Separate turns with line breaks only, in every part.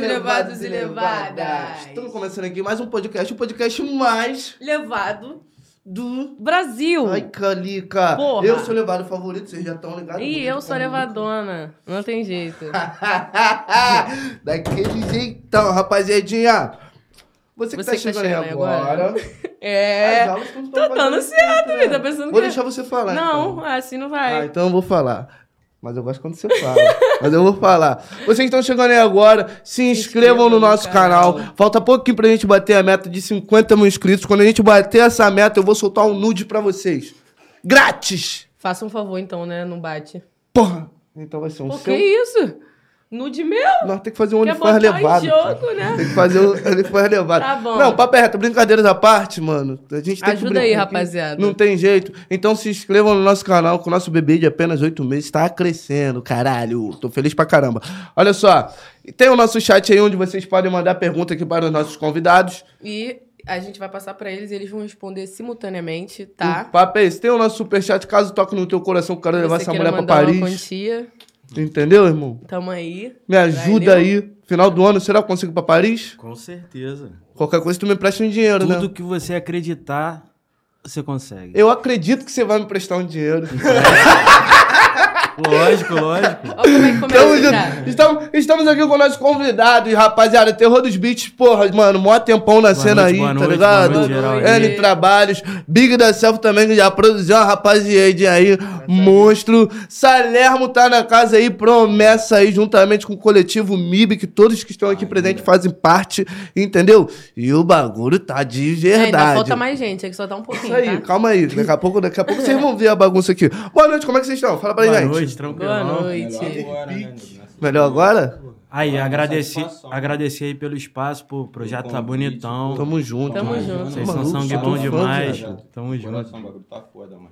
levados e levadas.
Estamos começando aqui mais um podcast, o podcast mais
Levado
do...
Brasil.
Ai, Calica.
Hum. Porra.
Eu sou o levado favorito, vocês já estão ligados.
e eu sou a levadona. Não tem jeito.
Daquele jeitão, rapaziadinha. Você que
Você
tá
que tá
chegando aí
chegando aí agora.
agora.
É.
as aulas estão
Tô dando certo,
né?
menino. Tá pensando
Vou
que.
deixar você falar,
não,
então.
assim não
Ah,
vai.
então eu vou falar. Mas eu gosto quando você fala. Mas eu vou falar. Vocês que estão chegando aí agora, se inscrevam no nosso canal. Falta pouquinho pra gente bater a meta de 50 mil inscritos. Quando a gente bater essa meta, eu vou soltar um nude pra vocês. Grátis!
Faça um favor então, né? Não bate.
Porra! Então vai ser um
Pô, que
seu.
isso? Nude meu?
Nós temos que fazer um
Quer
OnlyFans
botar
levado.
em jogo,
cara.
né?
Tem que fazer um OnlyFans levado.
Tá bom.
Não, papo é reto, brincadeiras à parte, mano. A gente tem que
Ajuda aí,
brincar aqui.
rapaziada.
Não tem jeito. Então se inscrevam no nosso canal, que o nosso bebê de apenas oito meses está crescendo, caralho. Tô feliz pra caramba. Olha só, tem o nosso chat aí onde vocês podem mandar pergunta aqui para os nossos convidados.
E a gente vai passar pra eles e eles vão responder simultaneamente, tá?
O papo é esse. Tem o nosso superchat, caso toque no teu coração, quero levar
Você
essa
queira
mulher pra
mandar é uma
Paris.
quantia,
Entendeu, irmão?
tamo aí.
Me ajuda
Valeu.
aí. Final do ano, será que eu consigo ir pra Paris?
Com certeza.
Qualquer coisa tu me empresta um dinheiro, né?
Tudo que você acreditar, você consegue.
Eu acredito que você vai me prestar um dinheiro.
Hum.
Lógico, lógico.
Olha como é que
Tamo
começa, cara.
junto. Estamos, estamos aqui com nossos convidados, rapaziada. Terror dos Beats, porra, mano. Mó tempão na
Boa
cena
noite,
aí,
boa
tá
noite,
ligado?
boa noite,
geral aí.
N Trabalhos, Big da Self também, que já produziu uma rapaziada aí, monstro. Salermo tá na casa aí, promessa aí, juntamente com o coletivo MIB, que todos que estão aqui presentes fazem parte, entendeu? E o bagulho tá de verdade.
Ainda falta mais gente, aqui só tá um pouquinho,
Isso aí,
tá?
calma aí. Daqui a pouco, daqui a pouco vocês vão ver a bagunça aqui. Boa noite, como é que vocês estão? Fala pra
Boa
gente.
noite, tranquilo.
Boa noite.
Agora, né, nego?
Melhor agora?
Aí, agradecer,
satisfação.
agradecer aí pelo espaço, pô. O projeto tá bonitão.
Tamo junto.
Tamo
mano.
junto.
Vocês são
Maluco,
sangue
sou
bom
fã,
demais.
viado.
Tamo junto.
Coração, o bagulho tá foda, mano.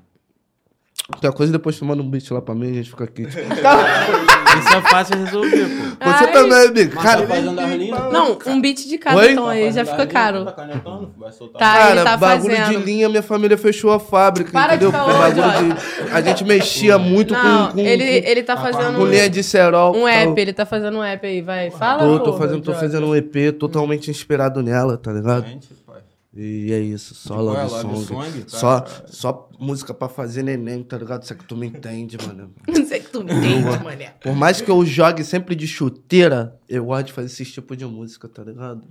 Outra coisa, depois tomando um beat lá pra mim, a gente fica aqui. tipo,
Isso é fácil resolver, pô.
Você
Ai.
também, Bico. Cara,
tá fazendo a linha?
Não, um beat de cada
Oi?
então aí, já fica caro.
Tá canetando? Vai soltar.
Tá. ele
cara bagulho
fazendo.
de linha, minha família fechou a fábrica,
Para de
entendeu?
ficar
Porque
ódio,
bagulho de- A gente mexia muito
Não,
com, com,
ele,
com-
ele tá
com
fazendo
linha
um,
de cerol.
um
tal.
app, ele tá fazendo um app aí, vai. Fala,
Tô, tô
porra,
fazendo, tô
idiota.
fazendo um EP totalmente inspirado nela, tá ligado?
Gente, pai.
E é isso, só
Tipo,
love,
é love
song.
song, tá,
só,
cara?
só música pra fazer neném, tá ligado? Isso é que tu me entende, mano.
Não sei que tu entende, mané.
Por mais que eu jogue sempre de chuteira, eu gosto de fazer esse tipo de música, tá ligado?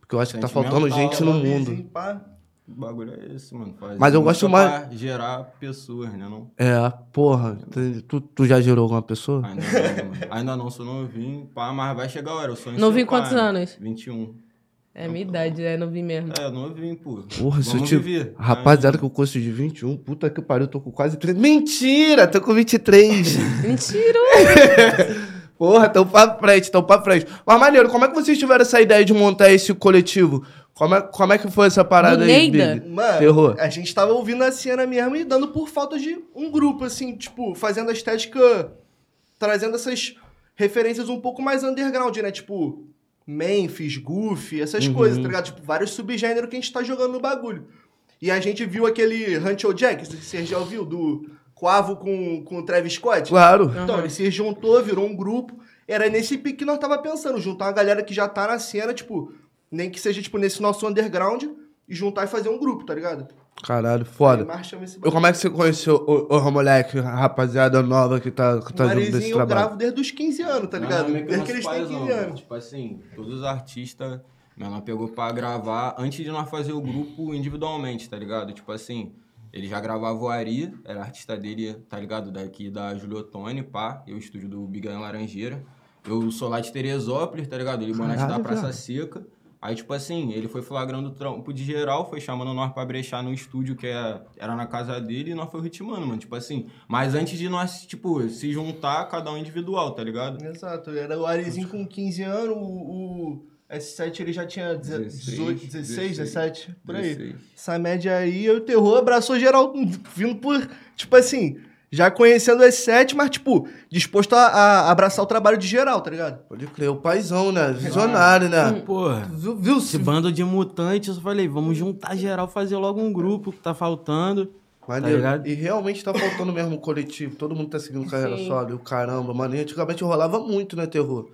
Porque eu acho que tá faltando gente no mundo.
O bagulho é esse, mano. Faz
Mas eu
música
gosto mais-
Pra gerar pessoas, né? Não?
É, porra. Tu, tu já gerou alguma pessoa?
Ainda não, mano. Ainda não, sou novinho, pá, mas vai chegar a hora. Eu sou
é
Novinho,
inseparável.
quantos anos?
21.
É minha idade, é novinho mesmo.
É, novinho, pô.
Porra, se eu
Vamos
te...
viver.
Rapaziada, que eu curso de 21, puta que pariu, eu tô com quase 30. Mentira, tô com 23.
Mentira!
Porra, tão pra frente, tão pra frente. Mas, maneiro, como é que vocês tiveram essa ideia de montar esse coletivo? Como é, como é que foi essa parada aí,
Neida?
Big?
Mano,
Terror.
a gente tava ouvindo a cena mesmo e dando por falta de um grupo, assim, tipo, fazendo a estética, trazendo essas referências um pouco mais underground, né? Tipo, Memphis, Goofy, essas
Uhum.
coisas, tá ligado? Tipo, vários subgêneros que a gente tá jogando no bagulho. E a gente viu aquele Huncho Jack, que você já ouviu, do Quavo com, com o Travis Scott.
Claro.
Então, ele se juntou, virou um grupo. Era nesse pique que nós tava pensando, juntar uma galera que já tá na cena, tipo, nem que seja, tipo, nesse nosso underground, e juntar e fazer um grupo, tá ligado?
Caralho, foda.
Neymar chama esse
Eu, como é que você conheceu o, o moleque, a rapaziada nova que tá, que tá junto desse
Marizinho eu
trabalho?
gravo desde os 15 anos, tá ligado?
Não, não é
desde
meus
que eles têm
pais,
15
não, mano.
anos.
Tipo assim, todos os artistas, minha mãe pegou pra gravar antes de nós fazer o grupo individualmente, tá ligado? Tipo assim, ele já gravava o Ari, era artista dele, tá ligado? Daqui da Juliotone, pá, eu estúdio do Bigan Laranjeira. Eu sou lá de Teresópolis, tá ligado? Ele morava da
Caralho,
Praça
viado.
Seca. Aí, tipo assim, ele foi flagrando o trampo de geral, foi chamando nós pra brechar no estúdio que é- era na casa dele e nós foi ritmando, mano. Tipo assim, mas antes de nós, tipo, se juntar, cada um individual, tá ligado?
Exato, era o Arizinho com 15 anos, o, o S7 ele já tinha 18, 16, 17, por aí. Essa média aí, eu e o terror abraçou geral, vindo por, tipo assim, já conhecendo o S7, mas, tipo, disposto a, a abraçar o trabalho de geral, tá ligado?
Pode crer, o paizão, né? Visionário,
Hum.
né?
Porra.
Viu, viu?
Esse bando de mutantes, eu falei, vamos juntar geral, fazer logo um grupo que tá faltando.
Maneiro.
ligado?
e realmente tá faltando mesmo o coletivo. Todo mundo tá seguindo carreira
Sim.
solo. E o caramba, mano. E antigamente rolava muito, né, terror?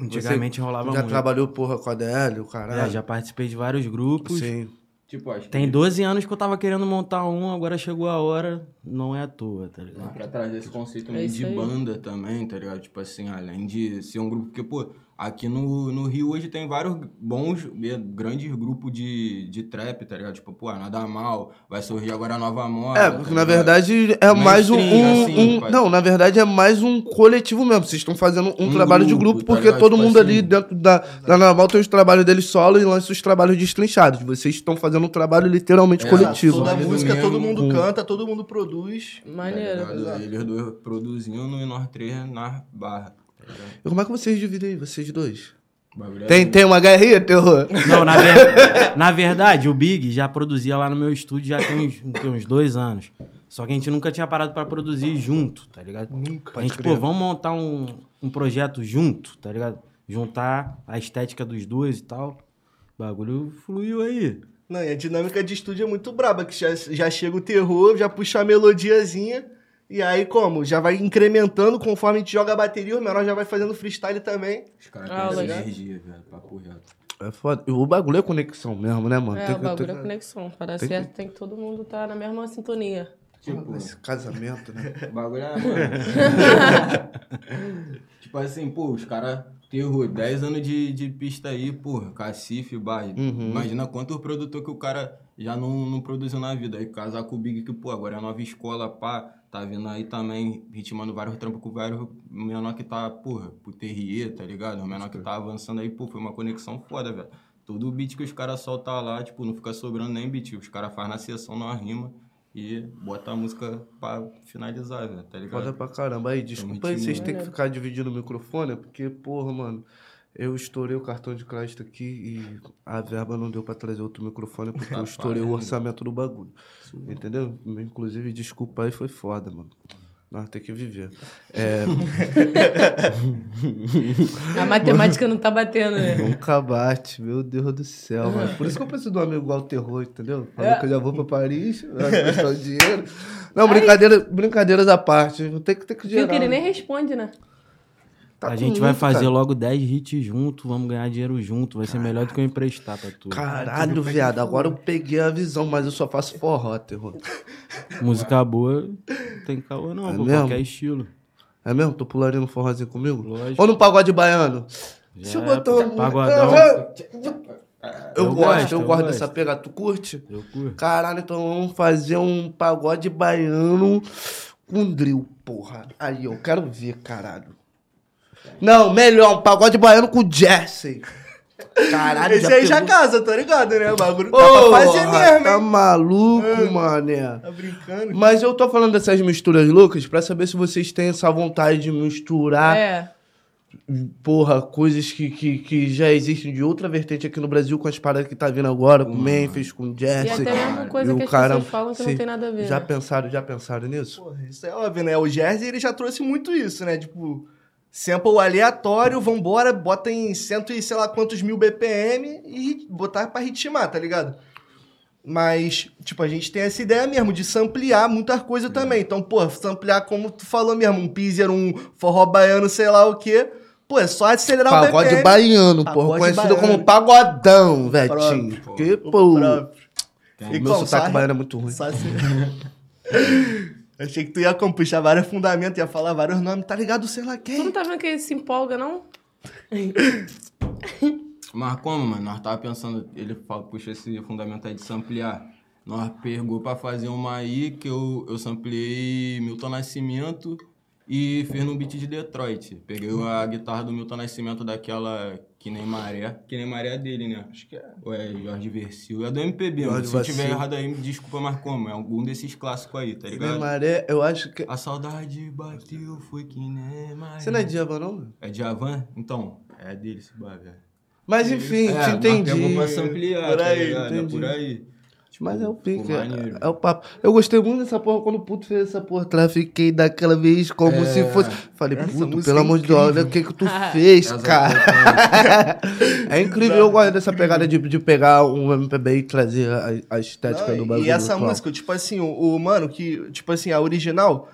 Antigamente rolava
Já
muito.
trabalhou, porra, com a DL, o caralho.
É, já participei de vários grupos.
Sim.
Tipo, acho
Tem
que
12 anos que eu tava querendo montar um, agora chegou a hora, não é à toa, tá ligado?
Ah.
pra trazer esse conceito
É
meio
isso
de
aí.
banda também, tá ligado? Tipo assim, além de ser um grupo, porque, pô, aqui no, no Rio hoje tem vários bons, e grandes grupos de, de trap, tá ligado? Tipo, pô, nada mal, vai surgir agora a nova moda.
É,
tá
porque na
ligado?
verdade é mais um.
Mainstream,
um-
assim,
um-
pai.
não, na verdade é mais um coletivo mesmo. Vocês estão fazendo um,
Um
trabalho de
grupo,
grupo,
tá
porque
ligado?
todo
Tipo
mundo ali
assim.
dentro da, da Naval tem os trabalhos deles solo e lança os trabalhos destrinchados. Vocês estão fazendo um trabalho literalmente
É,
coletivo.
Toda a
Resumindo,
música, todo mundo
um-
canta, todo mundo produz.
Tá
Maneiro.
ligado? Eles dois produzindo e nós três na barra. tá ligado?
E como é que vocês dividem aí, vocês dois?
O bagulho é
Tem,
doido.
tem uma guerrinha, terror?
Não, na, ver- na verdade, o Big já produzia lá no meu estúdio já tem uns, tem uns dois anos. Só que a gente nunca tinha parado pra produzir junto, tá ligado?
Nunca.
a gente, pô, vamos montar um, um projeto junto, tá ligado? Juntar a estética dos dois e tal. O bagulho fluiu aí.
Não, e a dinâmica de estúdio é muito braba, que já, já chega o terror, já puxa a melodiazinha. E aí, como? Já vai incrementando conforme a gente joga a bateria, o menor já vai fazendo freestyle também.
Os caras
Ah,
têm essa
legal.
energia, velho, papo reto.
É foda. E O bagulho é conexão mesmo, né, mano?
É,
Tem
o
que-
bagulho
tem
é
que-
conexão.
tem
Parece que é, tem que todo mundo tá na mesma sintonia.
Tipo,
Esse casamento, né?
O bagulho é, mano. tipo assim, pô, os caras terror, 10 anos de, de pista aí, porra, cacife, bar. Imagina quanto produtor que o cara já não, não produziu na vida. Aí casar com o Big, que, pô, agora é nova escola, pá. Tá vindo aí também, ritmando vários trampos com vários menor que tá, porra, pro TRE, tá ligado? O menor que tá avançando aí, pô, foi uma conexão foda, velho. Todo beat que os caras soltam lá, tipo, não fica sobrando nem beat. Os caras fazem na sessão, numa rima e bota a música pra finalizar, velho, tá ligado?
Foda pra caramba.
É
Aí, desculpa aí,
muito
vocês
bom.
têm que ficar dividindo o microfone, porque, porra, mano, eu estourei o cartão de crédito aqui e a verba não deu pra trazer outro microfone porque eu
Tá
estourei o
valendo.
orçamento do bagulho. Entendeu? Inclusive, desculpa aí, foi foda, mano. Nós tem que viver. É,
A matemática não tá batendo, né?
nunca bate, meu Deus do céu, mano. Por isso que eu preciso de um amigo igual o terror, entendeu? Falou
É.
que eu já vou pra Paris, vai prestar o dinheiro. Não, brincadeira, brincadeiras à parte. Tem que ter que
Viu
gerar.
que ele nem responde, né?
Tá
a
com
gente vai
muito,
fazer
cara.
logo 10 hits junto, vamos ganhar dinheiro junto, vai ser melhor do que eu emprestar pra tu.
Ah,
Caralho, viado, agora eu peguei a visão, mas eu só faço forró, terror.
Música boa, não tem caô não,
É
pô,
mesmo?
qualquer estilo.
É mesmo? Tu pularia no forrozinho comigo?
Lógico.
Ou no pagode baiano?
Já é, pô,
um-
pagodão.
Ah, Eu,
Eu gosto,
gosto, eu
eu
gosto
gosto.
dessa pegada. Tu curte?
Eu curto.
Caralho, então vamos fazer um pagode baiano com drill, porra. Aí, eu quero ver, caralho. Não, melhor, um pagode baiano com Jesse. Caralho,
Esse aí já
pegou-
casa, tá ligado, né? O bagulho dá
Ô,
pra fazer mesmo,
Tá
hein?
maluco, mané.
Tá brincando?
Mas eu tô falando dessas misturas loucas pra saber se vocês têm essa vontade de misturar,
É.
porra, coisas que, que, que já existem de outra vertente aqui no Brasil com as paradas que tá vindo agora, com
Hum.
Memphis, com
E
Jesse.
até mesmo coisa
é assim. e
que
o
as
cara-
pessoas falam que
sim.
não tem nada a ver.
Já
né?
pensaram, já pensaram nisso?
Porra, isso é óbvio, né? O Jersey, ele já trouxe muito isso, né? Tipo, sample aleatório, vambora, bota em cento e sei lá quantos mil BPM e botar pra ritmar, tá ligado? Mas, tipo, a gente tem essa ideia mesmo de samplear muita
Uhum.
coisa também. Então, pô, samplear como tu falou mesmo, um Pizer, um forró baiano, sei lá o quê. Pô, é só acelerar o
Pagode
BPM.
baiano, porra,
Pagode
conhecido
baiano.
como pagodão, vetinho.
Pronto.
Que
O
porra.
próprio.
O meu
como,
sotaque
só-
baiano é muito ruim.
Só se... Achei que tu ia como, puxar vários fundamentos, ia falar vários nomes, tá ligado? Sei lá
Tu
quem.
não tá vendo que ele se empolga, não?
Mas como, mano? Nós tava pensando, ele fala, puxa esse fundamento aí de samplear. Nós pegou pra fazer uma aí que eu, eu sampliei Milton Nascimento e fez num beat de Detroit. Peguei a guitarra do Milton Nascimento daquela que nem maré. Que nem maré é dele, né? Acho que é. Ué, Jorge Versil. É do MPB, mano.
Jorge
Se
Versil.
tiver errado aí, me desculpa, mas como? É algum desses clássicos aí, tá ligado?
Maré, eu acho que.
A saudade bateu, foi que nem maré.
Você não é
Uhum.
Diaba, não?
É de Avan? Então, é dele esse bar, velho.
Mas enfim, te
É, mas
entendi.
Tem uma samplear,
Por
tá
aí,
ligado? É
entendi.
por aí.
Mas é o pique,
pico.
é, é o papo. Eu gostei muito dessa porra quando o puto fez essa porra. Trafiquei daquela vez como
É.
se fosse. Falei,
Essa
puto,
música
pelo
é
amor de Deus, olha o que, que tu
Ah.
fez, cara. é incrível, eu gosto dessa pegada de, de pegar um MPB e trazer a, a estética
Não,
do bagulho.
E essa
atual.
música, tipo assim, o, o mano, que, tipo assim, a original,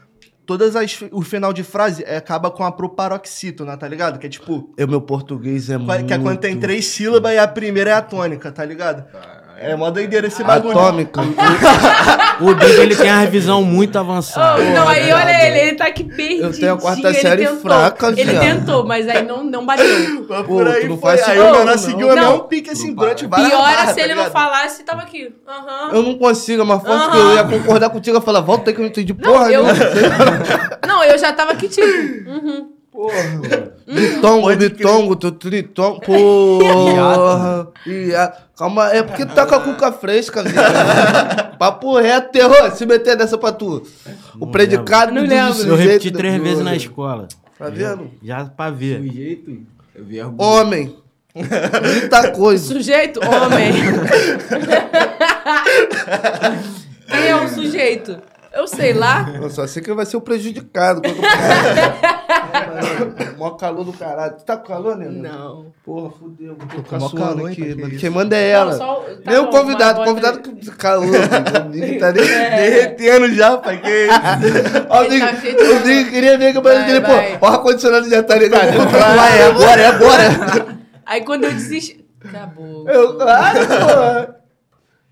todas as. O final de frase é, acaba com a proparoxítona, tá ligado? Que é tipo.
Eu, meu português é muito...
Que é quando tem três sílabas e a primeira é a tônica, tá ligado? É mó doideira
Ah,
esse bagulho.
Atômica. ah,
O Big, ele tem a revisão muito avançada.
não, então aí olha ele, ele tá aqui perdido.
Eu tenho a quarta série fraca,
Ele
viado.
tentou, mas aí não, não bateu.
Mas
Pô,
por aí
tu não
foi.
faz
aí
sentido,
o menor
não.
seguiu a
Não.
mesmo pique assim durante várias
Pior é
barras,
se ele
tá
não
ligado?
falasse, tava aqui. Aham.
Eu não consigo, é uma força que eu ia concordar contigo. Eu ia falar, volta aí que eu não entendi porra né?
eu-
nenhuma.
Não, eu já tava aqui tipo. Uhum.
Bitongo, bitongo, tu tritongo. Porra. Ia- Calma, é porque tu tá com a cuca fresca, cara. Papo reto, terror. Se meter nessa pra tu. O predicado
Não
do
lembro.
Eu
sujeito
repeti três
do-
vezes na escola.
Tá vendo?
Já pra ver.
Sujeito, eu verbo.
Homem. Muita coisa.
Sujeito, homem. Quem é o sujeito? Eu sei lá.
Eu só sei assim que ele vai ser o prejudicado. Quando... Mó calor do caralho. Tu tá com calor, nego?
Não.
Porra, fudeu. Vou ficar
mó
suando
calor, hein,
aqui.
pra que
mano.
isso?
Quem manda é ela.
Não, só- tá
nem o
bom,
convidado.
mas
O
bota- É.
convidado que calou. O Nick tá nem
Derretendo já, pai. Que
Ó, o
Ele tá
Nick-
cheio de
o Nick queria ver que o banheiro
Vai,
dele,
vai.
pô, o ar-condicionado já tá ligado. Vou lá, é agora, é agora.
Aí quando eu desisti. Acabou.
Eu, claro, pô.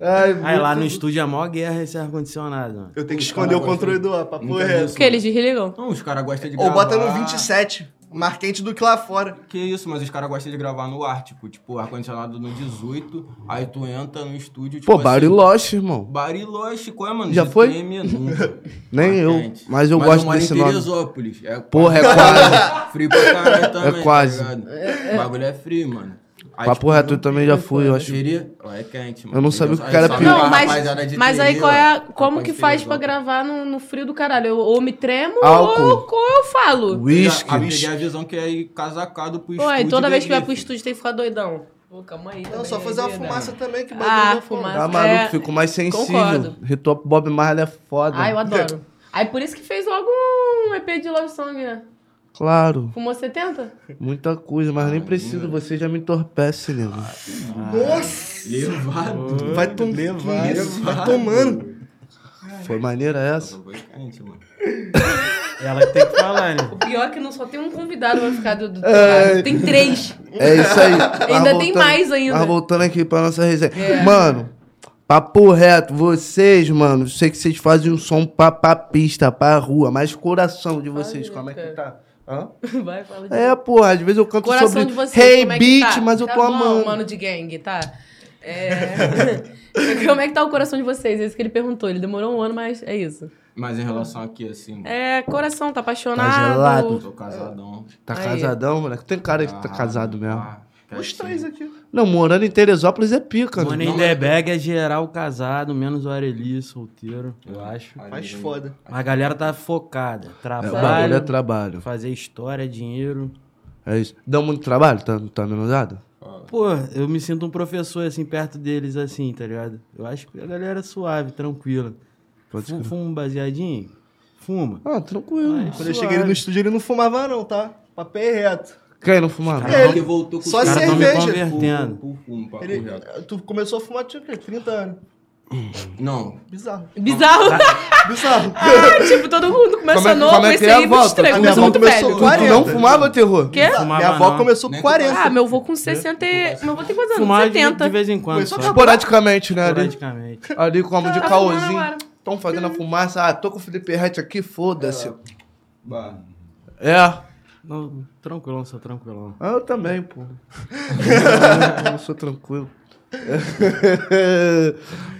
Ai,
Aí lá no
muito-
estúdio é a maior guerra esse ar-condicionado, mano.
Eu tenho que esconder o controle do ar, papo reto.
Porque eles desligam.
Não, ah. os caras gostam de
Ou
gravar.
bota no 27, mais quente do que lá fora.
Que isso, mas os caras gostam de gravar no ar, tipo, tipo, ar-condicionado no 18, aí tu entra no estúdio, tipo
Pô, Bariloche, irmão.
Bariloche, qual é, mano?
Já
De
foi?
creme, nunca.
Nem eu, mas eu gosto
moro
desse
em
nome.
Teresópolis. É
Porra, é
quase-
quase.
Frio pra caralho também, tá
quase.
ligado? O bagulho é frio, mano. Aí,
Papo
tipo,
reto, eu também já fui, eu acho.
né?
Teria... Lá é quente, mano.
Eu não sabia
Aí
que o cara
sobe
Não,
com a
Não, mas,
rapaziada de
mas aí
Tereza,
qual é a- como
rapaz
que
de
faz pra
Teresópolis.
gravar no, no frio do caralho? Eu, ou me tremo
Álcool.
ou, eu- ou eu falo.
Whisky.
Eu peguei a visão que é ir casacado pro
Pô,
estúdio.
aí toda vez que vai pro
delícia.
estúdio tem que ficar doidão. Pô, calma aí.
Não,
também,
só
né,
fazer uma
verdade.
fumaça também, que
Ah,
bagulho.
fumaça.
Tá maluco,
É,
fico mais sensível.
concordo.
Retop Bob Marley é foda.
Ah, eu adoro. Aí por isso que fez logo um EP de Love Song, né?
Claro,
Fumou 70?
muita coisa, mas nem preciso, você já me entorpece, nego.
Nossa!
Levado.
Vai tomando. Vai tomando.
Foi maneira essa?
Foi quente, mano.
Ela que tem que falar, né?
O pior é que não só tem um convidado vai ficar do, do teu lado. Tem três.
É isso aí. Mas
Ainda tem mais ainda. É.
mas voltando aqui pra nossa resenha. Mano, papo reto, vocês, mano, eu sei que vocês fazem um som pra, pra pista, pra rua, mas coração de vocês,
Ai,
como é que
cara.
tá? Hã?
Vai, fala de
É, porra, às vezes eu canto
Coração
sobre
de vocês,
hey,
como é que
beat,
tá?
mas eu
Tá
tô
bom,
amando.
mano de gangue, tá? É... como é que tá o coração de vocês? É isso que ele perguntou. Ele demorou um ano, mas é isso.
Mas em relação aqui, assim, mano.
É, coração, tá apaixonado.
Tá
Eu
gelado.
tô casadão.
Tá
Aí.
casadão, moleque? Tem cara que tá casado mesmo.
Ah,
Os
quietinho.
três aqui.
Não, morando em Teresópolis é pica, né?
Money in the bag é geral casado, menos o Areli, solteiro, eu acho.
Mais foda.
Mas a galera tá focada.
É, o bagulho
Trabalho,
é trabalho.
fazer história, dinheiro.
É isso. Dá muito trabalho? Tá, tá menosado?
Pô, eu me sinto um professor, assim, perto deles, assim, tá ligado? Eu acho que a galera é suave, tranquila.
Pode
Fu-
crer.
Fuma um baseadinho? Fuma.
Ah, tranquilo.
Mas-
Quando eu cheguei no estúdio, ele não fumava, não, tá? Papel reto.
Quem não fumava?
Cara,
Ele que voltou com
Só
os
Os
caras
caras tão me
cerveja.
convertendo.
Pum, pum, pum, um papo
Ele,
reto.
tu começou a fumar, tinha o quê? 30 anos.
Não.
Bizarro.
Tá
Bizarro.
Bizarro.
tipo, todo mundo começa
Como é-
novo,
como é que
esse
é a
aí muito
volta?
estranho,
A minha
começa
avó
muito
começou
velho.
com-
Tu não fumava terror?
Quê?
Fumava
Minha avó
não.
começou com
Nem
40.
Ah, meu avô com 60 e... Meu avô tem quantos anos?
Fumava de,
70.
de vez em quando,
Começou
só.
a
Esporadicamente, né? Ali,
Praticamente.
ali como de
Tá fumando
caôzinho.
agora.
Estão fazendo a fumaça. Ah, tô com o Felipe Rett aqui, foda-se.
Bah.
É.
Não, tranquilão, sou tranquilão.
Ah, eu também, pô. eu não sou tranquilo.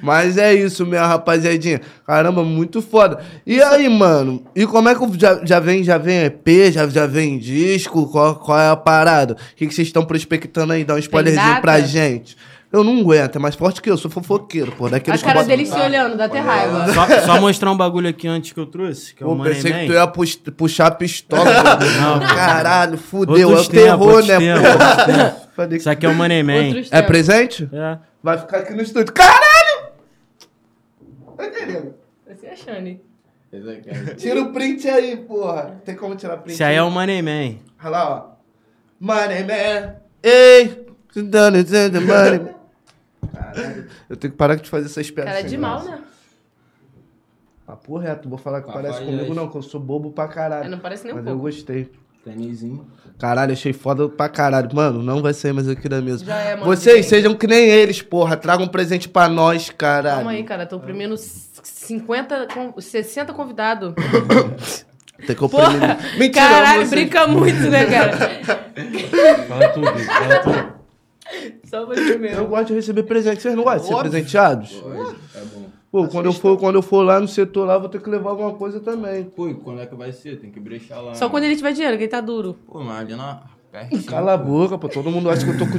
Mas é isso, minha rapaziadinha. Caramba, muito foda. E aí, mano? E como é que já, já vem, já vem EP, já, já vem disco? Qual, qual é a parada? O que, que vocês estão prospectando aí? Dá um spoilerzinho
data?
pra gente. Eu não aguento, é mais forte que eu, sou fofoqueiro, pô. Daqueles
A
que
cara
botam-
dele se olhando, dá até raiva.
Só, só mostrar um bagulho aqui antes que eu trouxe, que é o
Pô,
Money
pensei
Man.
que tu ia pus- puxar a pistola.
Não, pô.
Caralho, fudeu. É
Outros
o
tempos,
terror,
outros
né?
tempos, outros tempos.
pô? Falei que-
Isso aqui é o Money Man.
Outros
É
tempos.
presente?
É.
Vai ficar aqui no estúdio. Caralho!
Você é a Shani.
Esse aqui é-
Tira o print aí, porra. Tem como tirar print?
Esse aí é o Money Man.
Olha lá, ó. Money man. Ei! se dane, se dane, Money man. Caralho. Eu tenho que parar de fazer essas peças.
Cara de mal, né?
Papo reto, vou falar que
Papai
parece comigo,
Deus.
não, que eu sou bobo pra
É,
caralho.
Não parece nem um
Mas eu
pouco.
gostei.
Tênisinho.
Caralho, achei foda pra caralho. Mano, não vai sair mais aqui da mesa.
Já é, mano.
Vocês
de bem.
sejam que nem eles, porra. Tragam um presente pra nós, caralho.
Calma aí, cara. Tô oprimindo 50, con- 60 convidados.
Tem que oprimir.
Porra!
Mentira,
Caralho,
vocês-
brinca muito, né, cara?
Fala tudo, fala tudo.
Só você
Eu
mesmo.
gosto de receber presente. Vocês não gostam de ser
Óbvio.
presenteados?
É bom.
Pô, quando eu, for, quando eu for lá no setor lá, eu vou ter que levar alguma coisa também.
Pô, e quando é que vai ser? Tem que brechar lá.
Só
né?
quando ele tiver dinheiro, que ele tá duro.
Pô, mas ali na. Pertinho.
Cala a boca, pô. Todo mundo acha que eu tô com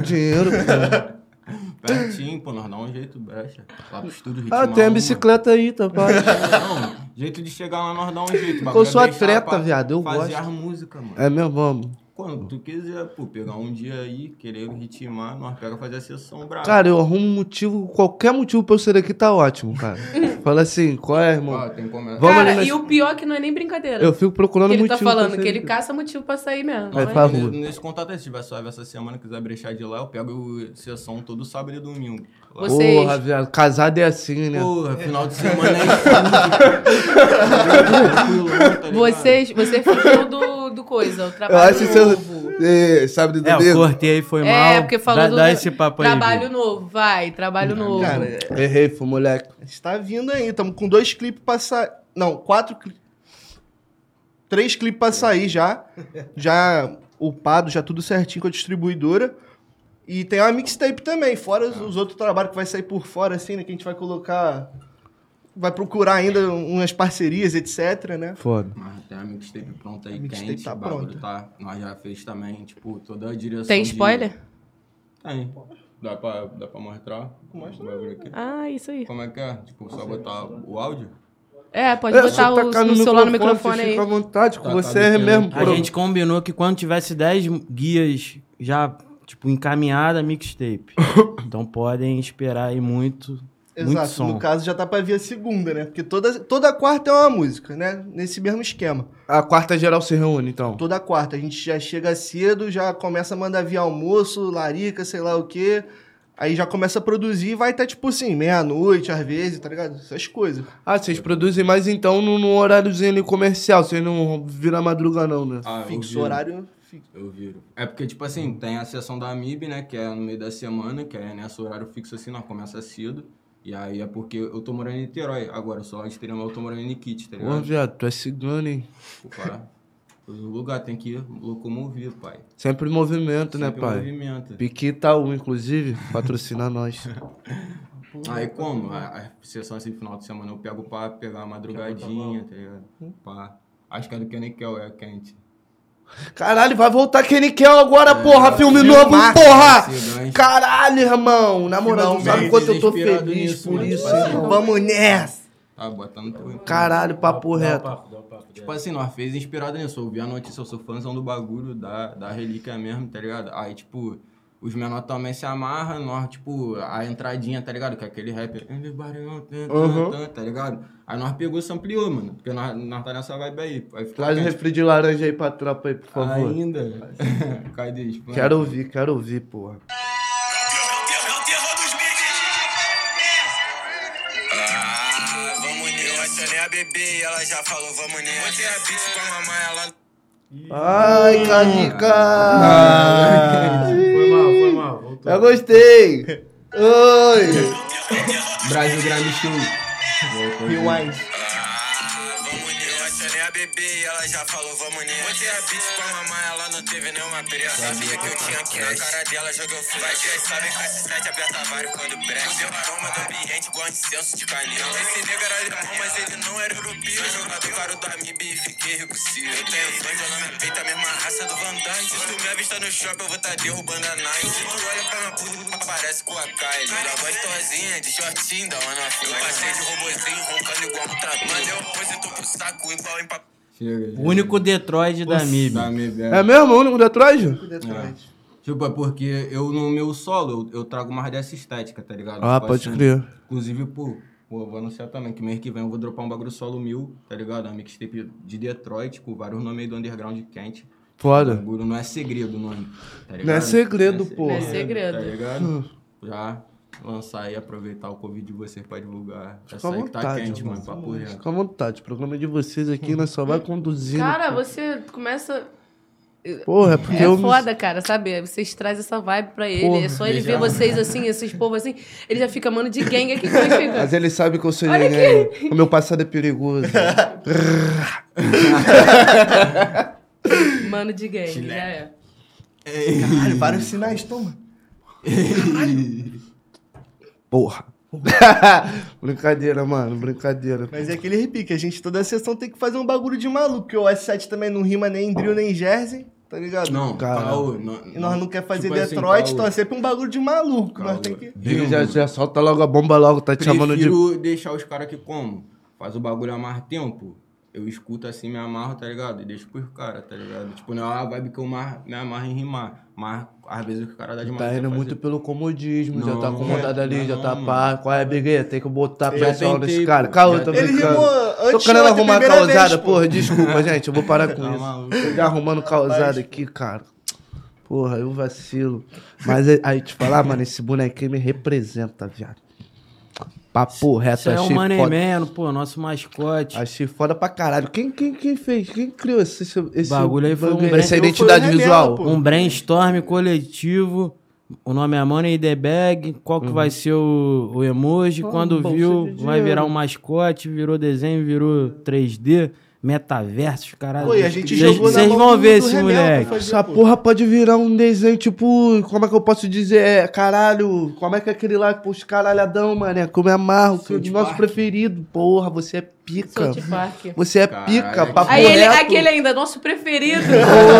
dinheiro, pô.
Pertinho, pô, nós dá um jeito, brecha. Lá pro estúdio ritmo.
Ah, tem a bicicleta aí, tá? pá.
Não, jeito de chegar lá, nós dá um jeito. O
Eu sou
bagulho é deixar
atleta,
pra
viado, eu
fazer
gosto.
as músicas, mano.
É mesmo, vamos.
Quando tu quiser, pô, pegar um dia aí, querer ritmar, nós pega fazer a sessão brava.
Cara, eu arrumo um motivo, qualquer motivo pra eu ser aqui tá ótimo, cara. Fala assim, qual é,
Ó,
irmão?
tem como...
Vamos
cara,
ali na-
e o pior é que não é nem brincadeira.
Eu fico procurando
que ele
motivo.
tá
pra
falando,
ser
que ele
aqui.
caça motivo pra sair mesmo.
É,
Mas-
fala.
Nesse,
favor.
nesse contato aí, se tiver suave essa semana, quiser brechar de lá, eu pego sessão todo sábado e domingo. Lá.
Vocês-
Porra, viado, casado é assim, né?
Porra, final de semana é tudo. Tranquilão, tá ligado?
Vocês, você fugiu do, do coisa, o
eu
trabalho
acho que
novo.
você. É, sabe do
É, eu
domingo?
cortei aí, foi mal.
É, porque falou
dá,
do
dá esse papo aí.
trabalho
Vitor.
novo, vai, trabalho novo.
Cara, é,
Errei, fui moleque.
a gente tá vindo aí. Tamo com dois clipes pra sair. Não, quatro clipes. Três clipes pra sair já. Já upado, já tudo certinho com a distribuidora. E tem uma mixtape também, fora os, os outros trabalhos que vai sair por fora, assim, né? Que a gente vai colocar. Vai procurar ainda umas parcerias, etc, né?
Foda.
Mas tem a mixtape pronta aí,
A mixtape
quente,
tá
o bagulho
pronta.
tá. Nós já fez também, tipo, toda a direção.
Tem
de-
spoiler?
Tem. Dá pra, dá pra mostrar? Mostra. Aqui.
Ah, isso aí.
Como é que é? Tipo, só botar o áudio?
É, pode
É,
botar
só
o,
tacar
o celular no microfone
vocês
aí.
Fica à vontade, com
Tá, tá
você é
descendo.
mesmo.
né? A
pro-
gente combinou que quando tivesse 10 guias já, tipo, encaminhada, mixtape. Então podem esperar aí muito. muito
Exato.
som.
No caso, já tá pra vir a segunda, né? Porque toda, toda quarta é uma música, né? Nesse mesmo esquema.
A quarta geral se reúne, então.
Toda quarta. A gente já chega cedo, já começa a mandar via almoço, larica, sei lá o quê. Aí já começa a produzir e vai até, tipo assim, meia-noite, às vezes, tá ligado? Essas coisas.
Ah, vocês produzem mais então num num horáriozinho ali comercial. Vocês não viram madruga, não, né?
Ah, eu
Fixo
viro.
horário. fixo.
Eu viro. É porque, tipo assim, tem a sessão da MIB, né? Que é no meio da semana, que é nesse horário fixo assim, nós começa cedo. E aí é porque eu tô morando em Niterói agora, eu sou lá de Terema, eu tô morando em Nikit, tá
Ô,
ligado? Tipo,
viado, tu é cigano, hein?
Opa, o lugar tem que locomover, pai.
Sempre em movimento, né,
Sempre
pai?
movimento.
Piqui Itaú, inclusive, patrocina nós.
Aí como? A, a sessão assim, final de semana, eu pego pra pegar a madrugadinha, tá ligado? Pá. Acho que é do Kenikel, é quente.
Caralho, vai voltar Kenikel agora,
É,
porra! Filme
filme
novo,
massa,
porra!
cidade.
Caralho, irmão! Na moral, não sabe
Finalmente,
quanto eu tô
desesperado
feliz
nisso,
por
né?
isso,
Tipo assim,
irmão.
Vamos nessa!
Tá botando teu
Caralho,
um
papo reto.
Tipo assim, nós fez inspirado nisso. Eu ouvi a notícia, eu sou fãzão do bagulho, da, da relíquia mesmo, tá ligado? Aí, tipo, os menores também se amarram, nós, tipo, a entradinha, tá ligado? Que é aquele rap. "Everybody want tan, tan,
Uhum.
tan", Tá ligado? Aí nós pegou e ampliou, mano. Porque nós, nós tá nessa vibe aí. Aí ficou
Traz um
quente.
refri de laranja aí pra tropa aí, por favor.
Ainda. Cadê? Tipo,
Quero ouvir, quero ouvir, porra.
Ah, vamos nele. Eu acionei a bebê e ela já falou, vamos nele. Botei a bitch pra mamãe, ela
Ai, Canica!
Foi mal, foi mal. Voltou.
Eu gostei! Oi!
Brasil Grammy Show.
Rewind.
Vamos nele. Eu acionei a bebê e ela já falou, vamos nele. Botei a bitch pra mamãe, ela não teve nenhuma briga. Sabia que eu tinha que na cara dela, joguei o fio. Vai ver, sabe que a cidade aperta vários quando brecha. Deu aroma do ambiente, gosto de senso de canil. Esse nego era alemão, mas ele não era europeu. Jogador caro da MIB e fiquei rico se tá eu tenho fãs, eu não me peito, a mesma raça do Van Dyne. Se tu me avista no shopping, eu vou tá derrubando a Nike. Se tu olha pra minha puta, parece com a Kylie. Ela é gostosinha, de shortinho, da Ana Fila. Eu passei de robozinho, roncando igual um trator. Mandei um pose, tô pro saco, igual em papel.
Chega.
O único Detroit da MIB.
Da MIB.
É mesmo? O único Detroit?
É.
Detroit.
Tipo, é porque eu no meu solo, eu, eu trago mais dessa estética, tá ligado?
Ah,
Tipo
pode crer.
Inclusive, pô, pô, eu vou anunciar também que mês que vem eu vou dropar um bagulho solo mil, tá ligado? Uma mixtape de Detroit, com vários nomes aí do underground quente. O
Foda.
bagulho não é segredo o nome, tá ligado?
segredo,
segredo,
porra.
Hum.
Não é segredo.
Tá ligado? Já lançar aí, aproveitar o Covid de vocês pra divulgar.
Fica
Essa
à
aí que tá
vontade,
quente,
mano.
mano, papo reto.
Fica à vontade, o programa é de vocês aqui, nós só vai conduzindo.
Cara, você começa.
Porra, é porque
É
eu.
foda, cara, sabe? Vocês trazem essa vibe pra ele.
Porra,
é só ele
ele
ver
já-
vocês assim, esses povos assim. Ele já fica, mano, de gangue aqui. Como é que fica?
Mas ele sabe que eu sou
Olha
engenheiro. O meu passado é perigoso.
Mano de gangue, já é.
Caralho, vários sinais, toma.
Porra. brincadeira, mano, brincadeira.
Mas é aquele repique, a gente toda sessão tem que fazer um bagulho de maluco, porque o S7 também não rima nem em drill nem em jersey, tá ligado?
Não,
Cara.
caô. não-
E nós não quer fazer
tipo assim,
Detroit,
caô.
então é sempre um bagulho de maluco. Nós
Caô.
tem que.
Ele
Digo,
já,
mano,
já solta logo a bomba logo, tá te chamando de.
Prefiro deixar os caras que como? Faz o bagulho há mais tempo. Eu escuto assim, me amarro, tá ligado? E deixo pros caras, tá ligado? Tipo, não é uma vibe que eu mar- me amarro em rimar. Mas às vezes os caras dá demais.
Tá
pra
indo
fazer.
muito pelo comodismo, já tá
Não,
acomodado ali,
não,
já tá
mano.
pá. Qual é, Big? Tem que botar
Já
pressão
tentei,
nesse cara.
pô.
Calma,
Já
eu tô
tentei.
Ele
brincando.
rimou
Tô
antes
querendo
de ontem,
arrumar
primeira
causada,
vez, pô.
porra, desculpa, gente, eu vou parar com isso.
maluco.
Tô já arrumando causada aqui, cara. Porra, eu vacilo. Mas aí- aí te falar, mano, esse bonequinho me representa, viado. Papo reto,
Isso é o
achei
Money
foda.
Man, pô, nosso mascote.
Achei foda pra caralho. Quem, quem, quem fez? Quem criou esse, esse
Bagulho aí foi um
bagulho,
brand-
essa
Eu fui
identidade
o
visual?
Remela, pô.
Um brainstorm coletivo. O nome é Money in the Bag. Qual que vai ser o, o emoji?
Qual
Quando
bolsa
viu,
um de
vai virar
dinheiro?
um mascote, virou desenho, virou 3D, metaverso, caralho.
Pô, e a gente
Vocês-
jogou na
Vocês
mão
vão
do- né?
ver
do
esse
Remela pra
moleque.
fazer,
Essa
pô.
porra pode virar um desenho, tipo, como é que eu posso dizer? É, caralho, como é que é aquele lá, pô, os caralhadão, mané, como é amarro, que é o
South
nosso
Park.
preferido. Porra, você é pica.
South Park.
Você é
Caralho.
pica, papo
Aí ele, é
reto.
aquele ainda, nosso preferido.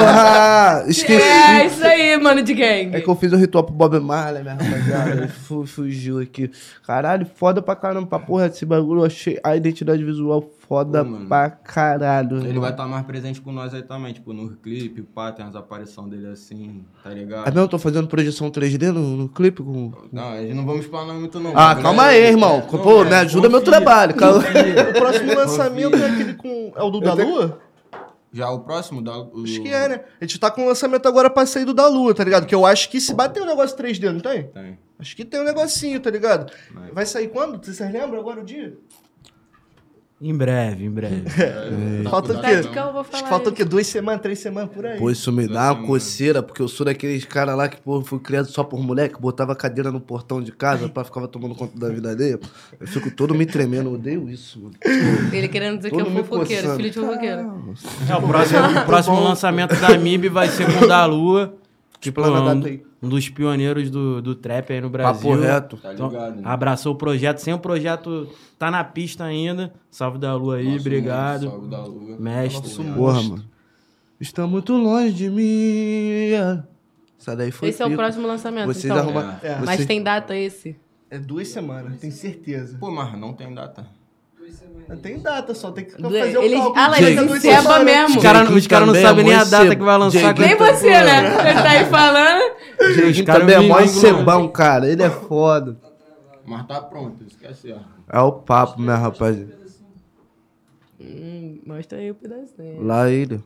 Porra,
É,
esqueci.
isso aí, mano de
É
gangue.
que eu fiz o ritual pro Bob Marley, minha rapaziada. Ele fu- fugiu aqui. Caralho, foda pra caramba. Pra porra, esse bagulho, eu achei a identidade visual foda
Pô, mano.
pra caralho.
Ele
irmão.
vai estar mais presente com nós aí também, tipo, no clipe, pá, tem as aparições dele assim, tá ligado?
Ah, não, eu tô fazendo projeção 3D no, no clipe com,
Não, eles não vamos explanar muito não.
Ah,
Mas,
calma
né,
aí, irmão.
não,
Pô,
é,
me ajuda meu
confia.
trabalho. Calma.
O próximo lançamento é aquele com. É o do da Lua?
Já o próximo da. o-
Acho que é, né? A gente tá com o lançamento agora pra sair do da Lua, tá ligado? Que eu acho que se bater um negócio 3D, não tem?
Tem.
Acho que tem um negocinho, tá ligado?
Vai.
Vai sair quando? Vocês lembram agora o dia?
Em breve, em breve.
É.
Falta o
Tá,
Tá,
quê?
de que eu vou
Acho
falar.
que falta o
isso.
quê? Duas semanas, três semanas por aí.
Pô, isso me dá uma
Sim,
coceira, porque eu sou daqueles caras lá que, pô, fui criado só por moleque, botava cadeira no portão de casa, pá, ficava tomando conta da vida alheia. Eu fico todo me tremendo, eu odeio isso, mano.
Ele querendo dizer
Todo
que é
mundo
fofoqueiro,
coçando.
filho de fofoqueiro.
É, o próximo,
Tá
o próximo lançamento da MIB vai ser com o da Lua. Tipo,
Explana a data
um,
aí.
um dos pioneiros do, do trap aí no Brasil.
Papo reto.
Tá
Então,
ligado? né?
abraçou o projeto. Sem o projeto, tá na pista ainda. Salve da Lua aí,
Nosso
obrigado.
mundo, salve da lua.
Mestre.
Nosso mundo.
Porra, mano. Está muito longe de mim. Essa daí foi.
Esse é o
pica.
próximo lançamento,
Vocês
então.
arrumam.
É.
É.
Mas
vocês-
tem data esse?
É duas semanas, tenho certeza.
Pô, mas não tem data.
Não tem data só, tem que
Do-
fazer o
ele-
cálculo.
Ah, lá,
ele
Gente,
se ceba
semanas.
mesmo.
Os caras
Jequinho
um cara não
também
sabem
é
nem a
mó
data
ce-
que vai lançar. é
Jequinho
Nem você, né? Você tá aí falando.
Jequinho
caras
também é
me né?
mó
engolam.
cebão, cara. Ele é foda.
Mas tá pronto, esquece. ó.
É o papo, minha rapaziada.
Hum, mostra aí o pedacinho.
Lá ele.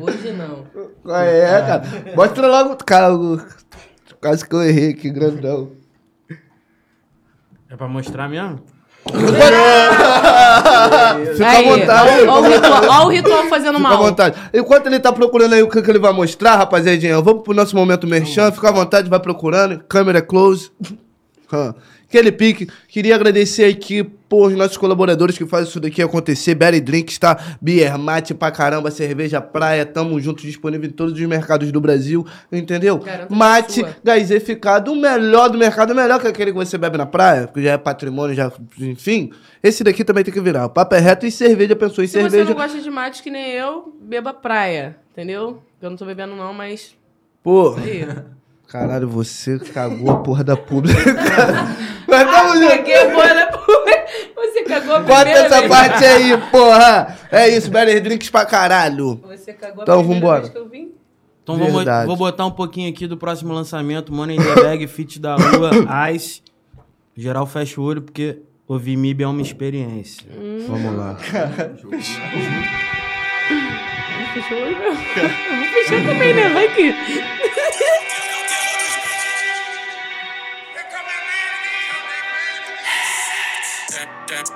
Hoje não.
Qual é, cara? Mostra logo. Cara, eu- quase que eu errei aqui, grandão.
É pra mostrar mesmo?
Fica
Aí,
à vontade.
ó, ó o ritual, ó o ritual fazendo
Fica à
mal.
vontade. Enquanto ele tá procurando aí o que, que ele vai mostrar, rapaziadinha, vamos pro nosso momento merchan. Fica à vontade, vai procurando. Câmera close. Hã. Aquele pique. Queria agradecer aqui por nossos colaboradores que fazem isso daqui acontecer. Berry Drinks, tá? Beer, mate pra caramba, cerveja, praia. Tamo junto, disponível em todos os mercados do Brasil. Entendeu?
Garanta
mate,
é sua.
gaseificado, o melhor do mercado, o melhor que aquele que você bebe na praia, que já é patrimônio, já, enfim. Esse daqui também tem que virar. O papo é reto e cerveja, pensou em
Se
cerveja.
você não gosta de mate que nem eu, beba praia, entendeu? Eu não tô bebendo não, mas...
Pô.
Aí.
Caralho, você cagou a porra da pública. Mas tá
Ah,
tamo junto.
Caguei a bola, pô. né? Você cagou a
Corta
primeira
essa
vez.
parte aí, porra. É isso, Better Drinks pra caralho.
Você cagou a
Então,
primeira
vambora.
vez que eu vim.
Então vou, mo-
Verdade.
vou botar um pouquinho aqui do próximo lançamento. Money in the Bag, Fit da Lua, Ice. Geral fecha o olho porque ouvir MIB é uma experiência.
Hum. Vamos lá.
Fechou o olho mesmo. Eu vou fechar também, né? Vai que...
Terror dos beats,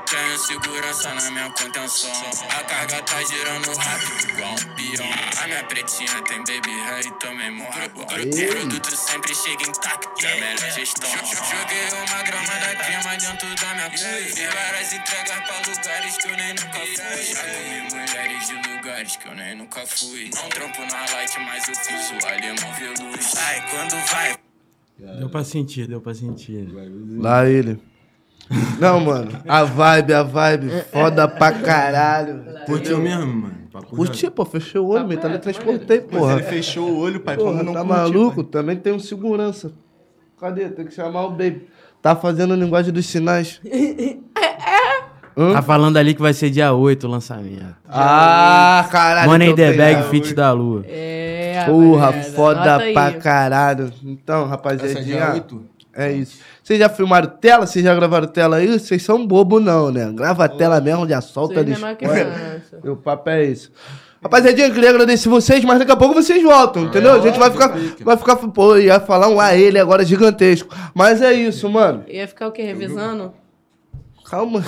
Tenho segurança na minha contenção. A carga tá girando rápido, igual um peão. A minha pretinha tem baby hair e também morre. O produto sempre chega intacto, é a melhor gestão. Joguei uma grama da crema dentro da minha pia. Fiz várias entregas pra lugares que eu nem nunca fui. Já comi mulheres de lugares que eu nem nunca fui. Não trampo na light, mas eu fiz o alemão veludo. Ai, quando vai.
Deu pra sentir, deu pra sentir.
Lá ele. Não, mano. A vibe, a vibe. Foda pra caralho.
Curtiu mesmo, mano? Papo
Curti, pô. Fechei o olho, me teletransportei,
Ele
porra.
fechou o olho, pai.
Porra,
como não
tá
curte,
maluco?
pai?
Também tem um segurança. Cadê? Tem que chamar o baby. Tá fazendo a linguagem dos sinais.
Tá falando ali que vai ser dia 8 o lançamento.
Tá
Ah, caralho.
Money in
então
the
tem
bag,
né?
razão.
fit da lua.
É,
Porra,
rapaziada, anota
foda
aí. é
pra caralho. Então,
Essa é dia
rapaziadinha.
8?
É isso. Vocês já filmaram tela? Vocês já gravaram tela aí? Vocês são bobo não, né? Grava a tela mesmo, já solta
Vocês não é
ali.
mais criança.
O papo é isso. Rapaziadinha, eu queria agradecer vocês, mas daqui a pouco vocês voltam, entendeu? A gente vai ficar. Vai ficar. Pô, ia falar um a ele agora gigantesco. Mas é isso, mano.
Ia ficar o quê? Revisando?
Calma.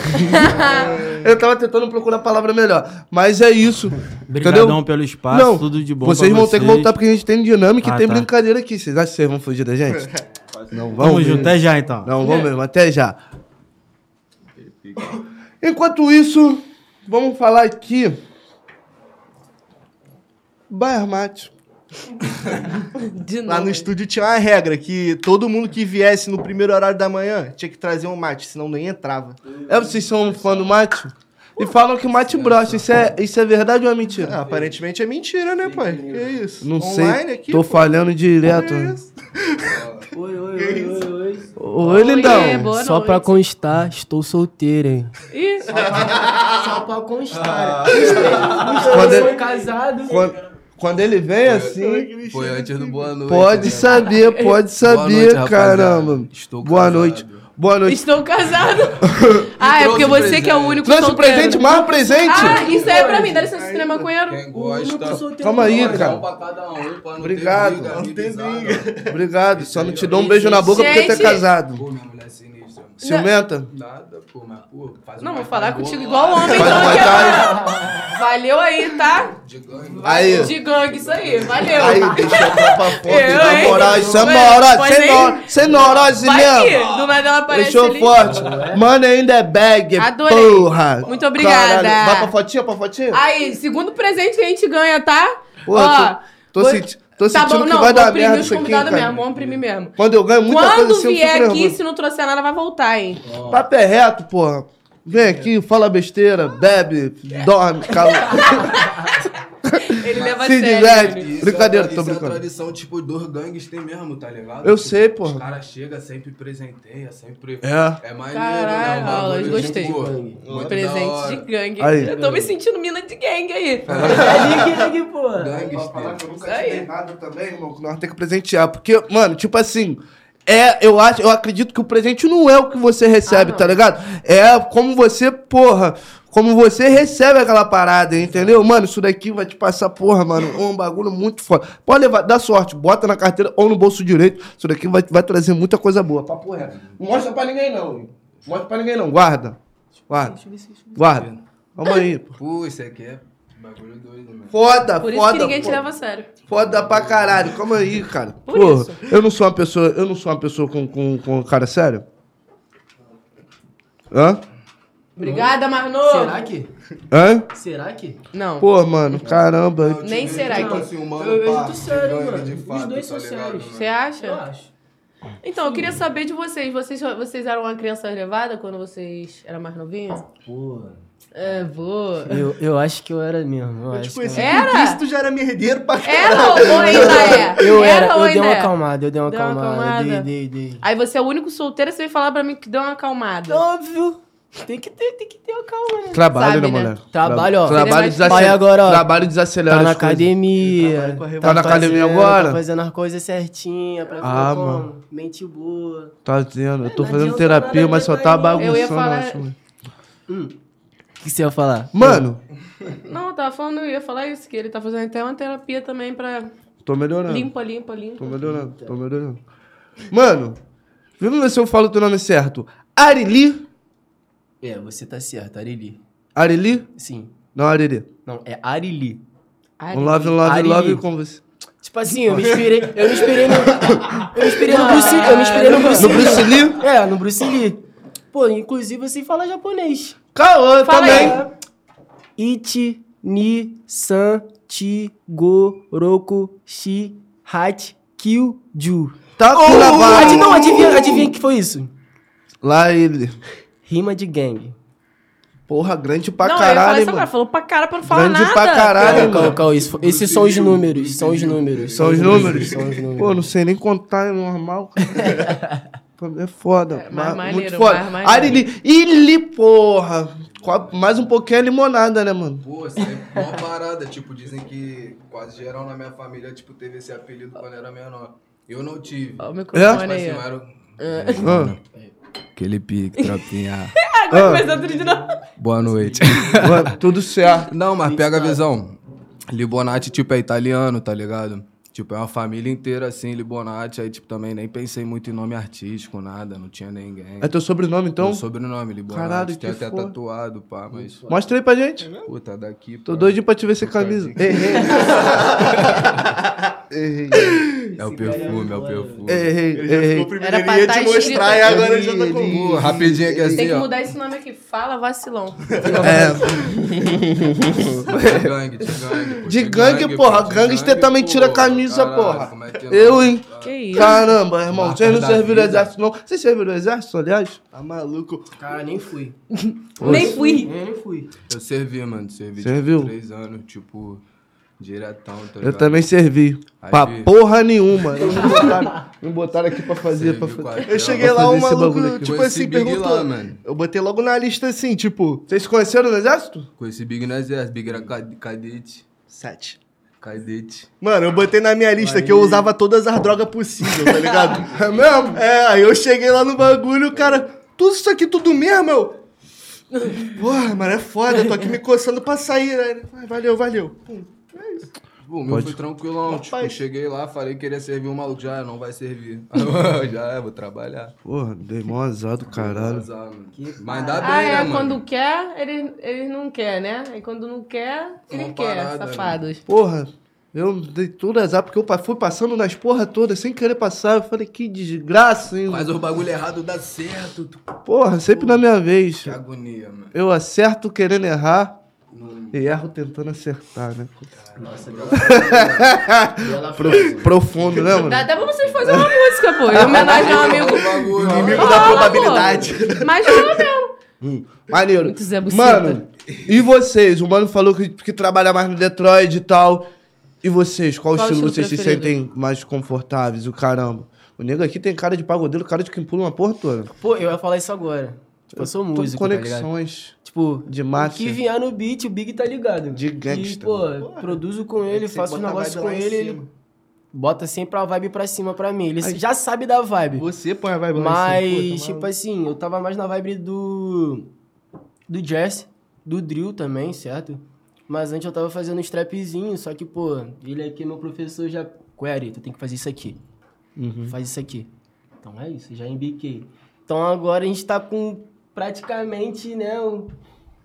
eu tava tentando procurar a palavra melhor. Mas é isso.
Obrigadão
entendeu?
pelo espaço, tudo de bom
Vocês
pra
vão ter que
vocês.
voltar porque a gente tem dinâmica e
Ah,
tem
tá.
brincadeira aqui. Vocês acham que vocês vão fugir da gente? Não vão.
Vamos
mesmo.
junto, até já então.
Não vão mesmo, até já. Enquanto isso, vamos falar aqui. Bayer Mate.
De novo.
Lá no estúdio tinha uma regra que todo mundo que viesse no primeiro horário da manhã tinha que trazer um mate, senão nem entrava.
É, vocês são fã do mate? E falam que mate brocha. Isso é, isso é verdade ou é
Ah,
mentira?
aparentemente é mentira, né, pai? Que isso?
Não sei.
Online aqui?
Tô
pô.
falhando direto.
Que isso?
Oi, oi, oi, oi, oi.
Oi,
Oiê,
lindão.
boa
Só
noite.
pra constar, estou solteiro, hein?
Ih,
Só pra constar. Os
Quando
dois
ele-
são
né?
casados.
Quando, quando ele vem assim,
Foi antes do boa noite.
pode
né?
saber, pode
Boa noite,
saber,
rapaziada.
caramba.
Estou
Boa
casado.
noite. Boa noite.
estou casado. ah, é porque
trouxe
você que é o
presente.
único
Trouxe o
solteiro.
presente, mais um presente.
Ah, isso aí é pra mim. Dá licença, você não é maconheiro?
Quem gosta.
Calma aí, cara.
Tchau pra cada um, pra não
Obrigado.
ter briga,
Não
tem
amizada.
Obrigado, só não te dou um beijo na boca porque tu é
Gente.
casado.
Pô, minha mulher é sinistra. mano.
Ciumenta?
Nada, pô, mas pô, faz
Não,
uma
vou
cara
falar
boa,
contigo
mano.
igual homem.
Faz
então,
uma
que é-
cara.
Valeu aí, tá?
De gangue.
Aí.
De gangue, isso aí. Valeu.
Aí, deixa eu dar pra foto,
Eu,
na
hein?
moral, isso é
Ué,
moral,
pode
sem
nem-
moral, sem moral, assim
Vai que
mesmo.
do nada ela aparece
Deixou
ali.
forte. Mano, ainda é bag,
Adorei.
porra.
Muito obrigada.
Caralho. Vai pra fotinha, pra fotinha?
Aí, segundo presente que a gente ganha, tá?
Porra, tô, tô
vou-
senti- tô
tá
sentindo
bom,
que
não,
vai
vou
dar
imprimir
merda
os
isso aqui,
convidados mesmo,
cara.
vamos imprimir mesmo.
Quando eu ganho muita
Quando
coisa assim, eu
vier
fico
aqui,
nervoso.
se não trouxer nada, vai voltar, hein?
Papo é reto, porra. Vem aqui, fala besteira, bebe, dorme, calma.
Ele leva a
Se
sério.
diverte.
ele.
Isso
Brincadeira,
é,
tô
isso é a
brincando.
tradição, tipo, dos gangues tem mesmo, tá ligado?
Eu
Tipo,
sei, porra.
Os caras chegam, sempre presenteia, sempre...
É.
É maneiro,
Caralho,
né? Um
Alas,
bagulho,
gostei.
tipo, muito da
Presente
hora.
de gangue.
Aí.
Eu tô me sentindo mina de gangue aí.
É link, link, porra.
Gangues, tem.
Isso aí.
nada também, irmão, que nós temos que presentear. Porque, mano, tipo assim. É, eu acho, eu acredito que o presente não é o que você recebe,
Ah, não.
tá ligado? É como você, porra, como você recebe aquela parada, entendeu? Mano, isso daqui vai te passar, porra, mano, um bagulho muito foda. Pode levar, dá sorte, bota na carteira ou no bolso direito, isso daqui vai, vai trazer muita coisa boa. Papo reto. Não mostra pra ninguém, não. hein? Não mostra pra ninguém, não. Guarda. Guarda. Guarda. Calma aí, pô.
Pô, isso aqui é bagulho doido, mano.
Foda,
Por
foda.
isso que ninguém te
foda.
leva a sério.
Foda pra caralho, calma aí, cara.
Por
Porra,
isso.
eu não sou uma pessoa, eu não sou uma pessoa com, com, com um cara sério? Hã?
Obrigada, Marno.
Será que?
Hã?
Será que?
Não.
Pô, mano, caramba.
Nem será Tá,
Tipo
que-
assim,
assim,
um
Eu- eu tô sério, mano. Os dois são sérios.
Você
Eu
acha?
acho.
Então, eu queria saber de vocês. Vocês, vocês eram uma criança levada quando vocês eram mais novinhos?
Porra.
É, vou.
Eu, eu acho que eu era mesmo. Eu
Eu
acho
te
que eu
conheci
era.
Era?
por isso, tu Tipo, já era merdeiro pra
Era ou ou ainda é?
Eu era,
ou
eu dei
ainda
uma
é?
acalmada, eu dei uma
Deu uma
acalmada. Dei,
acalmada.
dei, dei.
Aí você é o único solteiro, você veio falar pra mim que deu uma acalmada.
É Óbvio. Tem que ter, tem que ter uma calma, né?
Trabalho,
Sabe,
né,
né?
mulher?
Trabalho, ó.
Trabalho
Seria
mais- Vai
desacelera.
agora, ó.
Trabalho desacelera.
Tá na
as coisas.
academia.
Tá na academia
fazendo-
agora?
Tá fazendo as coisas certinhas pra ficar
Ah,
como?
mano.
Mente boa.
Tá dizendo, eu tô
Não
fazendo
adianta
terapia,
nada,
mas só
vai-
tá
vai-
eu ia
bagunçando.
falar-
eu acho, mano.
O que você ia falar?
Mano,
Não, eu tava falando, eu ia falar isso, que ele tá fazendo até uma terapia também pra
tô melhorando.
limpa, limpa, limpa.
Tô melhorando, tô melhorando. Mano, vamos ver se eu falo o teu nome certo. Arili
É, você tá certo, Arili.
Areli?
Sim.
Não, Areli.
Não, é Arili.
Ai,
Um love, love,
Areli.
love com você.
Tipo assim, eu me inspirei. Eu me inspirei no. Eu me inspirei no Bruce Lee. Eu me inspirei no Bruce
No
Lee.
Bruce Lee?
É, no Bruce Lee. Pô, inclusive você fala japonês. É.
Caô, eu
Fala
também.
aí.
Ichi, ni, san, chi, go, roku, shi, hat, kyu, ju.
Tá com na
Adi- Não,
barra.
adivinha, adivinha que foi isso?
Lá ele.
Rima de gangue.
Porra, grande pra
não, eu
caralho,
ia falar isso é agora.
mano.
Falou pra cara pra não falar
Grande
nada.
pra caralho,
Calma,
mano.
calma, calma, isso, foi- esses são os números, são os números.
São os números?
São os números.
Pô, não sei nem contar, é normal. É foda.
É,
ma-
mais maneiro,
muito foda.
mais maneiro.
Arili. Ili, porra. Co- Mais um pouquinho é limonada, né, mano?
Pô, isso é uma parada. Tipo, dizem que quase geral na minha família, tipo, teve esse apelido quando era menor. Eu não tive.
Ó, o
É?
microfone
Tipo
aí.
assim, eu
ó.
Ah,
era... Aquele pique, tropinha.
Agora começou tudo de novo.
Boa noite.
mano, tudo certo.
Não, mas pega a visão. Libonati, tipo, é italiano, tá ligado? Tipo, é uma família inteira, assim, Libonati. Aí, tipo, também nem pensei muito em nome artístico, nada. Não tinha ninguém.
É teu sobrenome, então?
Meu sobrenome, Libonati.
Caralho,
Tem
que
até
foda.
tatuado, pá, mas...
Mostra aí pra gente.
Puta, daqui...
Tô
pra-
doidinho pra te ver sem camisa. Errei. Errei,
É o perfume, é o perfume.
errei, errei.
primeiro
Era pra
ele ia
tá
te mostrar
escrito
e agora ele já tá com...
Pô, rapidinho aqui
Tem
assim,
que
ó.
mudar esse nome aqui. Fala vacilão.
É,
De gangue, de gangue. pô,
de gangue, porra. Gangster também tira a
pô.
camisa,
Caralho,
porra.
como é que é
Eu, hein?
que isso?
Caramba, irmão,
Marcas
vocês não
da
serviram o
vida.
exército, não. Vocês serviram o exército, aliás?
Tá maluco?
Cara, nem fui.
Nem fui.
Hum,
Eu nem fui.
Eu servi, mano. Servi
Serviu?
tipo, três anos, tipo, diretão, tá
Eu também servi.
Aí
Pra
vi.
porra nenhuma. Eles me botaram, me botaram aqui pra fazer. Pra fazer.
Eu cheguei lá,
fazer
um
esse
maluco,
bagulho aqui.
tipo
Com esse
assim,
Big
perguntou.
lá, mano.
Eu botei logo na lista assim, tipo,
Vocês se conheceram no exército?
Com esse Big no exército. Big era cad- cadete.
sete.
Cadete.
Mano, eu botei na minha lista que eu usava todas as drogas possíveis, tá ligado?
É mesmo?
É, aí eu cheguei lá no bagulho, o cara, tudo isso aqui, tudo mesmo, eu. Porra, mano, é foda, eu tô aqui me coçando pra sair. Aí, ele, "Ah, valeu, valeu.
Pô, o meu foi tranquilão. Tipo,
Rapaz.
cheguei lá, falei que queria servir um maluco. Já, não vai servir. Aí eu, já, vou trabalhar.
Porra, dei mó azar do
Vou
caralho.
vazar, mano. Mas ainda bem,
Ah, é.
né, mano?
Quando quer, ele, ele não quer, né? E quando não quer, ele
Uma
quer,
parada, né?
safados.
Porra, eu dei todo azar porque eu pa- fui passando nas porra todas sem querer passar. Eu falei, que desgraça, hein?
Mas o bagulho errado dá certo. tu-
Porra, sempre na minha vez.
Que agonia, mano.
Eu acerto querendo errar
Não-
e erro tentando acertar, né?
Nossa,
Pro- profundo, né,
Dá
mano?
até pra vocês fazerem uma música, pô. Em homenagem a um amigo.
O bagulho,
Inimigo
mano.
da
Ah,
probabilidade.
Mas não mesmo.
Maneiro.
Muito Zé Buceta.
Mano, e vocês? O mano falou que, que trabalha mais no Detroit e tal. E vocês? Qual,
Qual
estilo,
estilo
vocês
preferido?
se sentem mais confortáveis? O caramba. O nego aqui tem cara de pagodeiro, cara de quem pula uma porra toda.
Pô, eu ia falar isso agora. Tipo, eu sou
Tudo
músico, tá ligado?
conexões.
Tipo,
De
o
massa.
que vier no beat, o Big tá ligado.
De
E,
gangsta.
pô, produzo com ele, faço um negócio com ele, ele bota sempre a vibe pra cima pra mim. Ele já sabe da vibe.
Você põe a vibe lá em cima, pô, tá
Mas, tipo
maluco.
assim, eu tava mais na vibe do. do jazz, do drill também, certo? Mas antes eu tava fazendo uns trapzinhos, só que, pô, ele aqui, meu professor, já. Query, tu tem que fazer isso aqui.
Uhum.
Faz isso aqui. Então é isso, já embiquei. Então agora a gente tá com praticamente, né, o,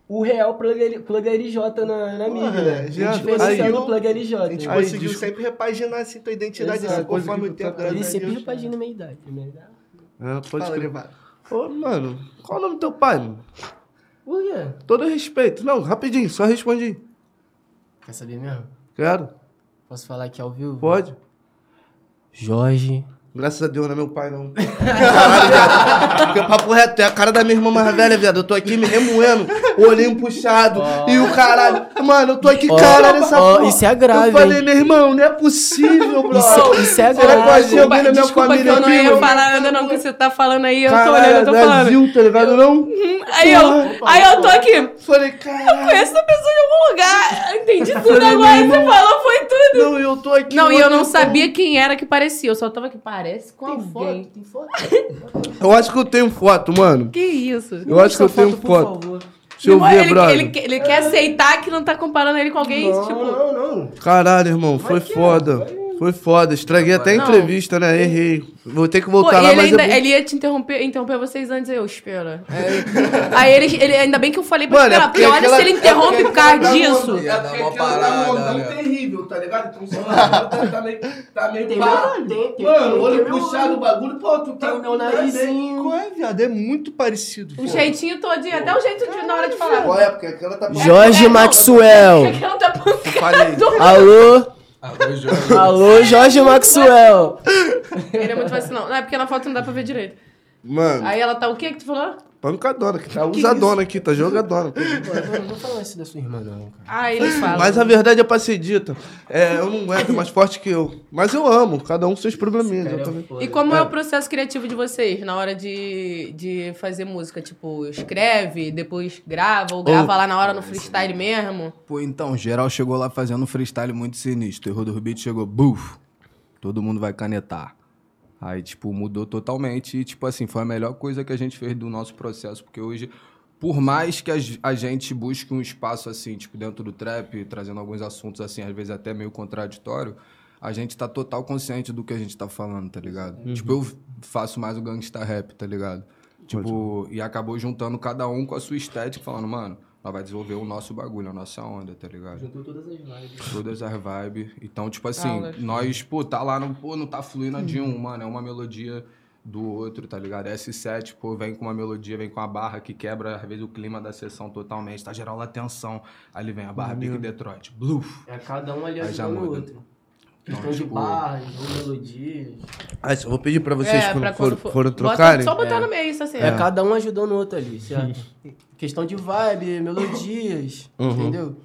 o real plug, plug RJ na, na mídia,
Porra,
né? O
já-
diferencial
aí,
do plug RJ.
A gente
né?
Aí, desculpa.
conseguiu Tipo assim, sempre repaginar assim tua identidade
Exato.
assim, conforme o
Coisa que
tempo.
tu tá-
graças
Ele
a
sempre
Deus.
repagina a minha idade, né?
É, pode
Fala,
crer.
Levar.
Ô, mano, qual é o nome do teu pai, mano?
Por quê?
Todo respeito. Não, rapidinho, só respondi.
Quer saber mesmo?
Quero?
Posso falar aqui ao vivo?
Pode?
Jorge.
Graças a Deus não é meu pai, não. Caralho, viado. Porque papo reto, é a cara da minha irmã mais velha, viado. Eu tô aqui me remoendo, olhinho puxado e o caralho. Mano, eu tô aqui,
Ó,
caralho, essa
ó,
porra.
isso é grave,
Eu falei,
hein?
meu irmão, não é possível, bro.
Isso, isso é
Será que vai ser
grave.
alguém da minha
Ah, Desculpa que
família
eu não
aqui,
ia
mano?
falar nada, não. que você tá falando aí, eu tô
Caralho,
olhando, eu tô falando.
Brasil, tá ligado, não?
Hum, Aí eu, aí eu tô aqui.
Falei,
Eu
caralho.
conheço essa pessoa de algum lugar. Eu Entendi
é
tudo agora. Você falou, foi tudo.
Não, eu tô aqui.
Não, e
mano,
eu não sabia quem era que parecia. Eu só tava aqui, parece com alguém.
Tem foto?
Eu acho que eu tenho foto, mano.
Que isso?
Eu acho que eu tenho foto.
favor.
Deixa eu
Não,
ver,
ele,
brother.
ele que- ele quer aceitar que não tá comparando ele com alguém,
Não,
tipo...
não, não.
é,
Caralho, irmão, foi foda. Foi foda, estraguei até a
Não.
entrevista, né? Errei. Vou ter que
Pô,
voltar
e
lá,
ele,
mas
ainda,
é bom.
ele ia te interromper, interromper vocês antes, eu, espera. Aí, aí ele, ele, ainda bem que eu falei pra
Mano, é
esperar,
porque
porque olha
aquela-
se ele interrompe por causa disso.
Ia dar uma parada,
mão
né?
terrível, tá ligado? Então, sei lá, tá, tá meio. Tá meio
Tem
pá.
meu- tem- tem-
Mano,
tem
olho
meu
puxado o bagulho, pô, tu tá
Tem o meu
tá bem.
narizinho.
Qual é, viado? É muito parecido.
O
pô.
jeitinho todinho, até o jeito de, na hora de falar.
Qual é? Porque aquela tá.
É,
Jorge
não,
Maxwell.
porque ela tá pancando.
Alô?
Alô,
Alô, Jorge Maxwell.
Ele é muito vacilão. Não, é porque na foto não dá pra ver direito.
Mano,
Aí ela tá, o que que tu falou?
pancadona,
é
que tá usadona aqui, tá jogadona.
Mano, não fala isso da sua irmã, não, cara.
Ah, ele fala.
Mas a verdade é pra ser dita. É, eu não aguento, é mais forte que eu. Mas eu amo, cada um com seus probleminhas. Eu também.
E como é. o processo criativo de vocês na hora de, de fazer música? Tipo, escreve, depois grava, ou grava lá na hora no freestyle mesmo?
Pô, então, geral chegou lá fazendo um freestyle muito sinistro. Errou do beat, chegou, buf, todo mundo vai canetar. Aí, tipo, mudou totalmente e, tipo assim, foi a melhor coisa que a gente fez do nosso processo, porque hoje, por mais que a, ge- a gente busque um espaço, assim, tipo, dentro do trap, trazendo alguns assuntos, assim, às vezes até meio contraditório, a gente tá total consciente do que a gente tá falando, tá ligado? Tipo, eu faço mais o gangsta rap, tá ligado? Tipo, e acabou juntando cada um com a sua estética, falando, mano, nós vai desenvolver o nosso bagulho, a nossa onda, tá ligado?
Juntou todas as né? lives.
Todas as vibes. Então, tipo assim,
Aulas.
nós, pô, tá lá, no, pô, não tá fluindo de
Uhum.
um, mano. É uma melodia do outro, tá ligado? S7, pô, vem com uma melodia, vem com uma barra que quebra, às vezes, o clima da sessão totalmente. Tá geral lá tensão. Ali vem a barra Big Detroit. Bluf.
É cada um ali
Aí já
ajudando o
muda.
outro.
Então,
Questão de
tipo,
barras, ou melodias.
Ah, isso eu vou pedir pra vocês
É,
quando,
pra
for,
quando for-
forem
Bota-
trocarem.
só botar
É.
no meio isso assim.
É, cada um ajudando o outro ali, certo? Questão de vibe, melodias,
Uhum.
entendeu?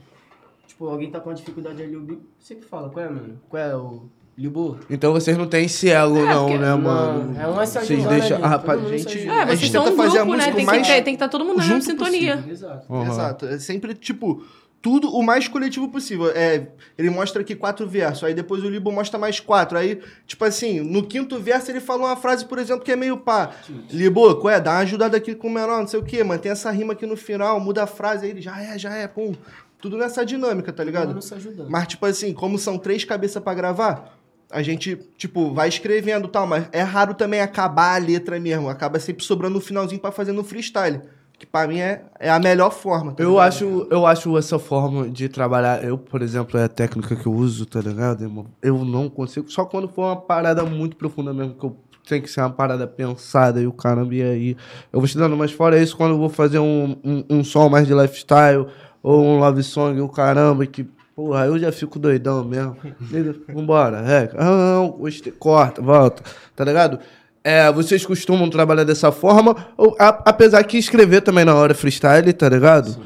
Tipo, alguém tá com uma dificuldade ali, o Bibo sempre fala, qual é, mano? Qual é o Libu?
Então vocês não têm esse elo,
É,
não,
porque-
né, mano?
é uma se
Vocês
ajudando
deixam.
ali,
Ah,
todo
rapaz,
mundo se
gente.
ajuda.
É,
a gente
vocês
tenta
são um
fazer a
grupo, né?
música
Tem
o
que,
mais-
ter- tem que estar todo mundo na mesma
junto
sintonia.
Exato.
Exato. É sempre, tipo, tudo o mais coletivo possível. É, ele mostra aqui quatro versos, aí depois o Libo mostra mais quatro. Aí, tipo assim, no quinto verso ele fala uma frase, por exemplo, que é meio pá. Libo, qual é? Dá uma ajudada aqui com o menor, não sei o quê. Mantém essa rima aqui no final, muda a frase, aí ele já é, já é, pum. Tudo nessa dinâmica, tá
Cada
ligado?
um se ajudando.
Mas, tipo assim, como são três cabeças pra gravar, a gente, tipo, vai escrevendo e tal, mas é raro também acabar a letra mesmo. Acaba sempre sobrando um finalzinho pra fazer no freestyle. Que pra mim é, é a melhor forma. tá
Eu
ligado?
acho, eu acho essa forma de trabalhar. Eu, por exemplo, é a técnica que eu uso, tá ligado, irmão? Eu não consigo. Só quando for uma parada muito profunda mesmo, que eu tem que ser uma parada pensada e o caramba, e aí. Eu vou estudando, mas fora isso, quando eu vou fazer um, um, um som mais de lifestyle ou um love song, o caramba, que. Porra, eu já fico doidão mesmo. Entendeu? Vambora, é. Ah, não, gostei. corta, volta. Tá ligado? É, vocês costumam trabalhar dessa forma, ou, a- apesar que escrever também na hora freestyle, tá ligado?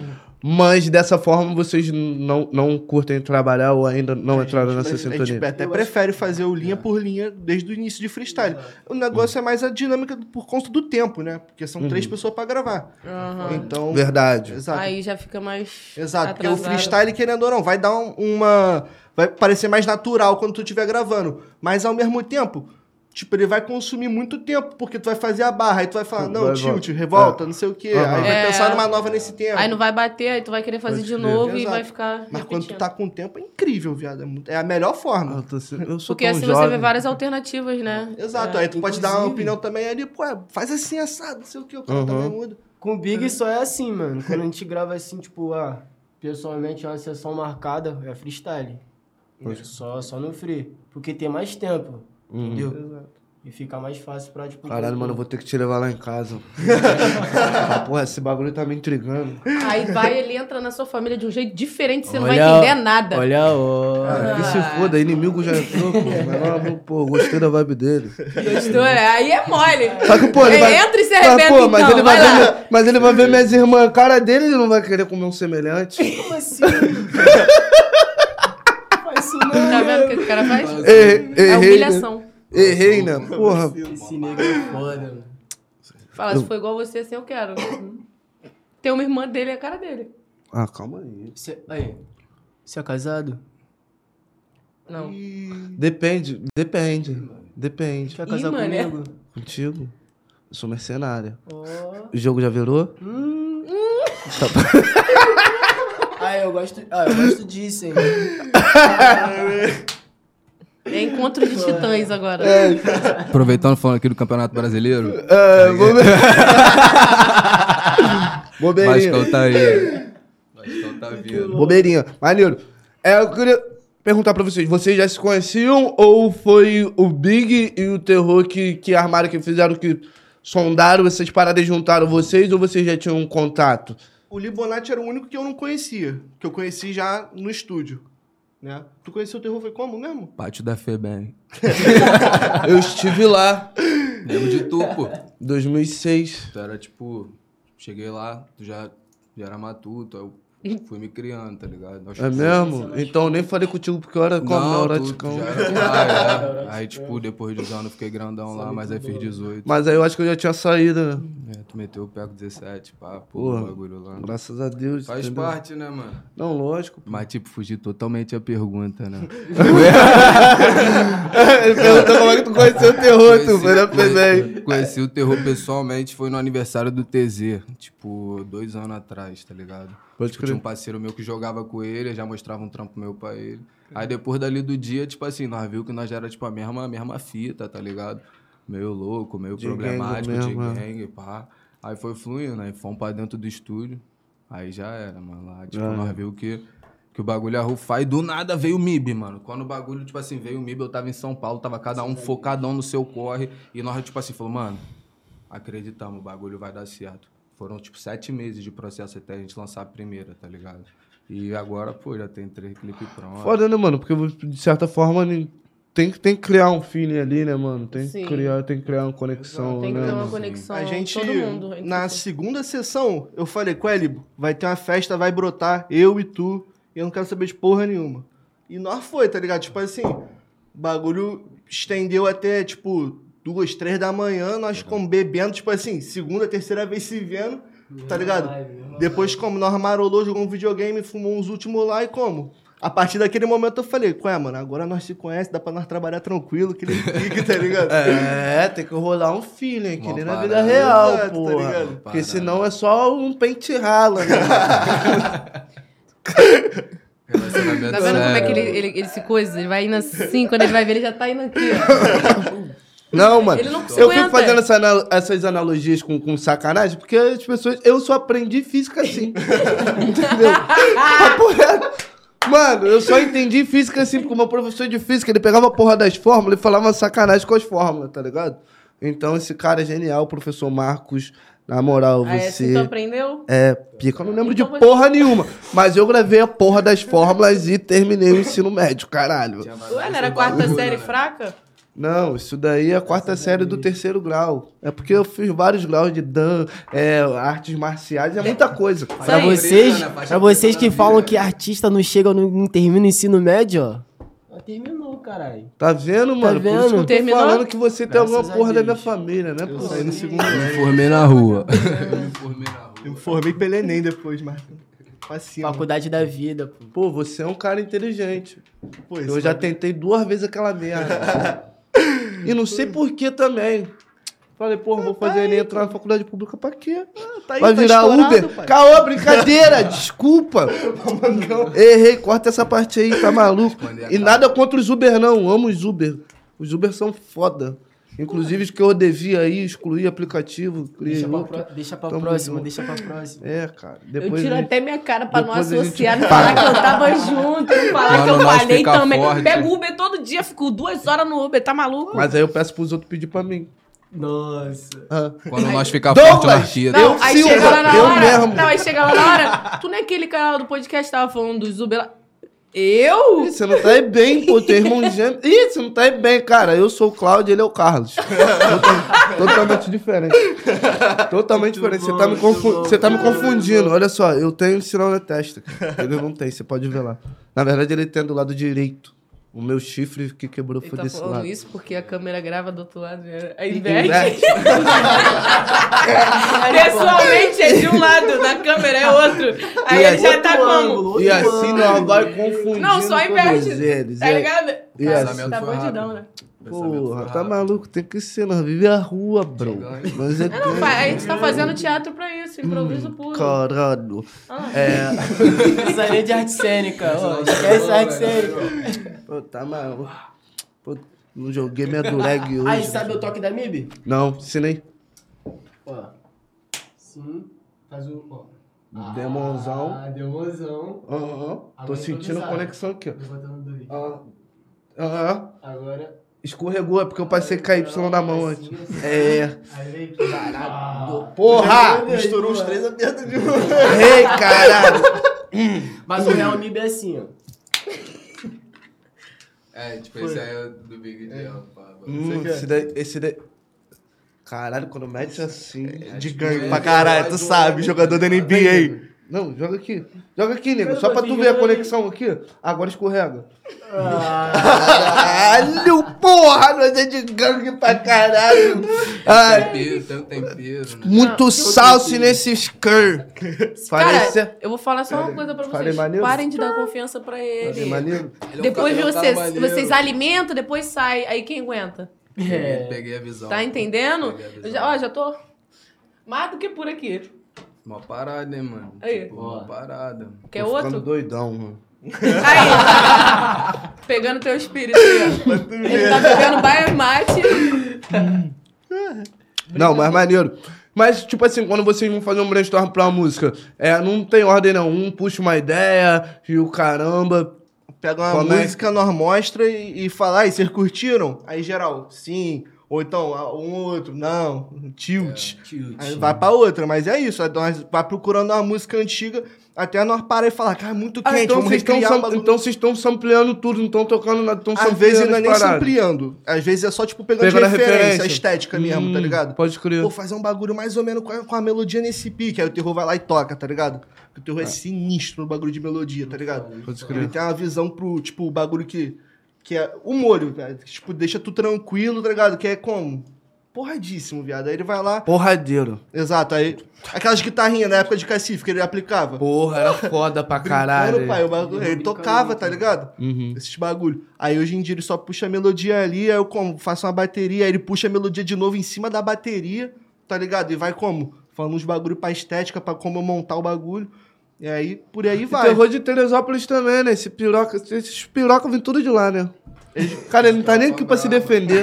Mas dessa forma vocês n- não, não curtem trabalhar ou ainda não entraram
Mas
nessa
a gente
sintonia.
até prefere fazer o linha por linha desde o início de freestyle. O negócio é mais a dinâmica do- por conta do tempo, né? Porque são
Uhum.
três pessoas pra gravar.
Aham.
Então.
Verdade.
Exato.
Ah. Aí já fica mais.
Exato, porque o
atrasado.
freestyle, querendo ou não, vai dar um- uma. Vai parecer mais natural quando tu estiver gravando. Mas ao mesmo tempo, tipo, ele vai consumir muito tempo, porque tu vai fazer a barra, aí tu vai falar, não,
Vai,
tilt,
volta.
revolta, não sei o quê.
Aham.
Aí vai
É.
pensar numa nova nesse tempo.
Aí não vai né? bater, aí tu vai querer fazer
Pode
de
crer.
novo e
Exato.
vai ficar.
Mas quando tu
repetindo.
tá com tempo, é incrível, viado. É muito- É a melhor
Ah,
forma.
eu tô se- eu sou
Porque
tão
assim você
jovem.
vê várias alternativas, né?
Exato,
É.
aí tu pode dar uma
inclusive-
opinião também ali, pô, faz assim, assado, não sei o quê, o cara
Aham.
também é muda.
Com o Big só é assim, mano. Quando a gente grava assim, tipo, ah, pessoalmente é uma sessão marcada, é freestyle. É, Só, só no free. Porque tem mais tempo, entendeu?
Uhum.
E fica mais fácil pra, tipo...
Hum. Caralho, mano, eu vou ter que te levar lá em casa. Porra, esse bagulho tá me intrigando.
Aí vai, ele entra na sua família de um jeito diferente, você não vai
Olha-
entender nada.
Olha o.
Cara, que se foda, inimigo já entrou, pô. Menor, pô, gostei da vibe dele.
Gostou, né? Aí é mole. É,
Só que, pô, ele vai...
Entra e se
Mas,
arrebenta,
pô, mas
então.
ele vai
vai
ver
lá.
minha- mas ele vai ver minhas irmãs. A cara dele, ele não vai querer comer um semelhante.
Como assim? Não Faz isso não.
Tá vendo o que o cara faz?
Errei,
É
errei, né?
humilhação.
Errei, né? Porra.
Esse negro é foda, mano.
Fala, se for igual você, assim eu quero. Tem uma irmã dele, é a cara dele.
Ah, calma aí.
Você, aí, você é casado?
Não.
Depende, depende. Depende.
Quer casar
Ih, mané.
comigo?
Contigo? Eu sou mercenária.
Ó.
O jogo já virou?
Ah, eu gosto, ah, eu gosto disso, hein.
É encontro de titãs agora.
Aproveitando falando aqui do Campeonato Brasileiro. tá
É, Bobeirinha.
Vascão tá aí. Vascão tá vindo.
Bobeirinha. Maneiro. É, eu queria perguntar pra vocês, vocês já se conheciam ou foi o Big e o Terror que, que armaram, que fizeram, que sondaram essas paradas e juntaram vocês ou vocês já tinham um contato?
O Libonati era o único que eu não conhecia, que eu conheci já no estúdio, né? Tu conheceu o terror foi como mesmo?
Pátio da Febem.
Eu estive lá
Lembro de tu, pô.
em 2006.
Tu era tipo. Cheguei lá, tu já, já era matuto, aí eu fui me criando, tá ligado? Acho
É
que-
mesmo? Então eu nem falei contigo porque eu era como
Não,
na
tu-
hora
tu
de cão.
já era pai, é. Aí, tipo, depois dos anos eu fiquei grandão lá, mas aí fiz 18.
Mas aí eu acho que eu já tinha saído. né?
É, tu meteu o pé com 17, pá, pô,
Porra.
o bagulho lá.
Graças a Deus.
Faz
entendeu?
parte, né, mano?
Não, lógico.
Mas, tipo, fugi totalmente a pergunta, né?
Ele perguntou como é que tu conheceu o terror, tu é foi na Febem.
conheci, conheci o terror pessoalmente, foi no aniversário do TZ, tipo, dois anos atrás, tá ligado?
Pode
tipo,
crer.
tinha um parceiro meu que jogava com ele, eu já mostrava um trampo meu pra ele. Aí depois dali do dia, tipo assim, nós viu que nós já era tipo a mesma, a mesma fita, tá ligado? Meio louco, meio
De
problemático,
gangue
de
mesmo, é.
gangue, pá. Aí foi fluindo, aí fomos pra dentro do estúdio. Aí já era, mano. Lá, tipo,
Já
nós viu que, que o bagulho arrufar e do nada veio o MIB, mano. Quando o bagulho, tipo assim, veio o MIB, eu tava em São Paulo, tava cada um focadão no seu corre. E nós, tipo assim, falou, mano, acreditamos, o bagulho vai dar certo. Foram, tipo, sete meses de processo até a gente lançar a primeira, tá ligado? E agora, pô, já tem três clipes prontos.
Foda, né, mano? Porque de certa forma nem- tem, que- tem que criar um feeling ali, né, mano? Tem que
Sim.
criar, tem que criar uma conexão,
Tem que
né?
ter uma
mano?
conexão.
a gente
todo mundo. entre
na
si.
segunda sessão, eu falei, Coelho, vai ter uma festa, vai brotar eu e tu, e eu não quero saber de porra nenhuma. E nós foi, tá ligado? Tipo assim, o bagulho estendeu até tipo duas, três da manhã, nós ficamos bebendo, tipo assim, segunda, terceira vez se vendo, tá ligado? Depois, como nós marolou, jogou um videogame, fumou uns últimos lá e como? A partir daquele momento eu falei, qual mano? Agora nós se conhece, dá pra nós trabalhar tranquilo, que nem pique, tá ligado?
É, tem que rolar um feeling, que
Uma
nem na
parada. né?
vida real,
Exato, tá
porra.
ligado?
Porque senão é só um pente rala, né?
Relacionamento
Tá vendo como é que ele,
sério.
ele, ele se coisa? Ele vai indo assim, quando ele vai ver, ele já tá indo aqui.
Não, mano.
Ele não
eu fico
aguenta.
fazendo assim, essa anal- essas analogias com, com sacanagem, porque as pessoas. Eu só aprendi física assim. Entendeu? Papo reto. Mano, eu só entendi física assim, porque o meu professor de física, ele pegava a porra das fórmulas e falava sacanagem com as fórmulas, tá ligado? Então esse cara é genial, professor Marcos. Na moral,
Aí assim,
você.
tu aprendeu?
É, pica, eu não lembro
Então
de
você-
porra nenhuma. Mas eu gravei a porra das fórmulas e terminei o ensino médio, caralho.
Ué, não era a quarta série fraca?
Não, isso daí é a quarta série do terceiro grau. É porque eu fiz vários graus de dan, é, artes marciais, é muita coisa.
Pra
Sai.
vocês,
Brilha, né? Faz
pra vocês
brilha
que
na
falam
vida.
que artista não chega, não, não termina o ensino médio, ó. Ó, Terminou, caralho.
Tá vendo, mano? Por isso que eu tô
vendo?
Terminou?
falando que você tem alguma
Graças a
porra da
Deus.
minha família, né? Pô, aí no segundo
Me formei na rua. Me formei na
Eu me
rua.
formei pelo Enem depois, mas. Facinho.
Faculdade da vida, pô.
Pô, você é um cara inteligente.
Pô,
Eu já tentei duas vezes aquela merda. e não sei por que também. Falei, porra, vou fazer ele entrar na faculdade pública pra quê?
tá
Vai virar Uber? Caô, brincadeira, desculpa. Errei, corta essa parte aí, tá maluco. E nada contra os Uber, não. Amo os Uber. Os Uber são foda. Inclusive, os que eu devia aí, excluí aplicativo, criei
Deixa pra,
outro.
pró- deixa pra
Tamo
próxima,
junto.
deixa pra próxima.
É, cara.
Eu
Depois
tiro
a gente-
até minha cara pra não
depois a gente
associar, não falar que eu tava junto, não falar que
Quando
eu
nós
falei
ficar
também.
forte.
Pego Uber todo dia, fico duas horas no Uber, tá maluco?
Mas aí eu peço pros outros pedir pra mim.
Nossa.
Ah.
Quando nós ficar
Douglas!
forte, nós tira.
Não,
Eu
aí
Silva,
chega lá na
eu
hora.
mesmo.
Não, aí chega lá na hora. Tu não é aquele cara do podcast que tava falando dos Uber lá. Eu?
Ih, você não tá aí bem, pô. Teu irmão gêmeo. Ih, você não tá aí bem, cara. Eu sou o Cláudio, ele é o Carlos. Total- Totalmente diferente. Totalmente diferente. Você tá, me confu- você tá me confundindo. Olha só, eu tenho um sinal na testa. cara. Ele não tem, você pode ver lá. Na verdade, ele tem do lado direito. O meu chifre que quebrou
Ele
foi
tá
desse
falando
lado.
isso porque a câmera grava do outro lado. né? Aí
Inverte.
inverte. Pessoalmente é de um lado, na câmera é outro. Aí
E
ele já
outro
tá como?
ângulo.
E assim nós vai confundindo.
Não, só
todos
inverte.
eles,
Tá
é.
ligado?
E
Cara,
assim-
tá
foi
bandidão,
rápido.
né?
Porra, tá maluco? Tem que ser, nós vive a rua, bro. Nós é
Não, pai, a gente tá fazendo teatro pra isso,
Hum.
improviso puro.
Caralho. É.
Isso aí é de arte cênica, ó. Esquece a arte cênica.
Pô, tá maluco. Pô, não joguei minha dureg hoje.
Aí, sabe o toque da MIB?
Não, ensinei.
Ó. Sim. Faz o. Ó.
Demonzão.
Ah, demonzão.
Aham. Tô
Agora
sentindo
improvisado.
conexão aqui, ó.
Levantando dois.
Aham. Aham.
Agora.
Escorregou, é porque eu passei KY na mão antes.
assim, assim.
É.
Aí vem aqui. Caralho.
Porra!
Misturou os três abertos de um.
Ei, caralho!
Mas o real MIB é assim, ó.
É, tipo, esse aí é do Big Deal.
Hum,
que é.
esse daí, esse daí. Caralho, quando mete assim, de
tipo,
gangue
é
pra caralho, tu
verdade,
sabe,
um-
jogador da NBA. Não, joga aqui. Joga aqui, nego, só pra tu ver a conexão aqui. Agora escorrega. Caralho, porra, nós é de gangue pra caralho.
Ah,
Ai,
tanto um tempero, né?
muito salse nesse skir.
Cara,
Parece.
eu vou falar só uma coisa pra
Falei
vocês.
maneiro?
Parem de dar confiança pra ele.
Maneiro.
Ele é um
Depois
cara- ele é um cara
vocês,
maneiro.
vocês alimentam, depois sai. Aí quem aguenta?
Peguei- É. Peguei a visão.
Tá entendendo?
Peguei a
Eu
visão.
já, ó, já tô mais do que por aqui.
Uma parada, hein, mano?
Aí.
Tipo, uma parada.
Quer
Tô ficando
É outro?
doidão, mano.
Aí. pegando teu espírito. aí, ó. Ele tá pegando baia e mate.
Não, mas maneiro. Mas, tipo assim, quando vocês vão fazer um brainstorm pra uma música, é, não tem ordem não. Um puxa uma ideia e o caramba.
Pega uma
Como é?
música, nós mostra e, e fala, aí, vocês curtiram? Aí geral, sim. Ou então, ah, um ou outro, não, um tilt. Aí vai pra outra, mas é isso. aí Nós vai procurando uma música antiga até nós parar e falar, cara, é muito
Ah,
quente,
então
vamos
vocês estão
recriar o
sam-
bagulho.
então vocês estão sampleando tudo, não estão tocando nada, estão
Às
sampleando
vezes não é
as
nem
paradas.
ampliando. Às vezes é só, tipo, pegando,
Pegando a
de referência,
referência.
a estética mesmo, tá
Hum,
ligado?
Pode crer.
Pô, fazer um bagulho mais ou menos com a, com a melodia nesse pique. Aí o terror vai lá e toca, tá ligado? Porque o terror é, sinistro no bagulho de melodia, tá ligado?
Pode
Ele
crer.
tem uma visão pro, tipo, o bagulho que. Que é o molho, velho. que, Tipo, deixa tu tranquilo, tá ligado? Que é como? Porradíssimo, viado. Aí ele vai lá.
Porradeiro.
Exato, aí. Aquelas guitarrinhas na época de cacife que ele aplicava.
Porra, era foda pra caralho.
Mano, pai, o bagulho. Ele tocava, tá ligado?
Uhum.
Esses bagulho. Aí hoje em dia ele só puxa a melodia ali, aí eu como? Faço uma bateria, aí ele puxa a melodia de novo em cima da bateria, tá ligado? E vai como? Falando uns bagulho pra estética, pra como eu montar o bagulho. E aí, por aí
E
vai.
terror de Teresópolis também, né? Esse piroca, esses piroca vêm tudo de lá, né? Cara, ele não tá nem aqui pra se defender.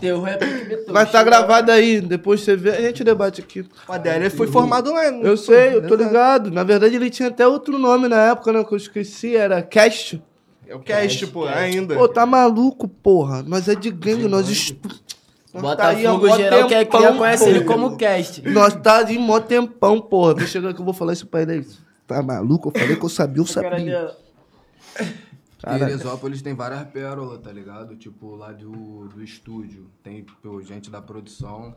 Terror é pique Beethoven.
Mas tá gravado aí, depois você vê, a gente debate aqui.
O Adélio foi formado lá. no-
Eu sei, eu tô
Exato.
ligado. Na verdade, ele tinha até outro nome na época, né? Que eu esqueci, era Cast.
É o cast, pô, ainda.
Pô, tá maluco, porra. Nós é de gangue, nós, est... nós tá aí há
Botafogo
mó
geral quer
tempão,
criar, conhece ele
porra.
como cast.
Nós tá em mó tempão, porra. Vou chegar que eu vou falar isso pra ele. aí. Tá maluco? Eu falei que eu sabia, eu sabia.
Teresópolis tem várias pérolas, tá ligado? Tipo, lá do, do estúdio. Tem pô, gente da produção.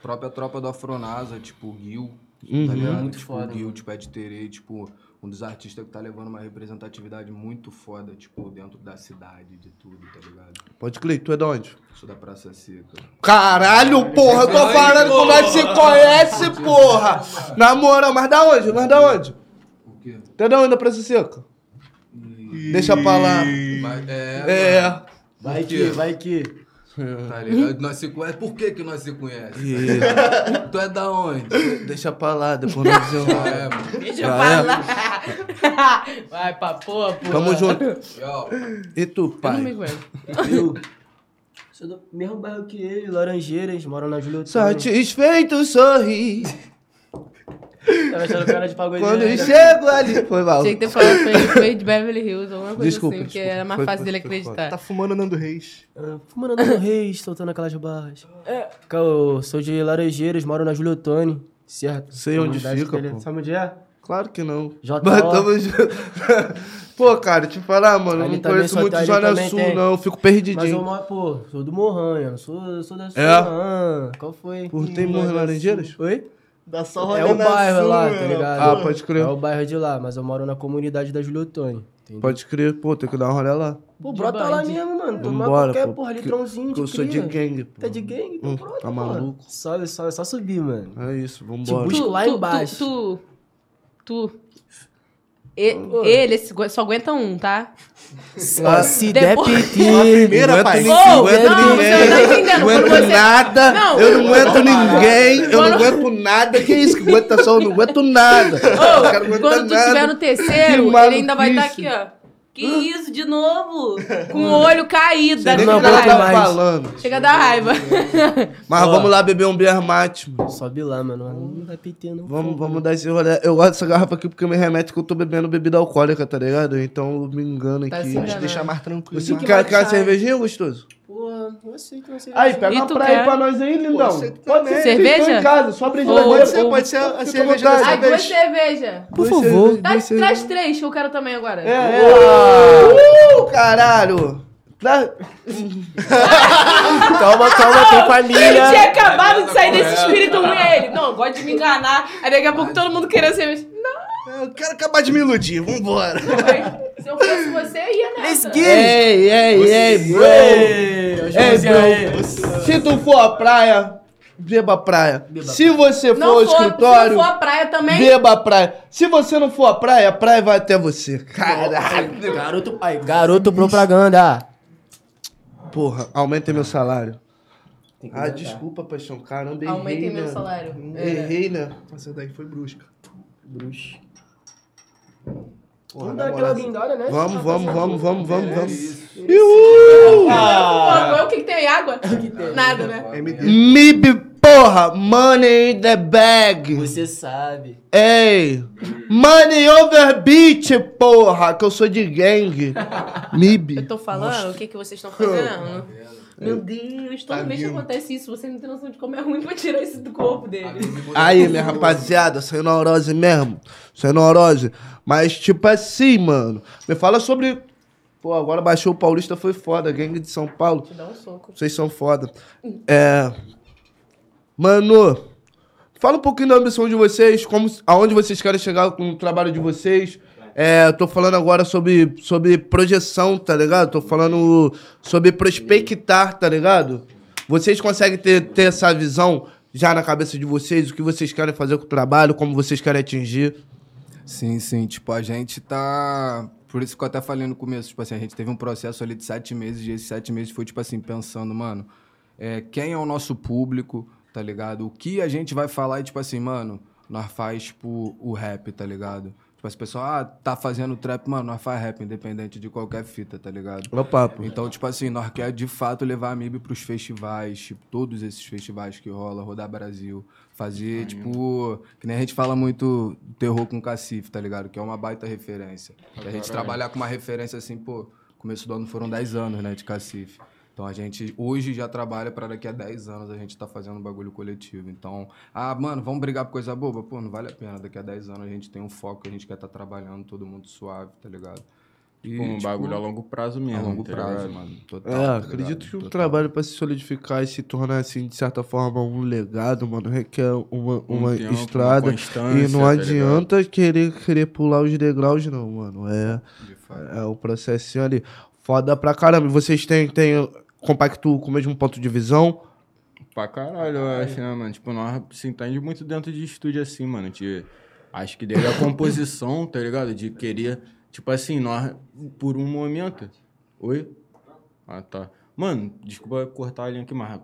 Própria tropa do Afronasa, tipo, o Gil. Tá ligado?
Uhum. Muito
tipo,
foda,
O Gil,
mano.
tipo, é de Terê, tipo, um dos artistas que tá levando uma representatividade muito foda, tipo, dentro da cidade, de tudo, tá ligado?
Pode crer, tu é de onde?
Sou da Praça Seca.
Caralho, porra, eu tô falando como é que se conhece, porra! Na moral, mas da onde? Mas da onde?
O quê?
Tu é da onde, da Praça Seca? Deixa pra lá.
Vai- é,
É.
Vai que, vai que.
Tá ligado? Nós se conhece. Por que que nós se conhece? Tu é da onde?
Deixa pra lá, depois não dizer o
Ah,
nome.
é, mano.
Deixa eu
Já
falar. Vai pra porra, porra.
Tamo um junto.
Yo,
E tu,
Eu não
pai?
me aguento.
Eu. Sou do mesmo bairro que ele, Laranjeiras, moro na Júlia Otávio.
Satisfeito Tá sorri
Tava achando que eu era de né? pagodeiro.
quando chego ali. Foi mal.
Tinha que ter falado pra ele veio de Beverly Hills, alguma coisa
Desculpa,
assim, porque
desculpa.
era mais
Foi-
fácil
foi-
dele
foi foda.
acreditar.
Tá fumando Nando Reis.
Ah, Fumando no Reis, soltando aquelas barras. É. Cara, eu sou de Laranjeiras, moro na Júlia Otávio, certo?
Sei onde
Comunidade
fica,
que ele-
pô.
Sabe onde é?
Claro que não.
J.O.
Mas tamo junto. Pô, cara, te falar, mano, eu
Ali
não
também
conheço
só
muito
tem- ali
Zona
também
Sul,
tem.
não. Eu fico
Mas eu
perdidinho.
moro, pô, sou do Morranha, não sou, eu sou da Sul. Qual foi?
É? Por tem morro em Laranjeiras?
Oi?
Dá só
É
rolê
o
na
bairro
sua,
lá, tá
mano.
ligado?
Ah, pode crer.
É o bairro de lá, mas eu moro na comunidade da Júlia Otônio.
Pode crer, pô, tem que dar uma olhada lá.
Pô,
De
brota lá
bonde.
mesmo, mano. Tomar
Vambora,
qualquer
pô,
porra,
que-
litrãozinho
que eu sou de
cria.
gangue, pô.
Tá de gangue? Então
Hum,
pronto,
tá
pô.
maluco.
Sobe, sobe, só subir, mano.
É isso, vambora.
Tipo, lá embaixo.
Tu, tu, tu- E- ele esse agu- só aguenta um, tá?
Só se der é
Depois-
piti.
Primeira,
aguento
pai.
ninguém,
Ô,
aguento
não,
ninguém.
você não tá entendendo,
aguento
por você-
nada,
Não.
eu não aguento ninguém, eu não aguento nada. Que isso, que aguenta só, eu não aguento nada. eu não quero
Quando tu
nada.
tiver no terceiro,
Que
ele ainda vai estar
maluquice.
aqui, ó.
Que isso, de novo?
Com o olho caído, dá
nem
até
que ela
raiva.
tá falando.
Chega da raiva.
Mas vamos lá beber um beer mate. mano.
Sobe lá, mano. Não dá PT, não.
Vamos, vamos dar esse rolê. Eu gosto dessa garrafa aqui porque me remete que eu tô bebendo bebida alcoólica, tá ligado? Então eu me engano
Tá
aqui.
se enganando.
Deixar mais tranquilo.
Você
né?
quer, quer uma cervejinha, gostoso?
Porra, eu sei que não sei.
Aí, pega
E
uma
tu
praia
quer?
pra nós aí, lindão. Pô, você tá
Pode
também.
Cerveja?
vocês estão em casa, só abrir
Ou-
Pode ser,
ou-
pode ser a
Fica
cerveja
à vontade.
dessa
Ai, duas
vez.
cerveja.
Por
favor.
Dá- Traz três, que eu quero também agora.
É, é.
Uh, caralho! Tra-
Calma, calma, tem
Ele
família.
tinha acabado de sair desse espírito ruim a ele. Não, gosta de me enganar. Aí daqui a pouco todo mundo querendo ser. Não,
Eu quero acabar de me iludir, vambora.
mas se eu fosse você, eu ia nessa.
Ei, ei, ei, bro!
É,
Ei, bro! Se tu for à praia, beba a praia. Se você for
Não
ao
for, é se
escritório,
não for a praia também.
beba a praia. Se você não for à praia, a praia vai até você. Caralho!
Garoto, aí, garoto propaganda.
Porra, aumentem meu salário. Ah, desculpa, paixão. Caramba, errei,
Aumentem meu
né?
salário. É.
Errei, né?
Essa daí foi brusca.
Porra,
Vamos
na
dar
moral.
aquela blindada, né?
Vamos, vamos, vamos, vamos, vamos, vamos.
Ah. Eu, o que, que tem água? Nada, né?
MIB, porra! Money in the bag!
Você sabe.
Ei! Money over beat, porra! Que eu sou de gangue.
Eu
MIB.
tô falando, o que, que vocês estão fazendo?
É.
Meu Deus, toda vez que acontece isso, você não tem noção de como é ruim pra tirar isso do corpo dele.
Aí, minha rapaziada, sem neurose mesmo. Sem neurose. Mas, tipo assim, mano. Me fala sobre. Pô, agora baixou o Paulista, foi foda. Gangue de São Paulo.
Dá um soco.
Vocês são foda. É. Mano, fala um pouquinho da ambição de vocês, como, aonde vocês querem chegar com o trabalho de vocês. É, tô falando agora sobre, sobre projeção, tá ligado? Tô falando sobre prospectar, tá ligado? Vocês conseguem ter, ter essa visão já na cabeça de vocês, o que vocês querem fazer com o trabalho, como vocês querem atingir.
Sim, sim. Tipo, a gente tá. Por isso que eu até falei no começo, tipo assim, a gente teve um processo ali de sete meses, e esses sete meses foi, tipo assim, pensando, mano, é, quem é o nosso público, tá ligado? O que a gente vai falar e, tipo assim, mano, nós faz, tipo, o rap, tá ligado? Tipo, as pessoas, ah, tá fazendo trap, mano, nós faz rap, independente de qualquer fita, tá ligado?
Olha o papo.
Então, tipo assim, nós quer de fato levar a MIB pros festivais, tipo, todos esses festivais que rola, rodar Brasil, fazer, tipo, que nem a gente fala muito terror com cacife, tá ligado? Que é uma baita referência. E a gente trabalhar com uma referência assim, pô, começo do ano foram 10 anos, né, de cacife. Então a gente hoje já trabalha pra daqui a 10 anos a gente tá fazendo um bagulho coletivo. Então, ah, mano, vamos brigar por coisa boba? Pô, não vale a pena. Daqui a 10 anos a gente tem um foco, a gente quer estar trabalhando, todo mundo suave, tá ligado? E, tipo,
Um bagulho a longo prazo mesmo.
a longo
tá
prazo,
ligado?
mano. Total,
É,
tá
acredito
ligado?
que o
Total.
trabalho pra se solidificar e se tornar, assim, de certa forma, um legado, mano, requer uma, uma
Um tempo, uma
estrada. e
constância,
não
tá
adianta querer, querer pular os degraus, não, mano. É,
De fato.
é o processinho ali. Foda pra caramba. E vocês têm, têm compacto é com o mesmo ponto de visão?
Pra caralho, eu acho, né, mano? Tipo, nós se entende muito dentro de estúdio assim, mano. De, acho que desde a composição, tá ligado? De querer, tipo assim, nós, por um momento. Oi? Ah, tá. Mano, desculpa cortar a linha aqui, mas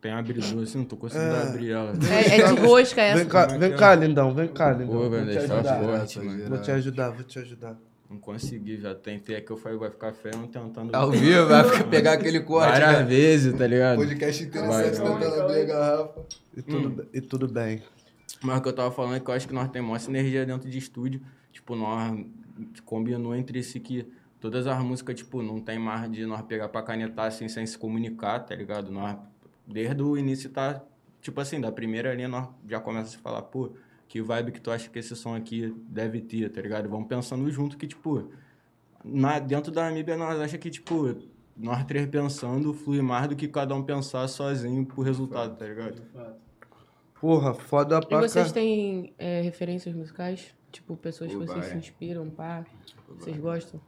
tem abridor assim, não tô conseguindo abrir ela.
É, é de rosca essa.
Vem cá, vem cá, lindão, vem cá, lindão.
Pô, vai
vou, te
deixar
ajudar.
forte, mano.
vou te ajudar, vou te ajudar.
Não consegui, já tentei. É que eu falei, vai ficar feio, não tentando.
Ao vivo, vai ficar- pegar aquele corte.
Várias
né?
vezes, tá ligado?
Podcast interessante
Vai, vai.
tentando abrir a garrafa.
E tudo, be- e tudo bem.
Mas o que eu tava falando é que eu acho que nós temos uma sinergia dentro de estúdio. Tipo, nós combinou entre si que todas as músicas, tipo, não tem mais de nós pegar pra canetar assim, sem se comunicar, tá ligado? Nós, desde o início tá, tipo assim, da primeira linha nós já começa a se falar, pô, que vibe que tu acha que esse som aqui deve ter, tá ligado? Vamos pensando junto que, tipo, na, dentro da Amíbia nós acha que, tipo, nós três pensando flui mais do que cada um pensar sozinho pro resultado, tá ligado?
Porra, foda
E
pra
vocês
caramba.
têm é, referências musicais? Tipo, pessoas que
Pô,
vocês
vai.
se inspiram, pá? Vocês
é.
gostam?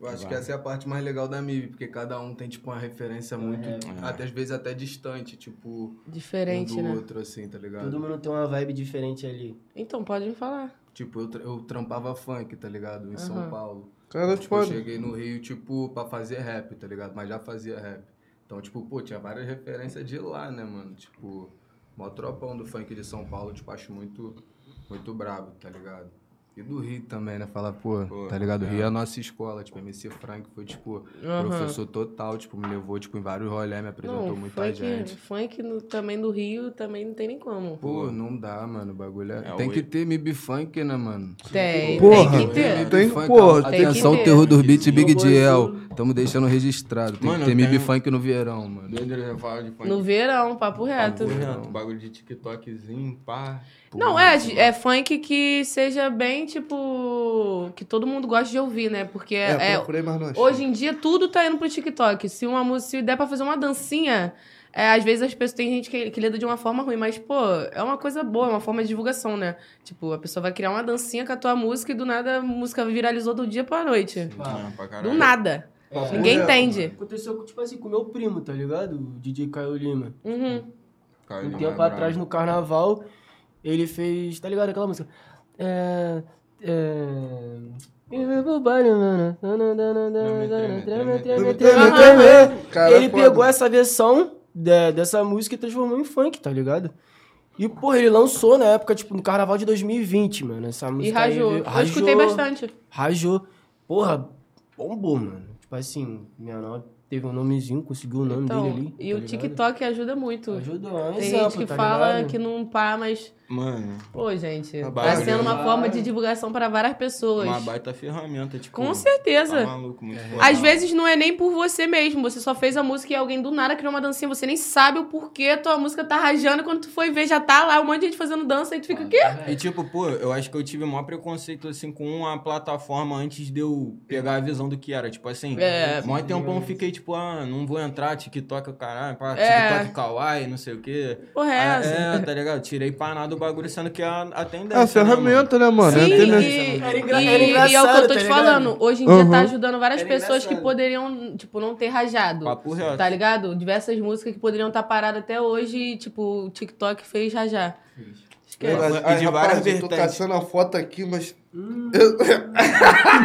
Eu acho que essa é a parte mais legal da MIB, porque cada um tem, tipo, uma referência muito, até às vezes até distante, tipo,
Diferente,
um do
né?
outro, assim, tá ligado?
Todo mundo tem uma vibe diferente ali.
Então, pode me falar.
Tipo, eu, tra- eu trampava funk, tá ligado? Em São
Aham.
Paulo.
Cara,
tipo, eu
foda.
cheguei no Rio, tipo, pra fazer rap, tá ligado? Mas já fazia rap. Então, tipo, pô, tinha várias referências de lá, né, mano? Tipo, mó tropão do funk de São Paulo, tipo, acho muito, muito brabo, tá ligado? E E do Rio também, né? Falar, pô, tá ligado? O Rio é a nossa escola. Tipo, MC Frank foi, tipo,
Aham.
professor total. Tipo, me levou, tipo, em vários rolés, me apresentou
Não,
muita
funk, é.
gente.
funk no- também do Rio também não tem nem como.
Pô, não dá, mano, o bagulho é...
É,
Tem
o-
que ter MIB Funk, né, mano?
Tem,
Porra,
tem que ter.
MIB
Tem-
Funk,
porra, tem que
Atenção,
ter.
terror dos beats Big
Jogou
Diel. Tamo deixando registrado. Tem
Mano,
que ter
eu
MIB
tenho-
Funk no verão, mano.
Doideira, fala de funk.
No verão, papo reto.
Um bagulho de TikTokzinho, pá.
Não, é, é funk que seja bem, tipo. Que todo mundo gosta de ouvir, né? Porque
É,
é,
procurei, mas não achei.
hoje em dia tudo tá indo pro TikTok. Se uma música, se der pra fazer uma dancinha, é, às vezes as pessoas. Tem gente que, que lida de uma forma ruim, mas, pô, é uma coisa boa, é uma forma de divulgação, né? Tipo, a pessoa vai criar uma dancinha com a tua música e do nada a música viralizou do dia pra noite.
Ah, pra
do
caralho.
nada.
É.
Ninguém
Pô,
entende.
Aconteceu, tipo assim, com meu primo, tá ligado? O DJ Caio Lima.
Uhum.
Caio
Um
Lima
tempo
é
atrás,
brabo.
no carnaval, ele fez, tá ligado? Aquela música. É. É. Everybody, na, na, na, na, na, na, na, na, treme, treme, treme, é treme.
Cara,
tá
Ele
foda.
pegou essa versão de- dessa música e transformou em funk, tá ligado? E, pô, ele lançou na época, tipo, no carnaval de 2020, mano. Essa música. aí,
rajou.
veio-
Eu escutei
rajou.
bastante.
Rajou. Porra, bombou, mano. Tipo assim, minha nova teve um nomezinho, conseguiu o nome
Então,
dele ali.
e o
tá ligado?
TikTok ajuda muito. Ajuda,
um
Tem
exemplo,
gente que
tá
fala
ligado?
que não pá, mas.
Mano.
Pô, gente,
Uma
tá
baita-
sendo uma forma de divulgação para várias pessoas.
Uma baita ferramenta, tipo.
Com certeza.
Tá maluco, muito foda.
Às vezes não é nem por você mesmo, você só fez a música e alguém do nada criou uma dancinha, você nem sabe o porquê tua música tá rajando, quando tu foi ver já tá lá um monte de gente fazendo dança e tu fica o quê?
E tipo, pô, eu acho que eu tive o maior preconceito, assim, com a plataforma antes de eu pegar a visão do que era. Tipo assim,
É.
mó tempão eu fiquei tipo, ah, não vou entrar, TikTok, o caralho, pá,
É.
TikTok kawaii, não sei o quê.
Porra, é
Ah,
essa?
É, tá ligado? Tirei pra nada o bagulho, sendo que é a, a tendência,
É uma ferramenta, né, mano? É
Sim,
uma tendência.
e,
Era engra-
e-
era
e é o que eu
engraçado,
tô
tá
te
ligado?
falando. Hoje em dia
Uhum.
tá ajudando várias
Era
pessoas que
engraçado.
poderiam, tipo, não ter rajado.
Papo reto.
Tá ligado? Diversas músicas que poderiam estar paradas até hoje e, tipo, o TikTok fez rajar.
Ai,
Esquece.
rapaz, eu tô caçando a foto aqui, mas. Eu-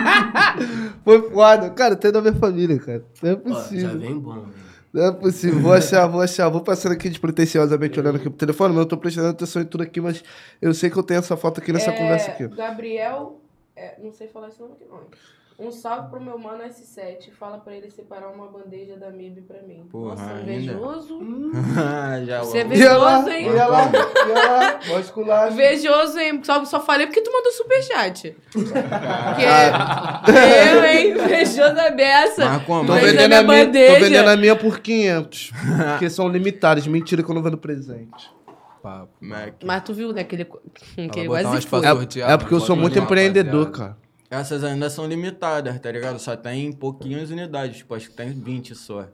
Foi foda. Cara, tem da minha família, cara. Não é possível.
já vem bom.
Não é possível. Vou achar, vou achar. Vou passando aqui despretensiosamente olhando aqui pro telefone, mas eu tô prestando atenção em tudo aqui, mas eu sei que eu tenho essa foto aqui nessa
É,
conversa aqui.
Gabriel, é, não sei falar esse nome aqui não. Um salve pro meu mano S7. Fala pra ele separar uma bandeja da MIB pra mim.
Porra,
Nossa,
ainda.
invejoso.
Hum, Já
Você é
logo.
vejoso, hein?
Olha lá, olha lá. Vascular.
Vejoso, hein? Só, só falei porque tu mandou superchat. Porque
Ah.
eu, hein? Vejoso da beça.
Mas como? Tô
Mas
vendendo,
minha
a minha, tô
bandeja.
vendendo a minha por 500. porque são limitadas. Mentira que eu não vendo presente.
Papo.
Mas tu viu, né? Que ele, que ele
botar
quase
umas
foi.
pra sortear,
É, é porque eu sou muito empreendedor, cara.
Essas ainda são limitadas, tá ligado? Só tem pouquinhas unidades, tipo, acho que tem 20 só.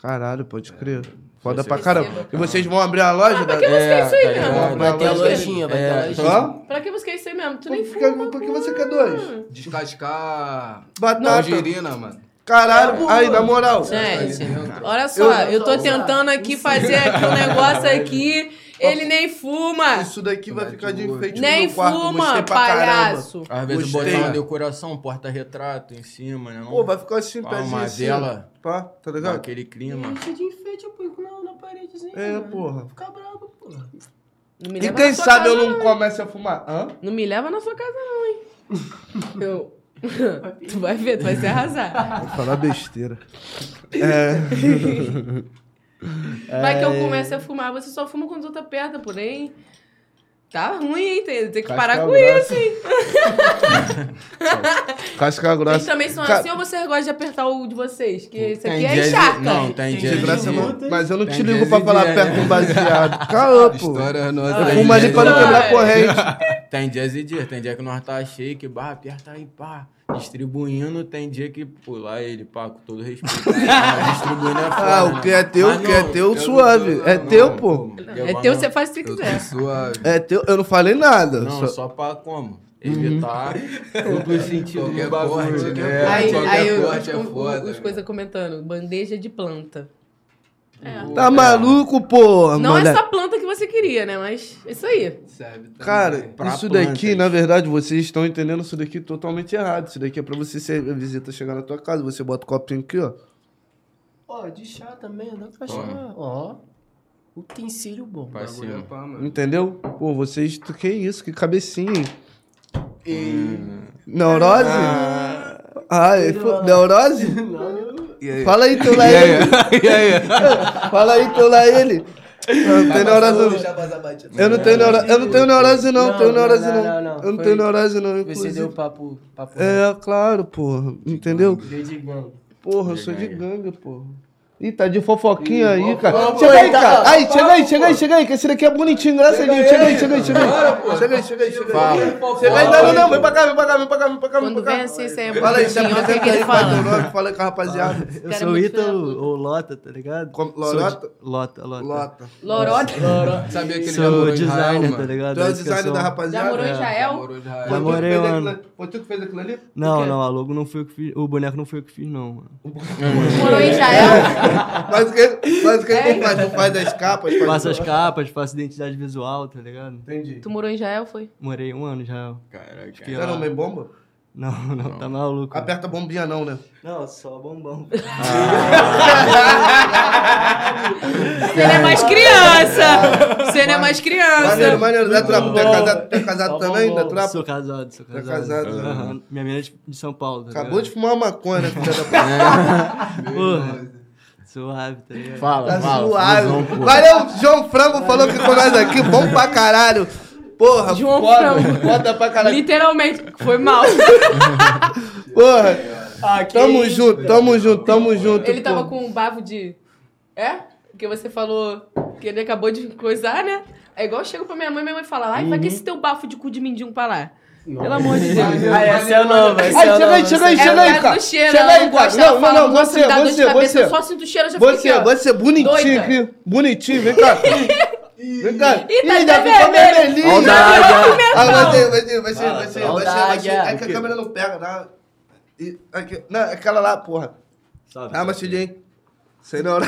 Caralho, pode crer.
É,
Foda
Você
pra caramba.
perceba.
E vocês vão abrir a loja? Ah,
pra que você
É. tá
isso aí, mesmo?
Vai ter a lojinha, vai ter a lojinha.
Pra que buscar isso aí mesmo? Tu nem
fica,
fuma.
Por que você quer dois?
Descascar...
Batata.
Tangerina, mano.
Caralho, aí, na moral.
Gente, olha só, eu, tô tentando aqui fazer aqui um negócio aqui. Ele nem fuma.
Isso daqui vai ficar de
é
enfeite
Nem
no meu quarto.
fuma,
gostei pra
palhaço.
caramba.
Às vezes
Gostei.
botar uma decoração, um porta-retrato em cima, né? não?
Pô, vai ficar assim,
Pá,
pezinho
Uma
assim,
vela.
Pá, tá ligado?
Aquele clima.
Deixa de enfeite, eu ponho na, na paredezinha.
É,
mano.
porra.
Fica brabo, porra.
Não me
E
leva
quem
na sua
sabe
casa,
eu não começo a fumar? Hã?
Não me leva na sua casa, não, hein? Eu. tu vai ver, tu vai se arrasar.
Falar besteira. É.
Vai que eu
É.
comece a fumar, você só fuma quando tu tá perto, porém. Tá ruim, hein? Tem, tem que
Casca
parar com
grossa.
isso, hein?
Casca grossa.
Vocês também são
Ca-
assim ou você gosta de apertar o de vocês? Que isso aqui
Tem
é
dia de-
encharca.
Não, tem dia
De
de
graça,
dia.
não. Mas eu não
Tem
te ligo
dias
pra
e
falar
dias,
perto
né?
de um baseado. Caô, pô.
História nossa.
Eu
Tem é.
fumo ali
dias
pra não
e
quebrar
dias.
corrente.
Tem dias e dias. Tem dia que nós tá cheio, que barra, aperta aí, pá. Distribuindo, tem dia que pular ele, pá, com todo respeito. Mas distribuindo é foda,
Ah, o que é
né?
teu,
Mas
o que é
não,
teu,
eu-
suave.
eu-
É
não,
teu, pô.
eu-
É teu, você faz o que você quiser.
Suave.
É teu, eu não falei nada.
Não,
só-
só, pra como? Evitar todo sentido do
Qualquer
bagulho.
corte,
né?
né?
Aí,
Qualquer
aí eu,
corte é
os-
foda,
os coisas comentando, bandeja de planta.
Tá maluco, pô,
Não
moleque?
essa planta que você queria, né? Mas isso aí.
Cara,
Pra
isso
plantas.
daqui, na verdade, vocês estão entendendo isso daqui totalmente errado. Isso daqui é pra você ser a visita chegar na tua casa. Você bota o copinho aqui, ó.
Ó, de chá também, dá pra
Toma.
chá. Ó, utensílio bom.
Pra cima.
Entendeu? Pô, vocês. Que isso, que cabecinha, hein? Hum. Neurose? Ah, ele falou- neurose? Fala aí, teu lá
E aí?
ele.
E aí?
Fala aí, teu lá ele. Eu não tenho neurose. não. Eu não tenho neurose, eu não tenho neurose não, tenho neurose não. Eu não tenho neurose não,
Você
inclusive.
deu papo, papo
É, claro, porra. Entendeu?
Veio de gangue.
Porra, eu sou de ganga, porra. Ih, tá de fofoquinha aí, cara.
vamos,
Chega aí,
tá,
cara.
tá,
Aí,
tá,
chega aí, chega aí, chega aí, que esse daqui é bonitinho, graças a Deus. Chega aí, chega aí, chega aí. Chega aí, chega aí, chega aí. Chega aí, não, não, não, vem pra cá, vem pra cá, vem pra cá, vem pra cá. vem
Quando
pra cá.
vem assim, você é
Fala aí, se
bonitinho, olha o que
apresenta
que
aí,
ele
fala teu
fala.
nome, fala aí com a rapaziada.
Eu
Cara, é
sou o
muito filha da
Ítalo, ou Lota, tá ligado?
Como-
Sou de-
Lorota?
Lota, Lota.
Lota.
Lorota? Lorota.
Sabia
Sabia que
é que ele
sou
já morou em Israel,
designer,
mano?
tá ligado?
Tu é o
Esse que eu
designer
sou.
da é rapaziada?
Já morou em
É.
Israel? Já
morou em Israel.
Já
Foi tu que
morei,
fez
mano.
aquilo- Foi tu que fez aquilo ali?
um
é
Não, não, a logo não foi o que fiz. O boneco não foi o que fiz, não, mano.
Morou em Israel?
Mas o que, mas o que
É.
tu faz? Tu faz as capas? faz-
Faço as capas, faço identidade visual, tá ligado?
Entendi.
Tu morou em Israel, foi?
Morei um ano já. Caraca.
Tu era um meio bomba?
Não, não, tá maluco.
Aperta a bombinha não, né?
Não, só bombom.
Você não é mais criança! Você não é mais
Maneiro,
criança!
maneiro. Da tropa, tu é
bom.
casado, tu é casado também? Da tropa?
Sou casado, sou
Tá
casado.
casado, né?
Aham. Minha menina é de- de São Paulo, tá
Acabou de
ligado?
fumar uma maconha, né? filha da puta?
Porra, suave, tá ligado?
Tá suave. Valeu, João Franco falou que com nós aqui, bom pra caralho. Porra,
João
foda,
Franco.
foda pra caralho.
Literalmente, foi mal.
Porra, tamo junto, tamo junto, tamo junto.
Ele tava
porra.
com um bafo de. É? Porque você falou que ele acabou de coisar, né? É igual eu chego pra minha mãe, minha mãe fala, ai, vai
Uhum.
que esse teu bafo de cu de mindinho pra lá. Pelo amor de Deus.
Ah, essa é nova,
Aí,
essa é
chega aí,
nova.
chega aí,
É
chega
o
aí,
caso
cara.
do cheiro,
Chega
ela
aí,
não
cara.
gosta, ela
Não, não,
fala,
não,
"Nossa,
você,
me dá dor de
você,
cabeça",
você.
eu só sinto o cheiro, eu já fico
Você,
aqui, ó.
você, é bonitinho
Doida.
aqui. Bonitinho, vem cá. Vem cá.
Ih, tá
Ih, já
até
ficou
vermelho.
vermelhinho.
Ó o da águia.
Ah, vai ser, vai ser, vai ser, vai ser,
Ó o
vai
da
ser, vai ser.
águia.
É que a câmera não pega, nada. E, aqui, não, aquela lá, porra. Ah, mas filho, hein? Sei na hora.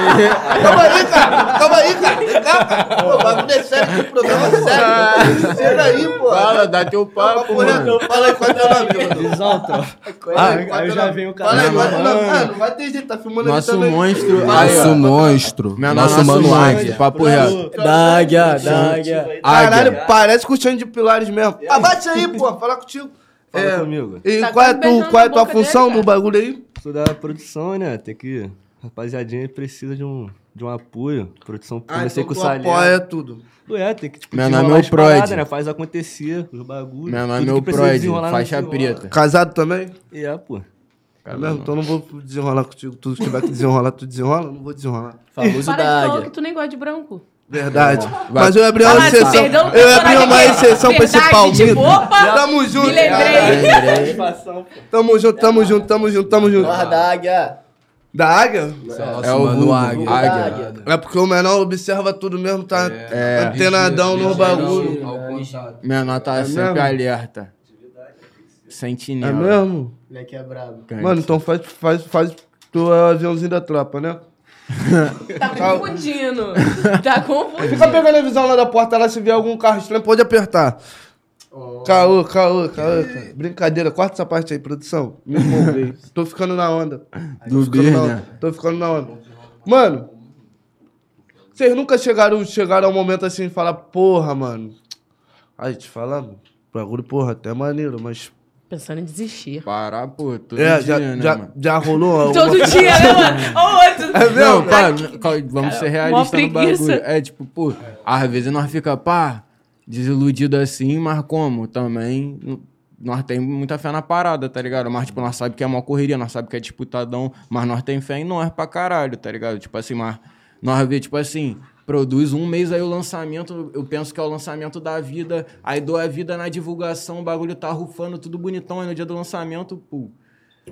calma aí, cara. Calma aí, cara. Vem cá, cara. Pô, o bagulho é sério, que o programa é sério. Chega aí, porra.
Fala, dá teu papo,
Porra,
mano.
Fala aí, qual é o teu nome?
Exalta.
Fala
aí
qual é
eu
teu
já
nome?
venho o
Fala aí,
cara.
qual é o teu nome? Ah, não vai ter jeito, tá filmando
Nosso
ali também.
monstro.
Fala aí, ó.
Nosso monstro.
Meu
nosso
nosso
mano
monstro.
águia. Papo reto.
Da águia, da águia.
Águia.
Caralho, parece colchão de pilares mesmo. Abate aí, pô, fala contigo.
Fala
É,
comigo.
E
Tá
qual é,
quase
tu,
beijando
qual é
a
tua
boca dele,
função
cara.
do bagulho aí?
Sou da produção, né? Tem que. Rapaziadinha precisa de um, de um apoio. Produção, comecei com
Ah,
o
então tu
Salé.
apoia é tudo.
Ué, tem que tipo,
Meu nome
desenrolar
é o
as paradas,
Proid.
né? Faz acontecer os bagulhos.
Meu
tudo
nome é
que
o
precisa
Proid,
desenrolar,
faixa
desenrola.
preta.
Casado também?
E é, pô.
É mesmo? Então eu não vou desenrolar contigo. Tudo que tiver que desenrolar, tu desenrola? Não vou desenrolar.
Famoso
Para
da
de falar que
águia.
tu nem gosta de branco.
Verdade. Mas eu ia abrir uma
Ah,
exceção.
perdão,
Eu ia abrir uma
personagem.
exceção pra esse
Verdade,
palmito.
tipo, opa,
Tamo junto.
me lembrei.
Tamo junto, tamo junto, tamo junto, tamo junto.
Nós da águia.
Da águia?
É o
mano
vulgo,
águia.
vulgo
Águia.
águia.
É porque o menor observa tudo mesmo, tá
É.
antenadão no bagulho.
Menor tá sempre
É mesmo?
alerta.
É
Sentinela.
mesmo?
Moleque é brabo.
Crente.
Mano, então faz, faz, faz tu é o aviãozinho da tropa, né?
Tá confundindo. Tá confundindo.
Fica pegando a visão lá da porta, lá se vier algum carro estranho, pode apertar. Caô, caô, caô. cara. Brincadeira, corta essa parte aí, produção. Me envolvei. Tô ficando na onda. Tô
Do
ficando na
né?
Birner.
onda. Tô ficando na onda. Mano, vocês nunca chegaram, chegaram a um momento assim e falar, porra, mano. Aí te falar, mano, bagulho, porra, até maneiro, mas.
Pensando em desistir.
Parar, pô, todo
É,
dia,
já,
né,
já,
mano?
já rolou alguma
Todo dia, né, mano? Ó, o outro.
É mesmo?
Não, pá, cal- vamos ser realistas no
preguiça.
bagulho. É, tipo, pô, às vezes nós fica, pá, desiludido assim, mas como? Também n- nós tem muita fé na parada, tá ligado? Mas, tipo, nós sabe que é uma correria, nós sabe que é disputadão, mas nós tem fé em nós pra caralho, tá ligado? Tipo assim, mas nós vê, tipo assim... Produz um mês aí o lançamento, eu penso que é o lançamento da vida, aí dou a vida na divulgação, o bagulho tá rufando, tudo bonitão, aí no dia do lançamento, pô,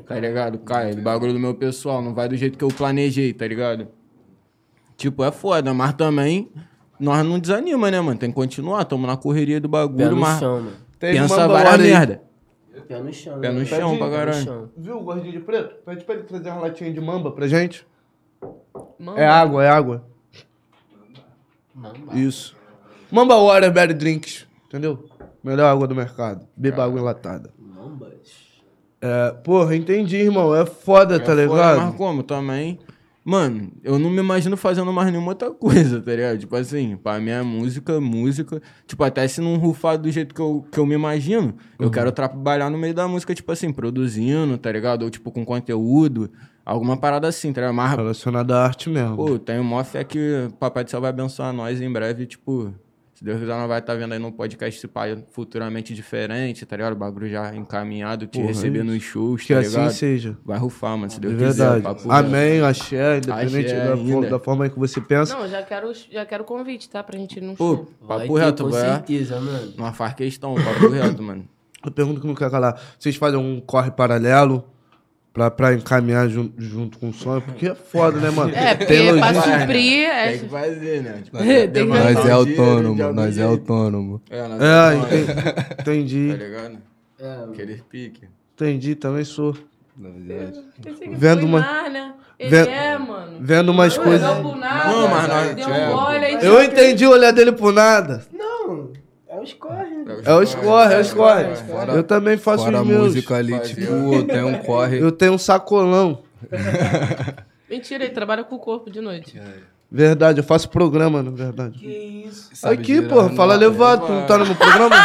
Tá ligado? Cara, é do bagulho do meu pessoal, não vai do jeito que eu planejei, tá ligado? Tipo, é foda, mas também nós não desanima, né, mano? Tem que continuar, tamo na correria do
Pé
bagulho,
no
mas
chão, mano.
Teve
pensa
uma
várias
hora aí.
merda.
Pé no chão.
Pé no
né?
chão pra
Pé no
caralho.
chão.
Viu o gordinho de preto? Pede pra ele trazer uma latinha de mamba pra gente.
Mano,
É água, é água. Isso. Mamba Water Berry Drinks, entendeu? Melhor água do mercado. Beba água enlatada. É, porra, entendi, irmão. É foda, tá
É foda,
ligado?
Mas como? Também. Mano, eu não me imagino fazendo mais nenhuma outra coisa, tá ligado? Tipo assim, pra mim é música, música. Tipo, até se não rufar do jeito que eu, que eu me imagino, eu
Uhum.
quero trabalhar no meio da música, tipo assim, produzindo, tá ligado? Ou tipo, com conteúdo, alguma parada assim, tá ligado? Mas,
Relacionada à arte mesmo.
pô, eu tenho mó fé que Papai do Céu vai abençoar nós em breve, tipo. Se Deus quiser, nós vai estar vendo aí num podcast se pá, futuramente diferente, tá ligado? O bagulho já encaminhado, te
Porra,
receber
é isso.
nos shows,
Que
tá
assim
ligado?
seja.
Vai rufar, mano, se
De
Deus
É verdade.
quiser. papo reto.
Amém, axé, independente
Axé
da, fo-
ainda.
da forma que você pensa.
Não, já quero, já quero convite, tá? Pra gente ir num
Pô,
show.
papo reto, vai.
mano.
Não faz questão, papo reto, mano.
Eu pergunto que não quer calar. Vocês fazem um corre paralelo pra, pra encaminhar jun- junto com o sonho? Porque é foda, né, mano?
É, porque
Tem
pra
logística.
suprir. é-
Tem que fazer, né? Tipo,
Tem que-
levantar
Nós
um
é
dinheiro de
autônomo,
algum
nós é
jeito.
autônomo.
É, nós
É,
autônomo.
enten- entendi.
Tá ligado? Aqueles pique.
Entendi, também sou.
Pensei que
Vendo
foi
uma.
mar, né? Ele
Ven-
é, mano.
Vendo umas
Não
coisas.
olhou pro nada, Não, mas nós- deu um é, olho aí,
Eu
tipo,
entendi o olhar dele por nada.
Não, é os corre.
É o score, é o score. Eu também faço
fora
os
a
meus.
música ali, Fazia. tipo, eu tenho um corre.
Eu tenho um sacolão.
Mentira, ele trabalha com o corpo de noite.
Verdade, eu faço programa, na verdade. Que
isso?
Sabe
Aqui,
girar
porra,
no
fala
ar,
levado, tu não tá no meu programa?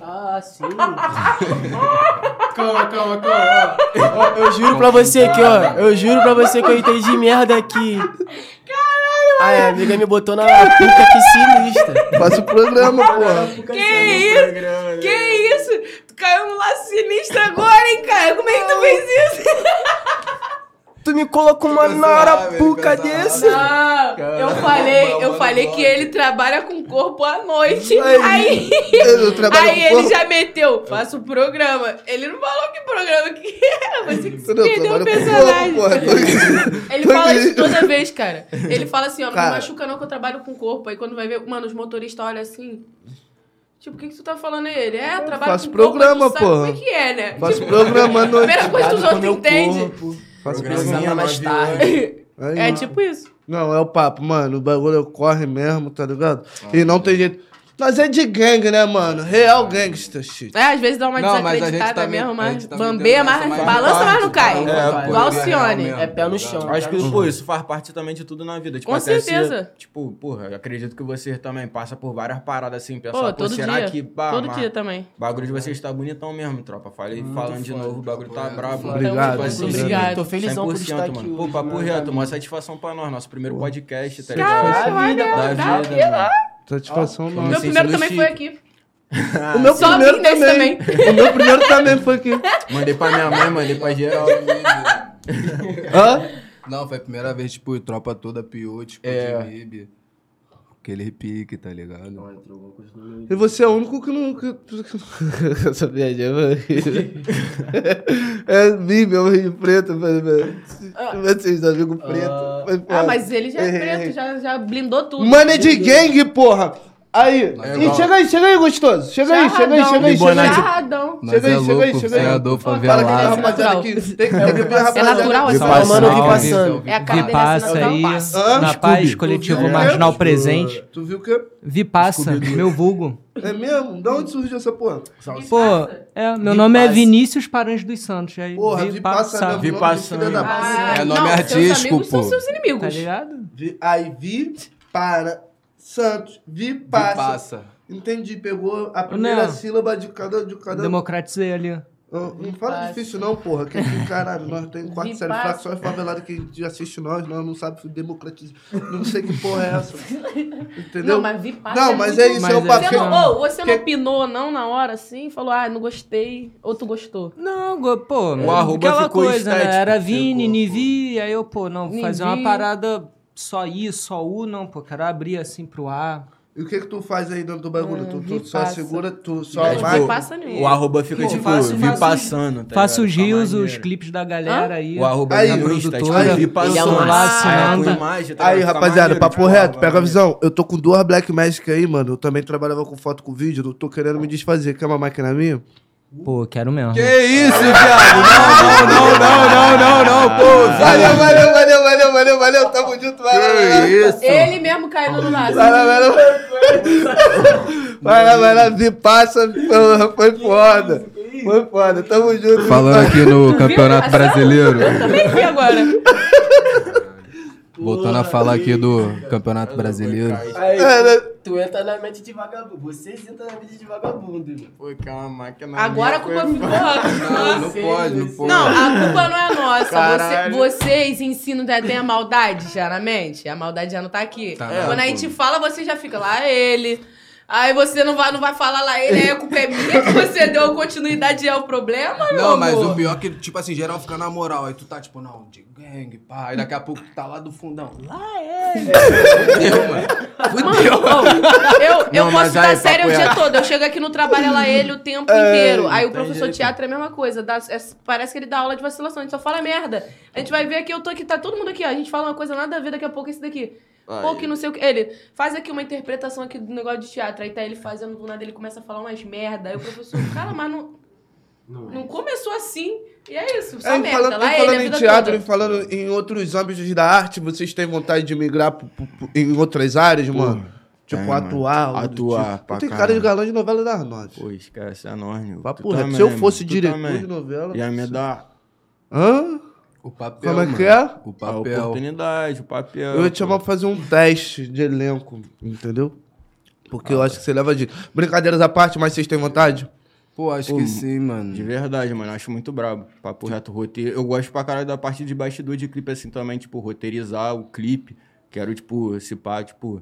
Ah, sim.
calma, calma, calma. eu juro pra você que, ó. Eu juro pra você que eu entendi merda aqui. Caralho, Ai, a amiga me botou na puta que sinistra.
Faço programa, porra.
Que isso? Que isso? Tu caiu no laço sinistro agora, hein, cara? Como é que tu fez isso?
Tu me colocou uma narapuca desse.
Não, eu falei, eu falei que ele trabalha com o corpo à noite. Aí,
eu trabalho
aí
com o
ele
corpo.
já meteu, faça o programa. Ele não falou que programa que era, você que se
Não, eu
perdeu o
trabalho com o
personagem.
corpo, porra.
Ele fala isso toda vez, cara. Ele fala assim, ó, não
Cara.
me machuca não que eu trabalho com o corpo. Aí quando vai ver, mano, os motoristas olham assim... Tipo, o que, que tu tá falando aí? Ele, é, eu trabalho
faço
com corpo, mas tu
programa,
sabe
porra.
Como é que é, né?
Faço
Tipo,
programa à noite.
Primeira coisa que os
Cuidado
outros
com meu
entendem.
Faço
Programa mais tarde. É tipo isso.
Não, é o papo, mano. O bagulho corre mesmo, tá ligado? E não tem jeito. Nós é de gangue, né, mano? Real gangster shit.
É, às vezes dá uma
Não, mas a gente
desacreditada
tá
mesmo,
me- a
mas
gente tá
bambeia,
metendo
mas
essa mais tá?
balança, mas não cai.
É,
Igual o
pô, é real
Alcione.
mesmo, tá ligado? Acho que, pô, isso faz parte também de tudo na vida. Tipo,
Com
até se-
certeza.
tipo, porra, eu acredito que você também passa por várias paradas assim,
Pô,
pensar, pô,
todo
será
dia.
que... pá,
Todo
mas
dia também.
O bagulho de vocês tá bonitão mesmo, tropa. Falei, falando de novo, o bagulho tá brabo.
Obrigado,
Tipo assim,
obrigado.
Tô felizão por estar
100%,
aqui
mano. Pô,
hoje,
papo
mano.
reto, uma satisfação pra nós. Nosso primeiro podcast, tá
Caralho,
ligado?
olha,
Da
da
vida,
vida.
mano.
Satisfação
Ó,
não.
me
Meu
sentindo
primeiro também foi
chique.
aqui.
O meu
Só
primeiro
vim nesse
também.
também.
O meu primeiro também foi aqui.
Mandei pra minha mãe, mandei pra geral.
Hã?
Não, foi a primeira vez, tipo, tropa toda piou, tipo,
É.
de Mib. Aquele pique, tá ligado?
E você é o único que não. Que... que- Essa viagem é horrível. É Bibi, é um rio preto. mas- mas- Vocês, amigo preto. mas,
Ah,
porra.
mas ele já é preto, já, já blindou tudo.
Mano é de gangue, porra! Aí, e
igual.
chega aí, chega aí, gostoso. Chega aí, chega aí, chega aí, chega aí.
Charradão.
Nós é louco, senador
Fala
favelado.
que tem rapaziada aqui. Tem que
É
tem rapaziada
natural
aqui.
assim?
Fala,
Mano, eu vi
salve.
passando. É a cara dele
Vipassa
assinando,
aí,
dá um passo.
Hã?
na
Scooby,
paz,
tu
coletivo
viu?
marginal
É?
presente.
Tu viu o quê?
Vipassa, meu vulgo.
É mesmo? Da onde surgiu essa porra?
Pô, é, meu nome é Vinícius Paranhos dos Santos. Aí,
Porra, Vipassa mesmo, nome de
Vipassa.
filha da
Ah.
puta.
É
É
nome
nome Não, seus
artístico,
artístico,
pô.
amigos são pô. seus
inimigos.
Tá ligado?
Vi- aí vi para Santos, vi passa.
passa.
Entendi, pegou a primeira
Não.
sílaba de cada. De cada...
Democratizei ali.
Não, não fala difícil não, porra. Que, que caralho, nós temos quatro séries fracas, só é favelado que assiste nós, nós não sabe se democratiza. Não sei que porra é essa. Entendeu?
Não, mas vi passa
Não,
é
mas
muito-
é isso, é o
Você
papel.
não, ou você não opinou não na hora assim? Falou, ah, não gostei. Ou tu gostou?
Não, go- pô, né,
O arroba
aquela
ficou
coisa, né?
estético,
Era Vini, Nivi, aí eu, pô, não, vou fazer uma
Nivi.
parada só I, só U, não, pô, quero abrir assim pro A.
E o que que tu faz aí dentro do bagulho? Tu- tu só
passa.
segura, tu só
Não,
marca?
passa
É, tipo, O arroba fica,
Pô,
tipo,
faço-
vi
faço-
passando, tá
Faço os
ligado? Tá
rios, os
maneiro.
clips da galera aí.
O arroba
aí,
aí,
da
no Insta,
produtora.
tipo, vi passando.
Tô lá
Aí,
assinando.
com imagem, tá
Aí,
ligado? Fica
rapaziada,
maneiro,
papo
tipo,
reto, pega a visão. Eu tô com duas Black Magic aí, mano. Eu também trabalhava com foto com vídeo, não tô querendo me desfazer. Quer uma máquina minha?
Pô, quero mesmo.
Que isso, Thiago? Não, não, não, não, não, não, pô. Valeu, valeu, valeu, valeu, valeu, valeu. Tamo junto, vai lá, vai lá.
Ele mesmo caiu no laço.
Vai lá, vai lá. Vai lá, vai lá, vi, passa. porra, Foi foda. Foi foda, tamo junto.
Falando aqui no Campeonato Brasileiro.
Eu também vi agora.
Voltando a falar aqui do Campeonato Brasileiro.
Aí,
É, né?
tu entra na mente de vagabundo. Vocês entram na mente de vagabundo, irmão.
Pô, calma,
é
máquina.
Agora
é
a culpa é ficou. Não,
não pode, não pode.
Não, a culpa não é nossa. Você,
Caralho.
vocês ensinam tem a maldade já na mente. A maldade já não tá aqui.
Tá,
É,
Quando
não,
a
pô.
gente fala, você já fica lá ele. Aí você não vai, não vai falar lá ele, aí a culpa é minha que você deu a continuidade e é o problema, meu
Não,
amor.
mas o pior é que, tipo assim, geral fica na moral. Aí tu tá, tipo, não, de gang, pá. Aí daqui a pouco tu tá lá do fundão. Lá é. Fudeu, mano. Fudeu.
Eu, eu
Não,
posso
mas aí,
estar séria o
papo
dia
reto.
todo. Eu chego aqui no trabalho, ela ele o tempo
É,
inteiro. Aí o
tem
professor
jeito.
de teatro é a mesma coisa. dá- é- parece que ele dá aula de vacilação. A gente só fala merda. A gente vai ver aqui, eu tô aqui, tá todo mundo aqui, ó. A gente fala uma coisa nada a ver, daqui a pouco é isso daqui.
Aí.
Pô, que não sei o que. Ele faz aqui uma interpretação aqui do negócio de teatro. Aí tá ele fazendo do nada, ele começa a falar umas merda. Aí o professor, cara, mas não, não começou assim. E é isso, só
É,
merda.
falando,
lá
e
é ele, a
falando em
vida
teatro e
toda.
falando em outros âmbitos da arte, vocês têm vontade de migrar pro- pro- pro- em outras áreas, mano? Tipo,
tem, mano.
atuar. algo do
Atuar,
tipo.
pra
Tu tem cara
caralho.
de galã de novela da Arnoldo.
Pô, esquece, é enorme.
Papo reto, se eu fosse diretor de novela,
tá Ia me dar.
Hã?
O papel.
Como é
mano.
que é?
O
A
papel.
oportunidade, o papel.
Eu ia te chamar pra fazer um teste de elenco, entendeu? Porque eu acho que você leva de. Brincadeiras à parte, mas vocês têm vontade?
Pô, acho que sim, mano.
De verdade, mano. Acho muito brabo. Papo reto, roteiro. Eu gosto pra caralho da parte de bastidor de clipe, assim, também, tipo, roteirizar o clipe. Quero, tipo, esse pá, tipo.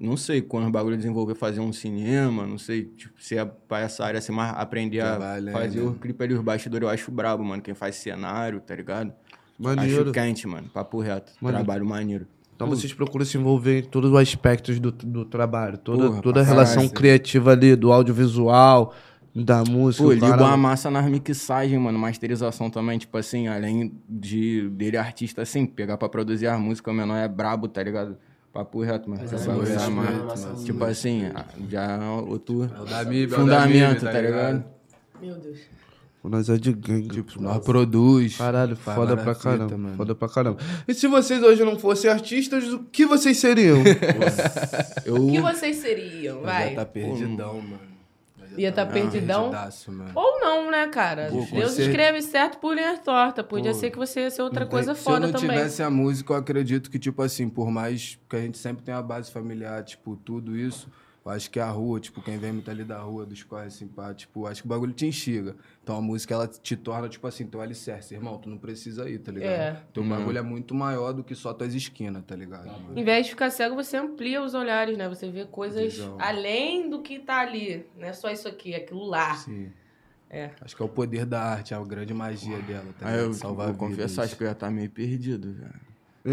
Não sei quando o bagulho desenvolver fazer um cinema, não sei tipo, se é pra essa área, assim, mas aprender a
Trabalhar,
fazer
né?
o clipe ali, os bastidores, eu acho brabo, mano. Quem faz cenário, tá ligado?
Maneiro.
Acho quente, mano. Papo reto.
Maneiro.
Trabalho maneiro.
Então vocês procuram se envolver em todos os aspectos do, do trabalho, toda,
Porra,
toda a
pra
relação
caralho, sim.
criativa ali, do audiovisual, da música.
Pô,
o
ligo
cara-
a massa nas mixagens, mano. Masterização também, tipo assim, além de dele artista, assim, pegar pra produzir as músicas, o menor é brabo, tá ligado? Papo reto, mano.
Mas
Essa
é
bagulho
muito,
é
mano,
massa.
massa
Tipo
muito.
assim, a- já é outro
o da Bíblia, é o da
fundamento, tá
Bíblia, tá ligado?
ligado?
Meu Deus.
Nós é de gangue. Tipo,
nós produz.
Caralho,
faz
foda pra
barafita,
caramba.
mano.
Foda pra caramba. E se vocês hoje não fossem artistas, o que vocês seriam?
O que vocês seriam? Vai.
tá perdidão, mano.
Ia estar
Ah,
perdidão.
perdidaço, mano.
Ou não, né, cara?
Pô, com
Deus
cer-
escreve certo por linha torta. Podia
Pô,
ser que você ia ser outra
Não tem-
coisa foda
Se eu não
também.
tivesse a música, eu acredito que, tipo assim, por mais que a gente sempre tenha a base familiar, tipo, tudo isso, eu acho que a rua, tipo, quem vem muito ali da rua, dos corres, assim, pá, tipo, acho que o bagulho te enxiga. Então a música, ela te torna, tipo assim, teu alicerce. Irmão, tu não precisa ir, tá ligado?
É.
Teu
Uhum.
bagulho é muito maior do que só tuas esquinas, tá ligado? mano?
Em vez de ficar cego, você amplia os olhares, né? Você vê coisas
Visão.
além do que tá ali. Não é só isso aqui, é aquilo lá.
Sim.
É.
Acho que é o poder da arte, é a grande magia dela, tá
Aí
ligado?
Ah, eu vou confessar, acho que eu ia estar meio perdido, velho.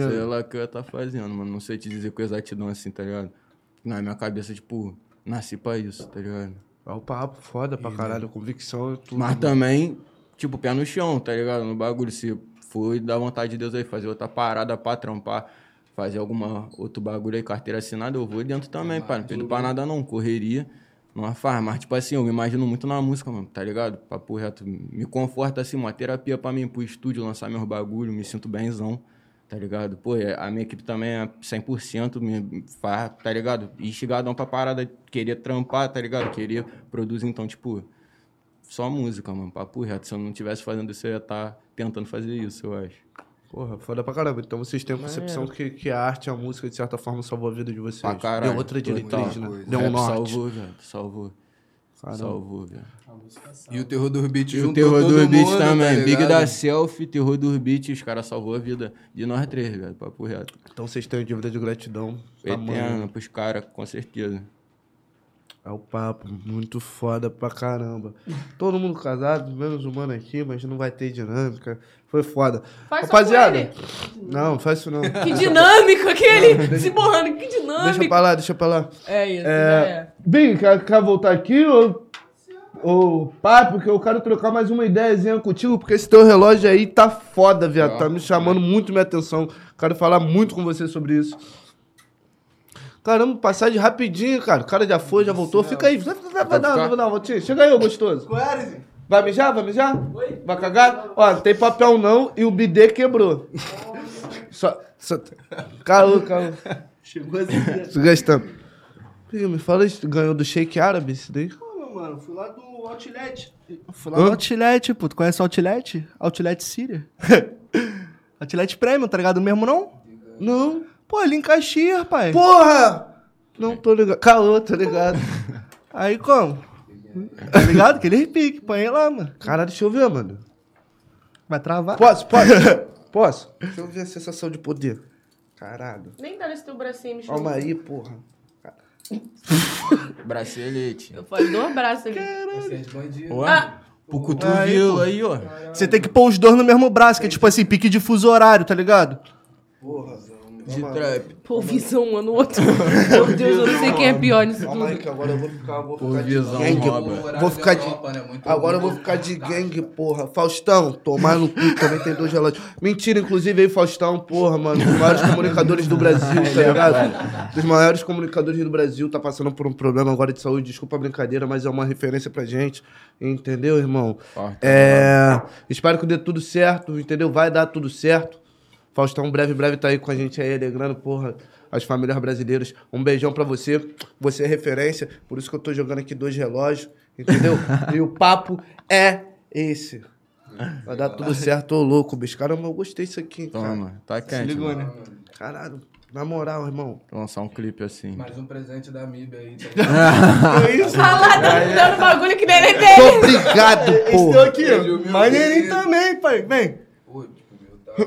É.
Sei lá o que eu ia estar fazendo, mano. Não sei te dizer com exatidão assim, tá ligado? Na minha cabeça, tipo, nasci pra isso, tá ligado?
É o papo, foda pra caralho, convicção e tudo.
Mas também, tipo, pé no chão, tá ligado? No bagulho, se for da vontade de Deus aí, fazer outra parada pra trampar, fazer alguma outro bagulho aí, carteira assinada, eu vou dentro também, pá. Não perdo pra nada não, correria, não faz. Mas, tipo assim, eu me imagino muito na música, mano, tá ligado? Papo reto, me conforta assim, uma terapia pra mim, pro estúdio, lançar meus bagulhos, me sinto benzão. Tá ligado? Pô, é, a minha equipe também é 100%, me faz, tá ligado? E chegadão pra parada, queria trampar, tá ligado? Queria produzir, então, tipo, só música, mano. Papo reto. Se eu não tivesse fazendo isso, eu ia estar tentando fazer isso, eu acho.
Porra, foda pra caramba. Então vocês têm a concepção que, que a arte e a música, de certa forma, salvou a vida de vocês.
Pra caralho.
Deu outra diretriz,
total.
né? Deu um
Rap
norte.
Salvou, velho. Salvou.
Caramba.
Salvou, velho.
E o terror do beat
E o
juntou
Terror
todo
do Beat
mundo,
também.
tá
Big
ligado?
da Selfie, Terror do Beat. Os caras salvou a vida de nós três, velho. Papo reto.
Então vocês têm dívida de gratidão.
Eterna
tamanha.
pros caras, com certeza.
É o papo, muito foda pra caramba. Todo mundo casado, menos o mano aqui, mas não vai ter dinâmica. Foi foda.
Faz só com
Rapaziada,
ele.
não, faz isso não.
Que dinâmico aquele!
Não, deixa-
Se borrando, que dinâmico!
Deixa pra lá, deixa pra lá.
É isso, já é.
Bem, quer, quer voltar aqui ou, ou papo? Que eu quero trocar mais uma ideiazinha contigo, porque esse teu relógio aí tá foda, viado. Tá me chamando muito minha atenção. Quero falar muito com você sobre isso. Caramba, passagem rapidinho, cara. O cara já foi, já voltou. Fica aí. Vai, vai, vai, vai dar, vai dar uma voltinha. Chega aí, ô gostoso. Vai mijar? Vai mijar? Vai cagar? Ó, não tem papel não e o bidê quebrou. Só. só... Caô, caô.
Chegou assim.
Se gastando. Ih, Me fala isso, tu ganhou do shake árabe isso daí?
Mano, mano, fui lá do Outlet. Fui
lá
lá
no
do Outlet, pô. Tu conhece o Outlet? Outlet Síria? Outlet Premium, tá ligado? O mesmo não?
Não.
Pô, ali em Caxias, pai.
Porra! Não tô ligado. Caô, tô ligado.
Aí como? Tá ligado? Aquele repique, põe lá, mano.
Caralho, deixa eu ver, mano.
Vai travar.
Posso, posso? posso? Deixa eu ver a sensação de poder. Caralho.
Nem dá nesse teu bracinho, me
Calma aí, porra.
Bracelete.
Eu falei, dois braços ali.
Ué,
Ah.
pro cotovelo aí, ó.
Você tem que pôr os dois no mesmo braço, que é tipo assim, pique de fuso horário, tá ligado?
De trap.
Pô, visão um ano outro. Meu Deus, eu não sei quem é pior nisso
Calma aí,
tudo.
que agora eu vou ficar, vou
Por
ficar de
visão,
gangue.
Robert.
Vou ficar de.
Europa, né? Muito
agora eu vou ficar de gangue, porra. Faustão, tomar no cu, também tem dois relógios. Mentira, inclusive aí, Faustão, porra, mano. Dos maiores comunicadores do Brasil,
é
tá ligado? Dos maiores comunicadores do Brasil, tá passando por um problema agora de saúde. Desculpa a brincadeira, mas é uma referência pra gente. Entendeu, irmão? É. Espero que dê tudo certo, entendeu? Vai dar tudo certo. Faustão, breve, breve, tá aí com a gente aí, alegrando, porra, as famílias brasileiras. Um beijão pra você. Você é referência, por isso que eu tô jogando aqui dois relógios, entendeu? e o papo é esse. Vai dar tudo certo, ô louco, bicho. Caramba, eu gostei disso aqui, cara.
Toma, tá quente.
ligou,
mano.
né? Caralho, na moral, irmão.
Lançar um clipe assim.
Mais um presente da MIB aí. Tá?
Que isso?
Falar, tá me dando bagulho que nem ele
Tô
dele.
obrigado,
Esse
porra.
teu aqui, ó. Maneirinho também, pai. Vem.
tipo,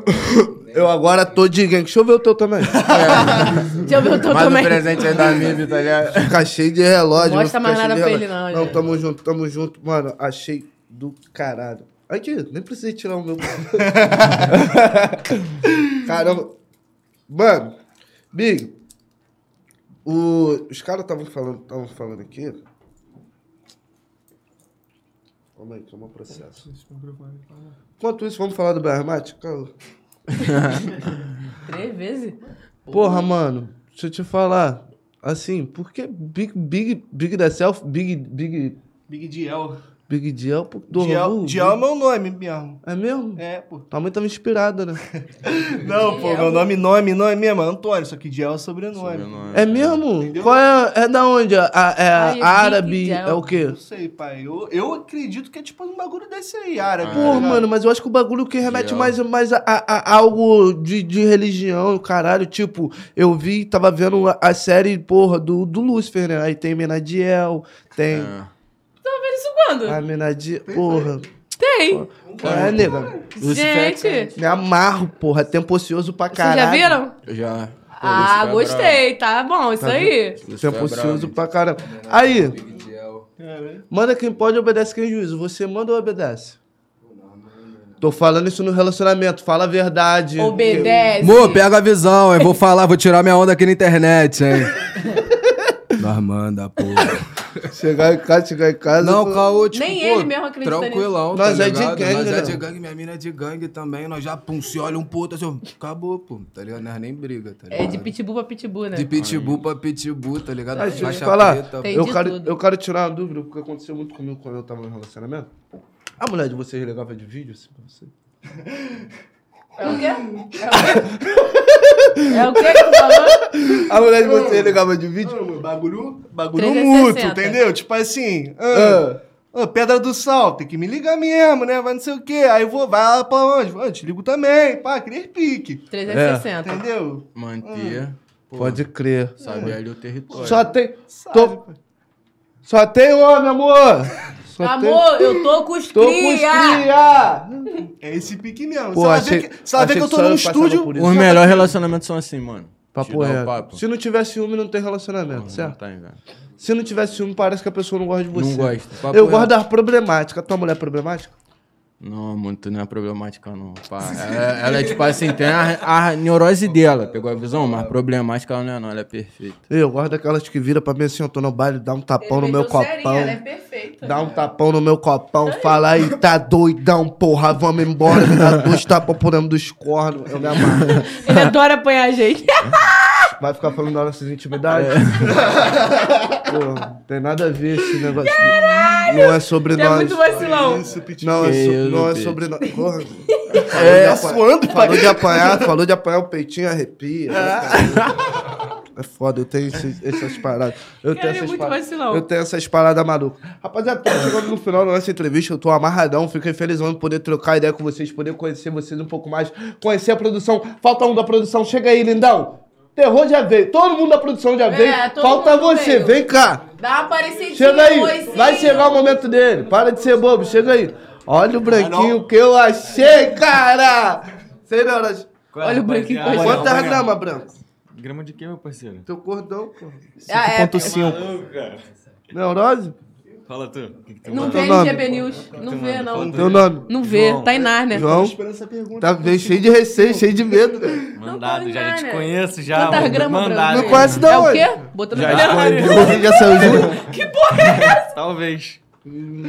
tá-
Eu agora tô de gangue. Deixa eu ver o teu também.
Deixa eu ver o teu
Mais um
também.
presente aí da MIB, tá ligado?
Fica cheio de relógio.
Mostra
vou ficar
mais nada
cheio de
pra
relógio.
ele, não,
Não, tamo junto, tamo junto. Mano, achei do caralho. Aqui, nem precisei tirar o meu. Caramba. Mano, Big, o- os caras estavam falando, estavam falando aqui. Calma aí, calma o processo. Enquanto isso, vamos falar do Bermate? Calma.
Três vezes?
Porra, mano, deixa eu te falar. Assim, porque Big, Big, Big da Self, Big, Big,
Big Diel.
Big Diel, pô, do
Diel,
Raul,
Diel é meu nome mesmo.
É mesmo?
É, pô.
Tua mãe tava inspirada, né?
Não, pô, meu nome, nome, nome mesmo. é Antônio, só que Diel é sobrenome.
Ah,
É mesmo? Qual é, é da onde? A, a- é
Ai, é Big
árabe,
Diel.
é o quê?
Não sei, pai. Eu, eu acredito que é tipo um bagulho desse aí, árabe.
Porra,
tá ligado?
mano, mas eu acho que o bagulho que remete
Diel.
mais, mais a, a- a algo de, de religião, caralho. Tipo, eu vi, tava vendo a, a série, porra, do, do Lúcifer, né? Aí tem Menadiel, tem
Tá vendo isso quando?
a Menadiel, porra.
Tem.
Qual é, nega?
é Gente,
Me amarro, porra. É tempo ocioso pra
vocês
caralho.
já viram?
Já. Pô,
Ah,
Lucifer é
gostei. Tá bom, isso
Tá
aí.
brabo. Lucifer é
Tempo
brabo.
ocioso pra caramba. Aí, manda quem pode, obedece quem é juízo. Você manda ou obedece? Tô falando isso no relacionamento. Fala a verdade.
Obedece.
Mo, pega a visão, hein? Vou falar, vou tirar minha onda aqui na internet, hein? Nós manda, porra.
Chegar em casa, chegar em casa.
Não, caô, tipo,
Nem
pô,
ele mesmo acredita
tranquilão,
nisso.
tá
Nós é de
ligado?
gangue,
Nós
né?
é de gangue, minha mina é de gangue também. Nós já, pum, se olha um puto, assim, acabou, pô. Tá ligado? Nós nem briga, tá ligado?
É de pitbull pra pitbull, né?
De pitbull pra pitbull, tá ligado?
Ah, deixa eu te
Faixa
falar.
preta,
Tem
Eu
de
quero,
tudo.
eu quero tirar uma dúvida, porque aconteceu muito comigo quando eu tava no relacionamento. A mulher de vocês ligava de vídeo assim pra você?
É o quê? É o quê? É o quê que tu falou?
A mulher de vocês ligava de vídeo?
Mano, Bagulho, bagulho
360.
mútuo, entendeu? Tipo assim, ah, ah, pedra do sal, tem que me ligar mesmo, né? Vai não sei o quê. Aí eu vou, vai lá pra onde? Ah, te ligo também, pá, aquele pique.
Tá,
360.
Entendeu?
Manter,
Pode crer.
saber ali o território.
Só tem. Tô, só tem homem, amor! Só tem.
Amor, eu tô com os
Tô com os
cria.
cria.
É esse pique mesmo.
Pô,
você vai
achei-
ver que, você vai ver
achei
que eu
que
tô
só eu
num
passava por
estúdio.
isso.
Os melhores relacionamentos são assim, mano. Te
Papo
dá o
reto.
papo.
Se não tiver ciúme, não tem relacionamento,
Não
certo?
tá ligado.
Se não tiver ciúme, parece que a pessoa não gosta de você.
Não gosta. Papo é
Eu
reto.
gosto da problemática. Tua mulher é problemática?
Não, mano, tu não é problemática, não. Pá. Ela, ela é tipo assim, tem a, a neurose dela, pegou a visão, mas problemática ela não é, não. Ela é perfeita.
Eu gosto daquelas que vira pra mim assim, eu tô no baile, dá um tapão no meu copão.
Ela é perfeita.
Dá um tapão no meu copão, fala aí, tá doidão, porra, vamos embora, me dá dois tapas por dentro dos cornos, eu me amarro.
Ele adora apanhar a gente.
Vai ficar falando das nossas intimidades?
É.
Pô, não tem nada a ver esse negócio. Não é sobre
Ele é
nós.
muito vacilão.
Não, é,
Que
so-
isso,
não é
Pedro.
sobre. no- Porra. É, falou de apanhar, falou de apanhar o peitinho, arrepia. É. É foda, eu tenho esses- essas paradas. Eu tenho
Cara, ele é
essas
muito
paradas.
vacilão.
Eu tenho essas paradas malucas. Rapaziada, tô chegando é no final da nossa entrevista, eu tô amarradão, fiquei felizão em poder trocar ideia com vocês, poder conhecer vocês um pouco mais, conhecer a produção. Falta um da produção, chega aí, lindão. Terror já veio, todo mundo da produção já
É,
veio.
todo
Falta
mundo
você,
veio.
vem cá.
Dá uma parecidinha,
Chega aí,
oizinho.
vai chegar o momento dele. Para de ser bobo, chega aí. Olha o branquinho que eu achei, cara! Senhoras.
Qual é, Olha o branquinho que eu achei.
Quantas
Olha.
gramas, branco?
Grama de quê, meu parceiro?
Teu cordão, pô.
Ah, é,
5.5.
Neurose?
Fala tu. o que que tu
Não
manda?
vê
nome?
LGB News. Não vê, não.
Teu nome?
Não vê. Tá em Nárnia.
João. Tá bem cheio de receio, cheio de medo.
Mandado, já, já te
né?
conheço já.
Quantas
mano,
gramas,
mandado.
Bruno?
Não conhece não,
É o
ué.
quê? Botando
Já
milionário.
escolhi.
Quem já saiu junto?
Que porra é essa?
Talvez.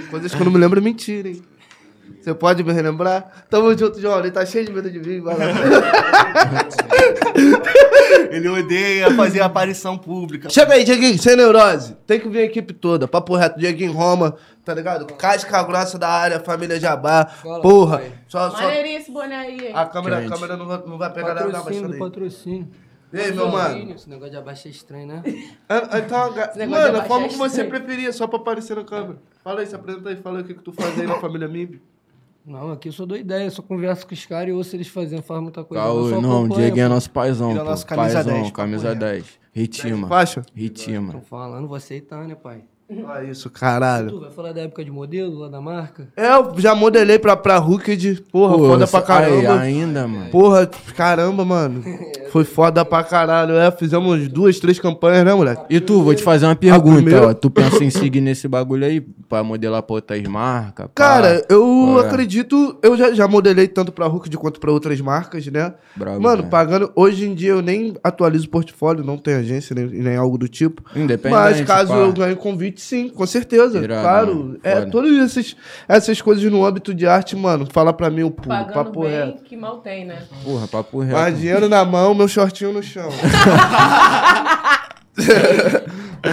Coisas que eu não me lembro é mentira, hein? Você pode me relembrar? Tamo junto, João. Ele tá cheio de medo de mim. Vai lá.
Ele odeia fazer aparição pública.
Chega aí, Dieguinho, sem neurose. Tem que vir a equipe toda. Papo reto, Dieguinho Roma, tá ligado? Casca grossa da área, família Jabá. Porra. Só, só...
Maneirinho esse boné aí,
Ah,
hein?
A câmera, a câmera não, vai, não vai pegar nada, não,
Patrocínio,
baixando
do
aí.
patrocínio.
E aí, meu mano?
Esse negócio de abaixo é estranho, né?
Ah, Então, ga-
Esse negócio de
mano, a
abaixar
forma
é
que você
estranho.
preferia, só pra aparecer na câmera. Fala aí, se apresenta aí, fala aí o que, que tu faz aí na família MIB.
Não, aqui eu só dou ideia, eu só converso com os caras e ouço eles fazendo, faz muita coisa. eu
Caô,
só
não, o
acompanho,
Dieguinho é
pô.
nosso paizão.
Ele é
pô.
nosso camisa
paizão,
10,
camisa
papo
10.
é-
Ritima.
Faixa?
Ritima.
Tô falando, vou aceitar, né, pai?
Ah, isso, caralho. É,
Tu vai falar da época de modelo, lá da marca?
Eu já modelei pra, pra Hooked. Porra,
Pô,
foda
você-
pra caramba.
aí, ainda, mano.
Porra, caramba, mano. Foi foda pra caralho. É, fizemos duas, três campanhas, né, moleque?
E tu, vou te fazer uma pergunta,
primeira-
ó. Tu pensa em seguir nesse bagulho aí pra modelar pra outras marcas? pá?
Cara, eu
Qual é?
acredito, eu já, já modelei tanto pra Hooked quanto pra outras marcas, né?
Bravo,
Mano,
né?
pagando. Hoje em dia eu nem atualizo o portfólio, não tem agência nem, nem algo do tipo.
Independente,
Mas caso
pá.
eu ganhe convite, sim, com certeza.
Irado,
claro.
mano.
É,
Foda.
todas essas, essas coisas no âmbito de arte, mano, fala pra mim o pulo,
Pagando
papo
bem,
reto.
que mal tem, né?
Porra, papo reto.
Mas dinheiro na mão, meu shortinho no chão.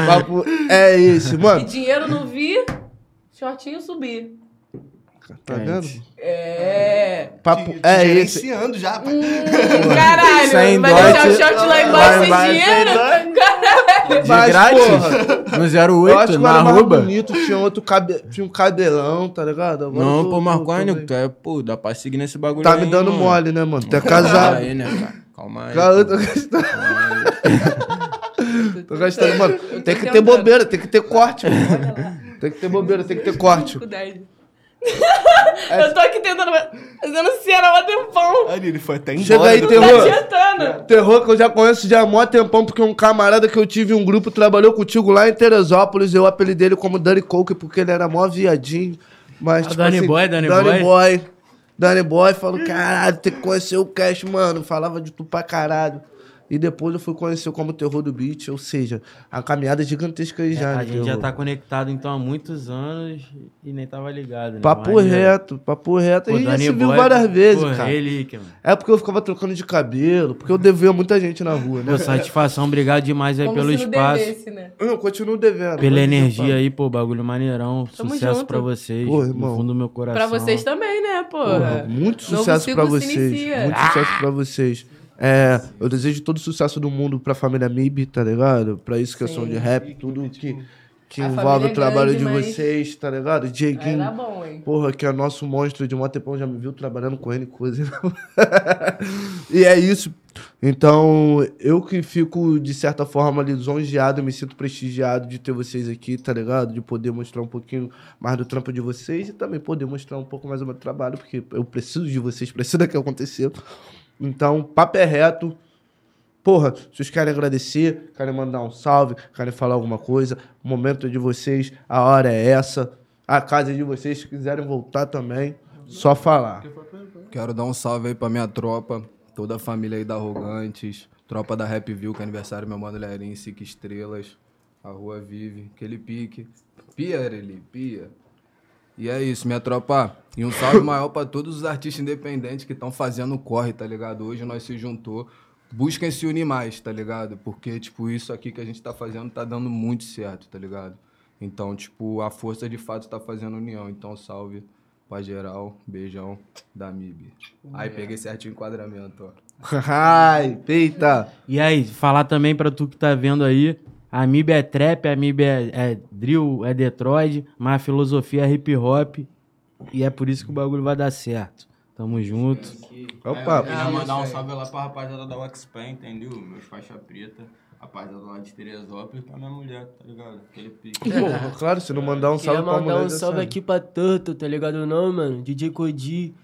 Papo- é isso,
E
mano.
dinheiro não vi, shortinho subir.
Tá vendo?
É.
Papo é esse.
Gerenciando já, pai.
Hum.
Caralho,
Sem
vai
dó,
deixar o
tio.
short lá
Vai,
embaixo sem
vai, sem
dinheiro? Caralho.
De
Mas,
grátis?
porra,
No
eu acho
08,
que eu era
na
mais
arroba?
bonito, tinha outro cabe... tinha um cabelão, tá ligado? Agora eu
Não,
tô-
pô,
tô-
Marconi,
tô bem.
tu é, pô, dá pra seguir nesse bagulho
Tá
aí,
me dando
mano.
mole, né, mano? Tu é
Calma
casado.
aí, né, cara? Calma aí.
Cara, eu
pô.
tô gastando. Tô gastando, mano.
Eu tô
Tem que ter
tentando.
bobeira, tem que ter corte, mano. Tem que ter bobeira, tem que ter corte.
Cinco, dez. Eu tô aqui tentando. Fazendo cera há um tempão.
Ali, ele foi até
Chega aí,
Não tá
terror.
adiantando.
Terror que eu já conheço já há mó tempão, porque um camarada que eu tive um grupo trabalhou contigo lá em Teresópolis. Eu apelidei dele como Danny Coke, porque ele era mó viadinho. Mas, tipo assim,
Ah, Danny Boy, Danny Boy.
Boy. Danny Boy falou, caralho, tem que conhecer o Cash, mano. Falava de tu pra caralho. E depois eu fui conhecer como Terror do Beat, ou seja, a caminhada gigantesca aí já.
A
né,
gente já
Terror?
tá conectado então há muitos anos e nem tava ligado, né?
Papo
Maneiro.
reto, papo
Pô,
reto. e a gente
Danny
se viu
Boy,
várias vezes,
pô,
cara.
relíquia, mano.
É porque eu ficava trocando de cabelo, porque eu devia muita gente na rua, né?
Pô, satisfação, obrigado demais aí
Como
pelo
se não
espaço.
devesse, né? Eu continuo devendo.
Pela
Pode
energia
desculpar.
aí, pô, bagulho maneirão.
é Tamo
sucesso
junto.
pra vocês.
Pô,
no
irmão.
fundo do meu coração.
Pra vocês também, né, pô?
Porra, muito
Novo
sucesso pra
ciclo se
vocês.
inicia. Ah!
Muito sucesso pra vocês. É, eu desejo todo o sucesso do mundo pra família MIB, tá ligado? Pra isso que é som de rap, tudo que, que
A
envolve
família
o
é
trabalho de
grande, mas-
vocês, tá ligado? Dieguinho.
Era bom, hein?
Porra, que é nosso monstro de Motepão, já me viu trabalhando com ele, coisa. e é isso. Então, eu que fico, de certa forma, lisonjeado, me sinto prestigiado de ter vocês aqui, tá ligado? De poder mostrar um pouquinho mais do trampo de vocês e também poder mostrar um pouco mais do meu trabalho, porque eu preciso de vocês, precisa que acontecer. Então, papo é reto. Porra, vocês querem agradecer, querem mandar um salve, querem falar alguma coisa, o momento é de vocês, a hora é essa, a casa é de vocês, se quiserem voltar também, só falar.
Quero dar um salve aí pra minha tropa, toda a família aí da Arrogantes, tropa da Rap View, que é aniversário do meu mano Lerim, Cinco Estrelas, a Rua Vive, aquele pique. Pia, ele pia. E é isso, minha tropa. E um salve maior pra todos os artistas independentes que estão fazendo o corre, tá ligado? Hoje nós se juntou. Busquem se unir mais, tá ligado? Porque, tipo, isso aqui que a gente tá fazendo tá dando muito certo, tá ligado? Então, tipo, a força de fato tá fazendo união. Então, salve Pra geral, beijão da MIB. Aí peguei certinho o enquadramento, ó.
Ai, peita.
E aí, falar também pra tu que tá vendo aí, a MIB é trap, a MIB é, é drill, é Detroit, mas a filosofia é hip hop e é por isso que o bagulho vai dar certo. Tamo junto.
Eu queria mandar um salve lá pra rapaziada da Waxpan, entendeu? Meus faixa preta. Rapaziada lá de Teresópolis pra minha mulher, tá ligado? Aquele pique.
Pô, claro, se não mandar um
É. Queria
salve pra
mandar
mulher.
um
já
salve
sabe.
aqui pra Turtle, tá ligado não, mano? DJ Codi,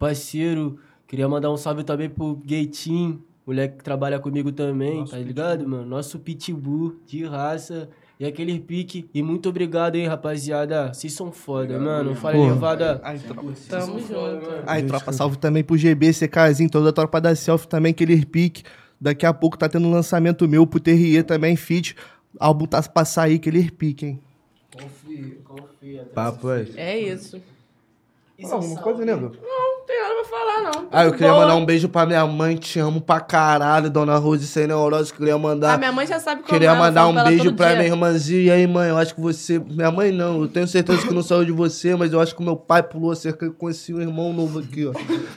parceiro. Queria mandar um salve também pro Gatin, moleque que trabalha comigo também, tá ligado, mano? Nosso pitbull de raça. E aquele pique. E muito obrigado aí, rapaziada. Vocês são foda, mano. Fala
Porra.
levada.
Ai, tropa.
Tamo junto.
né?
Aí, tropa, salve também pro GB, CKzinho, toda a tropa da selfie também, Killer Pique. Daqui a pouco tá tendo um lançamento meu pro TRE também, feat. Álbum tá pra sair, Killer Pique, hein?
Confia, confia.
Papo é.
É isso.
Não, né, alguma coisa, nego?
Não, não tem nada pra falar, não.
um- Ah, eu
Tudo
queria
boa.
mandar um beijo pra minha mãe, te amo pra caralho, dona Rose sem neurose, queria mandar.
A minha mãe já sabe como é,
Queria
ela
mandar
fala
um
pra ela
beijo
todo
pra
dia.
minha irmãzinha. E aí, mãe, eu acho que você. Minha mãe não, eu tenho certeza que não saiu de você, mas eu acho que meu pai pulou a cerca e conheci um irmão novo aqui, ó.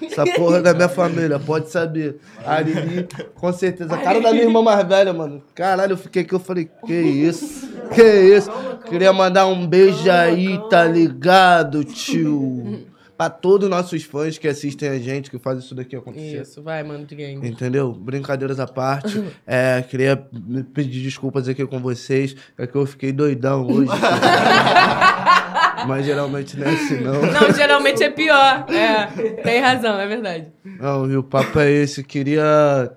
Essa porra é da minha família, pode saber. A Lili, com certeza. A cara da minha irmã mais velha, mano. Caralho, eu fiquei aqui, eu falei, que isso? Que isso? Queria mandar um beijo aí, tá ligado, tio? Pra todos os nossos fãs que assistem a gente, que fazem isso daqui acontecer.
Isso, vai, mano, de game.
Entendeu? Brincadeiras à parte. É, queria me pedir desculpas aqui com vocês. É que eu fiquei doidão hoje. Mas geralmente não é assim, não.
Não, geralmente é pior. É, tem razão, é verdade.
Não, e o papo é esse. Queria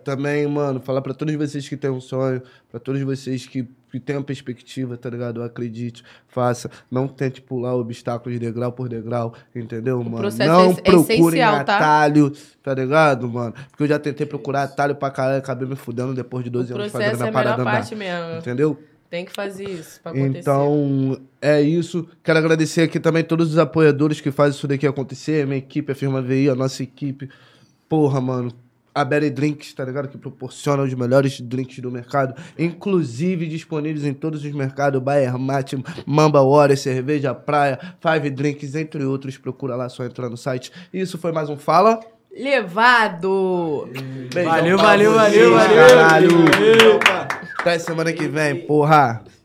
também, mano, falar pra todos vocês que têm um sonho, pra todos vocês que, que têm uma perspectiva, tá ligado? Acredite, faça. Não tente pular obstáculos degrau por degrau, entendeu, mano?
processo é
Não
es- é
procurem
essencial, tá?
atalho, tá? ligado, mano? Porque eu já tentei procurar atalho pra caralho, acabei me fudendo depois de 12
O
anos
processo
fazendo a
é a
parada
melhor
andar,
parte mesmo.
Entendeu?
Tem que fazer isso pra acontecer.
Então, é isso. Quero agradecer aqui também todos os apoiadores que fazem isso daqui acontecer. Minha equipe, a Firma VI, a nossa equipe. Porra, mano. A Berry Drinks, tá ligado? Que proporciona os melhores drinks do mercado. Inclusive disponíveis em todos os mercados. Bayer Mate, Mamba Water, Cerveja Praia, Five Drinks, entre outros. Procura lá, só entrar no site. Isso foi mais um Fala.
Levado!
Beijão pra vocês, Caralho. Até semana que vem, porra.